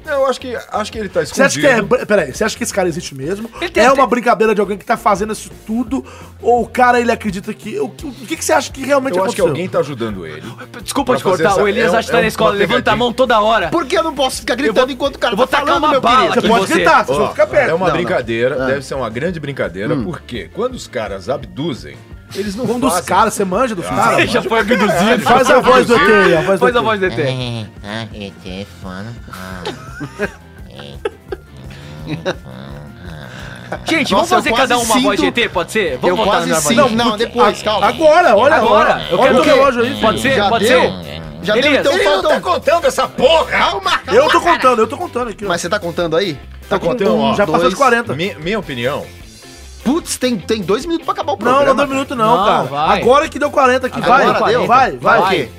Speaker 2: Não, eu acho que, acho que ele tá escondido.
Speaker 3: Você acha que é. br- Peraí, você acha que esse cara existe mesmo?
Speaker 1: Ele tem-
Speaker 3: É uma brincadeira de alguém que tá fazendo isso tudo? Ou o cara ele acredita que. O que, o que que você acha que realmente
Speaker 2: Eu acho que
Speaker 3: aconteceu?
Speaker 2: alguém tá ajudando ele.
Speaker 1: Desculpa
Speaker 2: Pra
Speaker 1: te cortar,
Speaker 2: fazer essa-
Speaker 1: o Elias
Speaker 2: é um-
Speaker 1: acha que tá
Speaker 2: é um-
Speaker 1: na escola,
Speaker 2: uma
Speaker 1: levanta a
Speaker 2: pegadinha.
Speaker 1: mão toda hora.
Speaker 4: Por que eu não posso ficar gritando enquanto o cara
Speaker 1: eu vou
Speaker 4: tá
Speaker 1: tacar
Speaker 4: falando,
Speaker 1: uma
Speaker 4: meu
Speaker 1: bala
Speaker 4: querido?
Speaker 1: aqui.
Speaker 3: Você pode
Speaker 1: você.
Speaker 3: gritar, você
Speaker 2: Ó,
Speaker 3: só fica perto.
Speaker 2: É uma
Speaker 4: Não, não.
Speaker 2: brincadeira, deve ser uma grande brincadeira, porque quando os caras abduzem, eles não
Speaker 3: Um dos
Speaker 2: fazem-
Speaker 3: caras, você manja do cara?
Speaker 1: Já foi abduzido.
Speaker 3: Faz a voz do ET aí, a voz
Speaker 1: é Faz
Speaker 3: do
Speaker 1: a
Speaker 3: ET.
Speaker 1: voz do
Speaker 6: É.
Speaker 1: ET.
Speaker 8: Ah, ET é
Speaker 6: né?
Speaker 8: foda.
Speaker 1: Gente,
Speaker 4: Nossa,
Speaker 1: vamos fazer
Speaker 4: eu quase
Speaker 1: cada um uma voz de
Speaker 4: sinto-
Speaker 1: ET, pode ser?
Speaker 4: Eu
Speaker 1: Vamos botar
Speaker 4: quase
Speaker 1: na
Speaker 4: sim.
Speaker 1: voz
Speaker 4: Não,
Speaker 1: de ET.
Speaker 4: depois, calma.
Speaker 3: ah, Agora, olha
Speaker 1: Agora, eu
Speaker 3: olha
Speaker 1: quero
Speaker 3: o
Speaker 1: que-
Speaker 3: relógio aí.
Speaker 1: Pode ser?
Speaker 4: Já
Speaker 1: Pode
Speaker 4: deu?
Speaker 1: ser?
Speaker 4: Já deu,
Speaker 1: Elias,
Speaker 4: então
Speaker 1: ele
Speaker 4: faltam...
Speaker 2: tá contando essa porra!
Speaker 4: Calma, calma.
Speaker 3: Eu tô contando, eu tô contando aqui. ó.
Speaker 4: Mas você tá contando aí?
Speaker 2: Tá contando, ó.
Speaker 3: já passou
Speaker 4: dois,
Speaker 3: de 40.
Speaker 2: Mi- Minha, opinião,
Speaker 4: Putz, tem, tem dois minutos pra acabar o
Speaker 3: Não,
Speaker 4: programa.
Speaker 3: não deu minuto não,
Speaker 1: Não,
Speaker 3: cara.
Speaker 1: vai.
Speaker 3: Agora que deu 40 aqui.
Speaker 4: Agora
Speaker 3: vai,
Speaker 4: deu?
Speaker 3: vai, vai,
Speaker 4: Vai.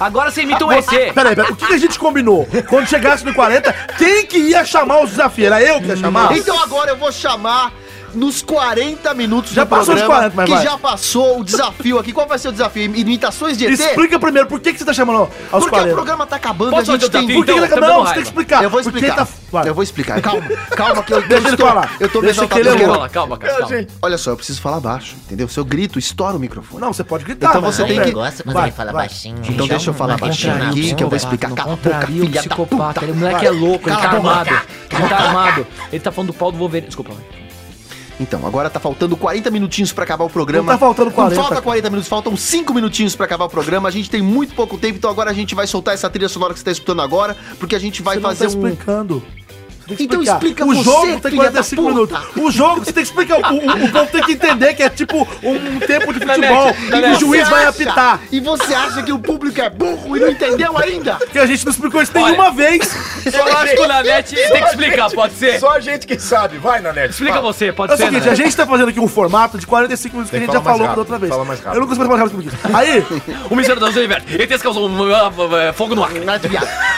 Speaker 1: Agora você imita um ET.
Speaker 3: Peraí, peraí, o que que a gente combinou? Quando chegasse no 40, quem que ia chamar os desafios? Era eu que ia chamar?
Speaker 4: Então agora eu vou chamar nos 40 minutos
Speaker 3: Já
Speaker 4: do
Speaker 3: passou os
Speaker 4: programa
Speaker 3: 40, mas
Speaker 4: que
Speaker 3: vai.
Speaker 4: já passou o desafio aqui. Qual vai ser o desafio? Imitações de ET?
Speaker 3: Explica primeiro, por que, que você tá chamando aos
Speaker 4: Porque
Speaker 3: 40?
Speaker 4: o programa tá acabando,
Speaker 1: Posso
Speaker 4: a
Speaker 1: fazer
Speaker 4: gente
Speaker 1: o
Speaker 4: tem
Speaker 1: desafio,
Speaker 3: Por que, que
Speaker 1: Então,
Speaker 3: ele tá...
Speaker 1: tá dando
Speaker 3: Não, você tem
Speaker 1: raiva.
Speaker 3: que explicar.
Speaker 4: Eu vou
Speaker 3: Por que
Speaker 4: explicar.
Speaker 3: Tá... Vai.
Speaker 4: Eu vou explicar.
Speaker 3: [LAUGHS]
Speaker 4: Calma, calma, que eu, eu
Speaker 3: Deixa ele
Speaker 4: estou,
Speaker 3: falar.
Speaker 4: eu tô me
Speaker 3: Deixa que ele
Speaker 4: exaltando.
Speaker 3: é
Speaker 4: Eu
Speaker 1: Calma,
Speaker 4: quero-
Speaker 1: calma, calma. calma.
Speaker 4: Olha só, eu preciso falar baixo, entendeu? Se eu grito, estoura o microfone.
Speaker 3: Não, você pode gritar.
Speaker 4: Então
Speaker 3: mas
Speaker 4: você
Speaker 3: não
Speaker 4: tem
Speaker 3: é.
Speaker 4: que-
Speaker 8: Eu gosto quando
Speaker 3: Vai,
Speaker 8: ele fala
Speaker 3: vai.
Speaker 8: baixinho.
Speaker 4: Então deixa eu falar baixinho aqui que eu vou explicar. Cala a boca,
Speaker 1: Contraria o
Speaker 4: filha da puta.
Speaker 1: psicopata. Ele, o moleque é louco, ele
Speaker 4: Cala
Speaker 1: tá
Speaker 4: a boca.
Speaker 1: armado. Ele tá armado. Ele tá falando do pau do Wolverine. Desculpa.
Speaker 4: Então, agora tá faltando 40 minutinhos pra acabar o programa.
Speaker 3: Não tá faltando 40,
Speaker 4: Não falta
Speaker 3: cara.
Speaker 4: 40 minutos, faltam 5 minutinhos pra acabar o programa. A gente tem muito pouco tempo, então agora a gente vai soltar essa trilha sonora que você tá escutando agora, porque a gente vai
Speaker 3: Você não
Speaker 4: fazer
Speaker 3: tá
Speaker 4: um
Speaker 3: explicando. Você tem que
Speaker 4: Então
Speaker 3: explicar.
Speaker 4: explica
Speaker 3: o
Speaker 4: você,
Speaker 3: jogo tem
Speaker 4: filha da
Speaker 3: 45
Speaker 4: puta.
Speaker 3: minutos. O jogo você tem que explicar. O, o- o povo tem que entender que é tipo um tempo de futebol
Speaker 4: E
Speaker 3: e o
Speaker 4: você
Speaker 3: juiz vai
Speaker 4: acha-
Speaker 3: apitar.
Speaker 4: E você acha que o público é burro e não entendeu ainda?
Speaker 3: Que a gente não explicou isso nenhuma vez.
Speaker 1: Eu acho que o Nanete tem que explicar, pode ser?
Speaker 2: Só a gente que sabe. Vai, Nanete.
Speaker 1: É. Explica
Speaker 2: fala.
Speaker 1: você,
Speaker 3: É
Speaker 1: pode
Speaker 3: o
Speaker 1: ser. né?
Speaker 3: seguinte, a gente tá fazendo aqui um formato de 45 minutos que a
Speaker 2: né? Tem que
Speaker 3: gente já
Speaker 2: falar mais
Speaker 3: falou
Speaker 2: rápido,
Speaker 3: da outra vez.
Speaker 2: fala mais rápido.
Speaker 3: Eu não consigo falar mais rápido que isso. Aí,
Speaker 1: O Ministério das Universo. ETs causou um, ah, ah, ah, fogo no ar.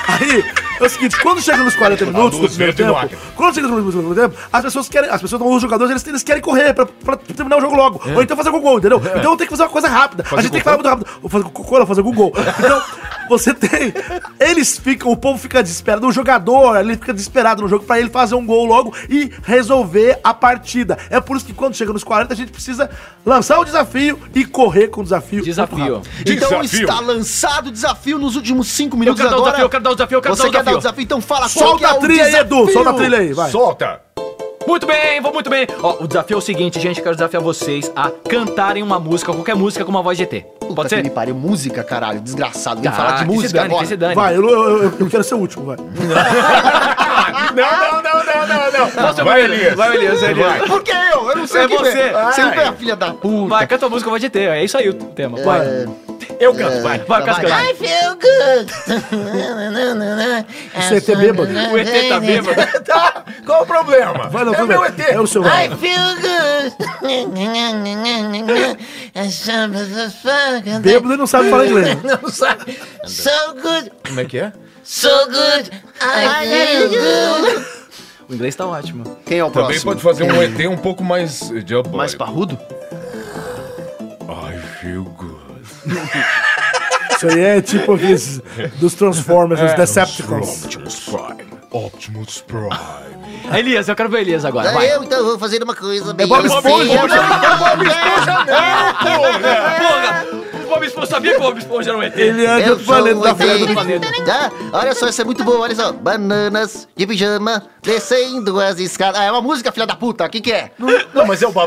Speaker 3: Aí, é o seguinte, quando chega nos 40 minutos do
Speaker 2: luz
Speaker 3: primeiro
Speaker 2: verde no
Speaker 3: tempo, quando chega nos 40 minutos do primeiro tempo, as pessoas querem, as pessoas, os jogadores, eles, eles querem correr pra, pra terminar o jogo logo, ou então fazer algum gol, entendeu? Então tem que fazer uma coisa rápida, a gente tem que falar muito rápido, ou fazer Coca-Cola, fazer algum gol. Então, você tem, eles ficam, o povo fica desesperado, o jogador, ele fica desesperado no jogo pra ele fazer um gol logo e resolver a partida. É por isso que quando chega nos 40, a gente precisa lançar o desafio e correr com o desafio.
Speaker 1: Desafio.
Speaker 4: Então
Speaker 2: Desafio.
Speaker 4: está lançado o desafio nos últimos 5
Speaker 1: Eu
Speaker 4: minutos
Speaker 1: quero dar o
Speaker 4: agora.
Speaker 1: desafio, eu quero dar o desafio, eu quero
Speaker 4: você
Speaker 1: dar o
Speaker 4: quer dar o
Speaker 1: desafio.
Speaker 4: desafio? Então fala qual que
Speaker 3: Solta
Speaker 4: é
Speaker 3: a
Speaker 4: o
Speaker 3: trilha aí, Edu,
Speaker 4: desafio.
Speaker 3: solta a trilha aí, vai.
Speaker 2: Solta.
Speaker 1: Muito bem, vou muito bem. Ó, o desafio é o seguinte, gente, eu quero desafiar vocês a cantarem uma música, qualquer música com uma voz de ET.
Speaker 4: Puta
Speaker 1: Pode
Speaker 4: que
Speaker 1: ser?
Speaker 4: me pariu, música, caralho, desgraçado. Vem
Speaker 1: Ah,
Speaker 4: falar de
Speaker 1: que se
Speaker 4: música
Speaker 1: dane, que
Speaker 4: agora.
Speaker 1: se dane.
Speaker 3: Vai, eu, eu, eu- eu quero ser o último, vai.
Speaker 2: Não, não, não, não, não, não.
Speaker 1: Nossa,
Speaker 2: vai, Elias.
Speaker 1: Vai, Elias, vai, Elias.
Speaker 4: Por que eu? Eu não sei
Speaker 1: É
Speaker 4: o que
Speaker 1: você.
Speaker 4: Você não
Speaker 2: Ai.
Speaker 4: é a filha da puta.
Speaker 1: Vai, canta uma música com voz de ET, é isso aí o tema. Vai. Eu canto, vai. Vai,
Speaker 4: vai,
Speaker 1: Cascão.
Speaker 6: Ah,
Speaker 8: I feel
Speaker 4: [LAUGHS]
Speaker 8: good.
Speaker 3: Isso é ET
Speaker 8: [LAUGHS]
Speaker 3: bêbado.
Speaker 1: O ET
Speaker 6: é.
Speaker 1: tá bêbado.
Speaker 2: [COUGHS] Tá, qual o problema?
Speaker 3: Vai, não,
Speaker 2: é
Speaker 3: vai,
Speaker 2: meu
Speaker 3: vai.
Speaker 2: ET.
Speaker 3: É o seu,
Speaker 8: I
Speaker 3: vai.
Speaker 8: feel good. And some [LAUGHS] motherfucker
Speaker 3: Bêbado e não sabe falar inglês.
Speaker 8: não sabe. So good,
Speaker 2: Como é que é?
Speaker 8: so good. I feel good.
Speaker 1: O inglês tá ótimo.
Speaker 4: Quem é o
Speaker 2: Também
Speaker 4: próximo?
Speaker 2: pode fazer um ET um pouco mais eh, de apoio.
Speaker 4: Mais parrudo?
Speaker 2: Ai, feel good.
Speaker 3: Isso aí é tipo aqueles dos Transformers, dos Decepticons.
Speaker 2: Optimus Prime. Optimus Prime.
Speaker 1: É Elias, eu quero ver o Elias
Speaker 4: É
Speaker 1: agora, vai.
Speaker 8: Eu então vou fazer uma coisa bem.
Speaker 3: É Bob
Speaker 4: assim.
Speaker 3: Esponja,
Speaker 8: Eu não-
Speaker 1: Porra! O Bob Esponja sabia que o Bob Esponja era um ET.
Speaker 3: Ele anda
Speaker 8: Eu
Speaker 3: do
Speaker 8: sou
Speaker 3: planeta
Speaker 8: o
Speaker 3: da
Speaker 8: ET.
Speaker 3: frente.
Speaker 8: Ah, olha só, isso é muito bom, olha só. Bananas de pijama descendo as escadas. Ah, é uma música, filha da puta. O que que é?
Speaker 2: Não, mas é o ba-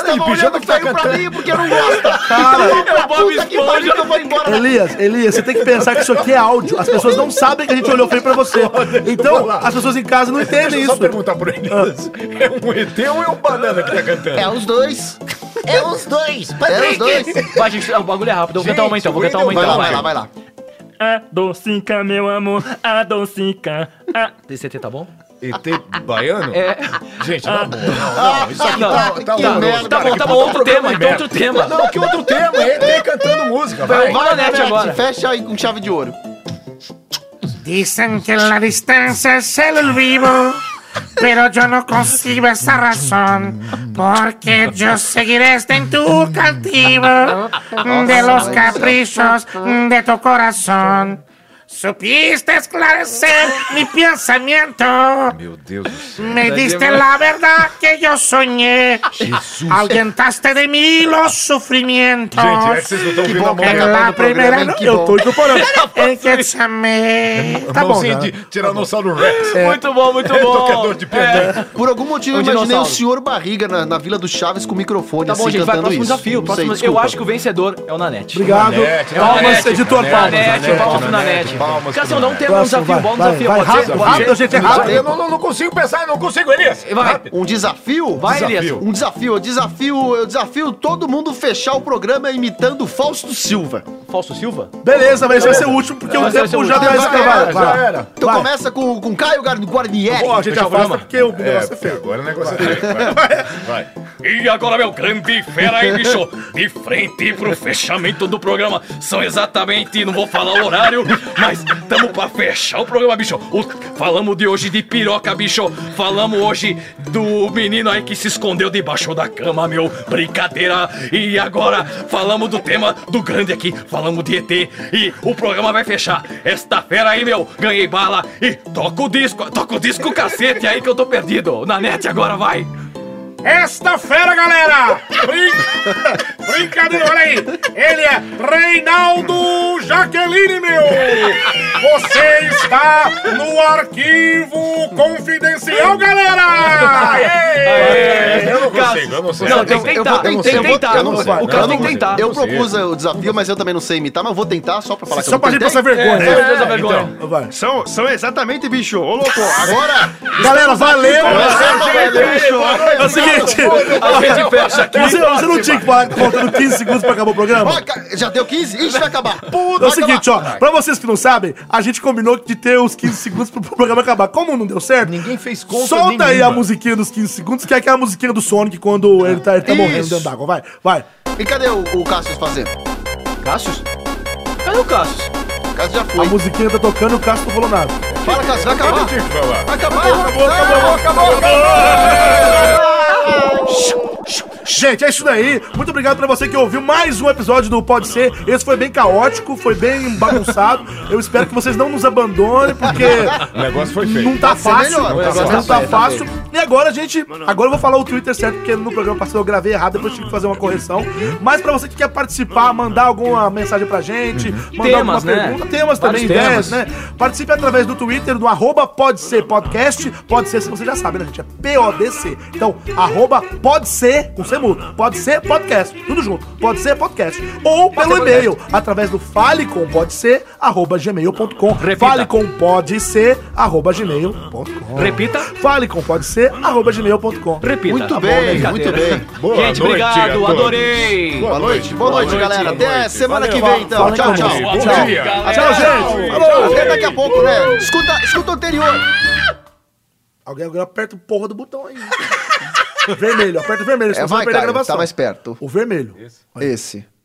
Speaker 2: banana de
Speaker 4: estavam
Speaker 2: pijama
Speaker 4: olhando
Speaker 2: que tá
Speaker 4: feio pra
Speaker 2: cantando.
Speaker 4: mim porque não gosta.
Speaker 3: Cara,
Speaker 1: É o Bob
Speaker 4: Puta que pariu, que eu
Speaker 1: Esponja.
Speaker 4: vou embora. né?
Speaker 3: Elias, Elias, você tem que pensar que isso aqui é áudio. As pessoas não sabem que a gente olhou feio pra você. Então, as pessoas em casa não
Speaker 2: Deixa
Speaker 3: entendem
Speaker 2: eu só
Speaker 3: isso.
Speaker 2: perguntar pro Elias. É um ET ou é um banana que tá cantando?
Speaker 4: É os dois.
Speaker 8: É os dois,
Speaker 4: É
Speaker 8: Patrick.
Speaker 4: os dois.
Speaker 1: Vai, gente, o bagulho é rápido. Eu vou cantar uma então, vou cantar uma
Speaker 4: Vai
Speaker 1: então,
Speaker 4: lá, vai lá,
Speaker 1: vai.
Speaker 4: vai lá.
Speaker 9: A docinca, meu amor, a docinca. A...
Speaker 1: Esse ET tá bom?
Speaker 2: ET baiano?
Speaker 1: É.
Speaker 2: Gente, na moral.
Speaker 1: Isso aqui tá,
Speaker 4: Ah, que
Speaker 1: tá,
Speaker 4: merda,
Speaker 1: tá bom, tá bom, outro tema, então outro tema.
Speaker 2: Não, que outro tema? É ET cantando música, vai.
Speaker 1: Vai, Nanete, agora.
Speaker 4: Fecha aí com chave de ouro.
Speaker 10: Dicen que la distancia es el vivo, pero yo no consigo esa razón, porque yo seguiré este en tu cautivo de los caprichos de tu corazón. Supiste esclarecer mi pensamiento,
Speaker 2: Meu Deus do céu.
Speaker 10: me diste la verdad que yo soñé, ahuyentaste de mí los sufrimientos.
Speaker 2: Gente, é que vocês não estão ouvindo a mão.
Speaker 10: En
Speaker 4: acabando o programa,
Speaker 10: la primera
Speaker 4: hein?
Speaker 10: no-
Speaker 4: Que
Speaker 3: Eu tô incorporando.
Speaker 10: [LAUGHS] en que te amé.
Speaker 3: Tá bom,
Speaker 2: Mãozinha
Speaker 3: né?
Speaker 2: de Tiranossauro Rex.
Speaker 1: [LAUGHS] Muito bom, muito bom.
Speaker 2: Tocador de pedra.
Speaker 4: Por algum motivo,
Speaker 1: É um
Speaker 4: eu imaginei o
Speaker 1: dinossauro.
Speaker 4: senhor barriga na, na Vila do Chaves com o microfone
Speaker 1: Tá bom,
Speaker 4: assim,
Speaker 1: gente, vai,
Speaker 4: cantando
Speaker 1: próximo
Speaker 4: isso.
Speaker 1: desafio.
Speaker 4: Não
Speaker 1: Próximo,
Speaker 4: sei,
Speaker 1: eu
Speaker 4: desculpa.
Speaker 1: acho que o vencedor é o Nanete.
Speaker 2: Né?
Speaker 3: Obrigado.
Speaker 1: É
Speaker 2: Nanete,
Speaker 3: Né? Palmas,
Speaker 1: Nanete,
Speaker 3: editor,
Speaker 2: Nanete,
Speaker 3: palmas.
Speaker 2: Nanete,
Speaker 1: Nanete, é palmas pro Nanete.
Speaker 2: Nanete, né? palmas
Speaker 3: assim,
Speaker 2: pro
Speaker 1: Cassião, dá um
Speaker 2: Nanete.
Speaker 1: tema, um desafio,
Speaker 3: vai,
Speaker 1: bom um
Speaker 3: vai,
Speaker 1: desafio.
Speaker 3: vai,
Speaker 1: Pode ser?
Speaker 3: rápido,
Speaker 1: Pode
Speaker 3: rápido,
Speaker 1: ser?
Speaker 3: gente, é
Speaker 2: Rápido,
Speaker 3: rápido.
Speaker 2: eu não, não, não consigo pensar, eu não consigo, Elias.
Speaker 1: Vai.
Speaker 2: Rápido.
Speaker 4: Um desafio?
Speaker 1: Vai,
Speaker 2: Desafio.
Speaker 1: Elias.
Speaker 4: Um desafio, eu desafio, eu desafio todo mundo fechar o programa imitando o Fausto Silva.
Speaker 1: Fausto Silva?
Speaker 3: Beleza, mas esse vai ser o último, porque
Speaker 1: Vai
Speaker 3: o
Speaker 1: ser o
Speaker 3: tempo já
Speaker 1: último.
Speaker 3: tá
Speaker 4: Já
Speaker 3: escavado.
Speaker 4: era,
Speaker 2: Ah, já
Speaker 3: Vai.
Speaker 2: era.
Speaker 4: Então
Speaker 3: Vai.
Speaker 4: começa com com o Caio Gar- Guarnieri.
Speaker 3: Ó, a gente
Speaker 2: Fechar o programa.
Speaker 3: afasta porque o negócio é
Speaker 2: É,
Speaker 3: feio.
Speaker 2: agora o negócio é feio. Vai. vai.
Speaker 9: E agora, meu grande fera aí, bicho, de frente pro fechamento do programa. São exatamente, não vou falar o horário, mas tamo pra fechar o programa, bicho. O- falamos de hoje de piroca, bicho. Falamos hoje do menino aí que se escondeu debaixo da cama, meu. Brincadeira. E agora, falamos do tema do grande aqui. Falamos de ET. E o programa vai fechar. Esta fera aí, meu, ganhei bala. E toca o disco, toca o disco cacete aí que eu tô perdido. Na net agora, vai.
Speaker 10: Esta fera, galera! Brincadeira, olha aí. Ele é Reinaldo Jaqueline, meu. Você está no arquivo confidencial, galera. Aê!
Speaker 2: Eu não consigo, eu não sei.
Speaker 1: Não, tem que
Speaker 4: Então, Eu vou
Speaker 1: tentar. Tem que tentar.
Speaker 4: tentar. Eu não sei.
Speaker 1: O cara tem que tentar.
Speaker 4: Eu propus eh, o desafio, mas eu também não sei imitar, mas eu vou tentar só pra falar que
Speaker 3: Só
Speaker 4: eu
Speaker 3: pra
Speaker 4: não
Speaker 3: gente
Speaker 4: tentei.
Speaker 3: passar vergonha. né?
Speaker 1: Deus da vergonha.
Speaker 3: Vai.
Speaker 5: São, são exatamente, bicho. Ô, louco,
Speaker 4: Agora,
Speaker 3: Galera, valeu! É o seguinte,
Speaker 1: A gente um fecha aqui.
Speaker 3: você, você não tinha que falar contando 15 segundos pra acabar o programa?
Speaker 4: ó, ca- já deu 15? Ixi, vai acabar.
Speaker 3: É o seguinte, ó, pra vocês que não sabem, a gente combinou de ter os 15 segundos pro programa acabar. Como não deu certo,
Speaker 2: Ninguém fez conta
Speaker 3: solta aí
Speaker 2: nenhuma.
Speaker 3: a musiquinha dos 15 segundos, que é aquela musiquinha do Sonic quando ele tá, ele tá morrendo dentro d'água. Vai, vai.
Speaker 4: E cadê o, o Cassius fazendo? Cassius?
Speaker 1: Cadê o Cassius?
Speaker 4: O Cassius já
Speaker 3: A
Speaker 4: foi.
Speaker 3: musiquinha tá tocando e o Cássio não falou nada.
Speaker 4: Fala, Cassius, vai acabar.
Speaker 2: tinha que falar.
Speaker 4: Vai acabar. Acabou, acabou, acabou.
Speaker 3: Gente, é isso daí. Muito obrigado pra você que ouviu mais um episódio do Pode Ser. Esse foi bem caótico, foi bem bagunçado. Eu espero que vocês não nos abandonem, porque
Speaker 2: O negócio foi feio.
Speaker 3: não tá fácil.
Speaker 4: melhor,
Speaker 3: Não
Speaker 4: vai
Speaker 3: tá
Speaker 4: ser
Speaker 3: fácil.
Speaker 4: melhor.
Speaker 3: E agora, gente, agora eu vou falar o Twitter certo, porque no programa passado eu gravei errado, depois tive que fazer uma correção. Mas pra você que quer participar, mandar alguma mensagem pra gente, mandar
Speaker 1: Temas,
Speaker 3: alguma
Speaker 1: né?
Speaker 3: pergunta, Uhum. temas também,
Speaker 1: Vários
Speaker 3: ideias,
Speaker 1: temas.
Speaker 3: né? Participe através do Twitter, do arroba pode ser podcast. Pode ser, se você já sabe, né, gente? É P-O-D-C. Então, arroba pode ser, com C mudo, pode ser podcast. Tudo junto. Pode ser podcast. Ou pelo e-mail, através do falecompodser, arroba gmail.com.
Speaker 1: Repita.
Speaker 3: Falecompodser, arroba gmail.com.
Speaker 1: Repita.
Speaker 3: Falecompodser, arroba gmail.com.
Speaker 1: Repita.
Speaker 4: Muito bem, muito bem.
Speaker 2: Boa
Speaker 1: Gente,
Speaker 2: noite a
Speaker 1: obrigado.
Speaker 2: todos.
Speaker 1: Adorei.
Speaker 4: Boa noite, boa noite, galera.
Speaker 2: boa
Speaker 4: Até
Speaker 2: noite.
Speaker 4: semana que
Speaker 2: Valeu,
Speaker 4: vem, então.
Speaker 3: Fala,
Speaker 4: Tchau,
Speaker 3: galera.
Speaker 4: tchau.
Speaker 2: Bom
Speaker 1: Tchau,
Speaker 2: dia.
Speaker 3: Tchau, gente.
Speaker 4: Falou, Até daqui a pouco, né? Escuta, escuta o anterior.
Speaker 3: Alguém agora aperta o porra do botão aí. [LAUGHS] vermelho, aperta o vermelho,
Speaker 4: É,
Speaker 3: senão você vai
Speaker 4: vai,
Speaker 3: perder a
Speaker 4: cara,
Speaker 3: gravação.
Speaker 4: tá mais perto.
Speaker 3: O vermelho.
Speaker 4: Esse.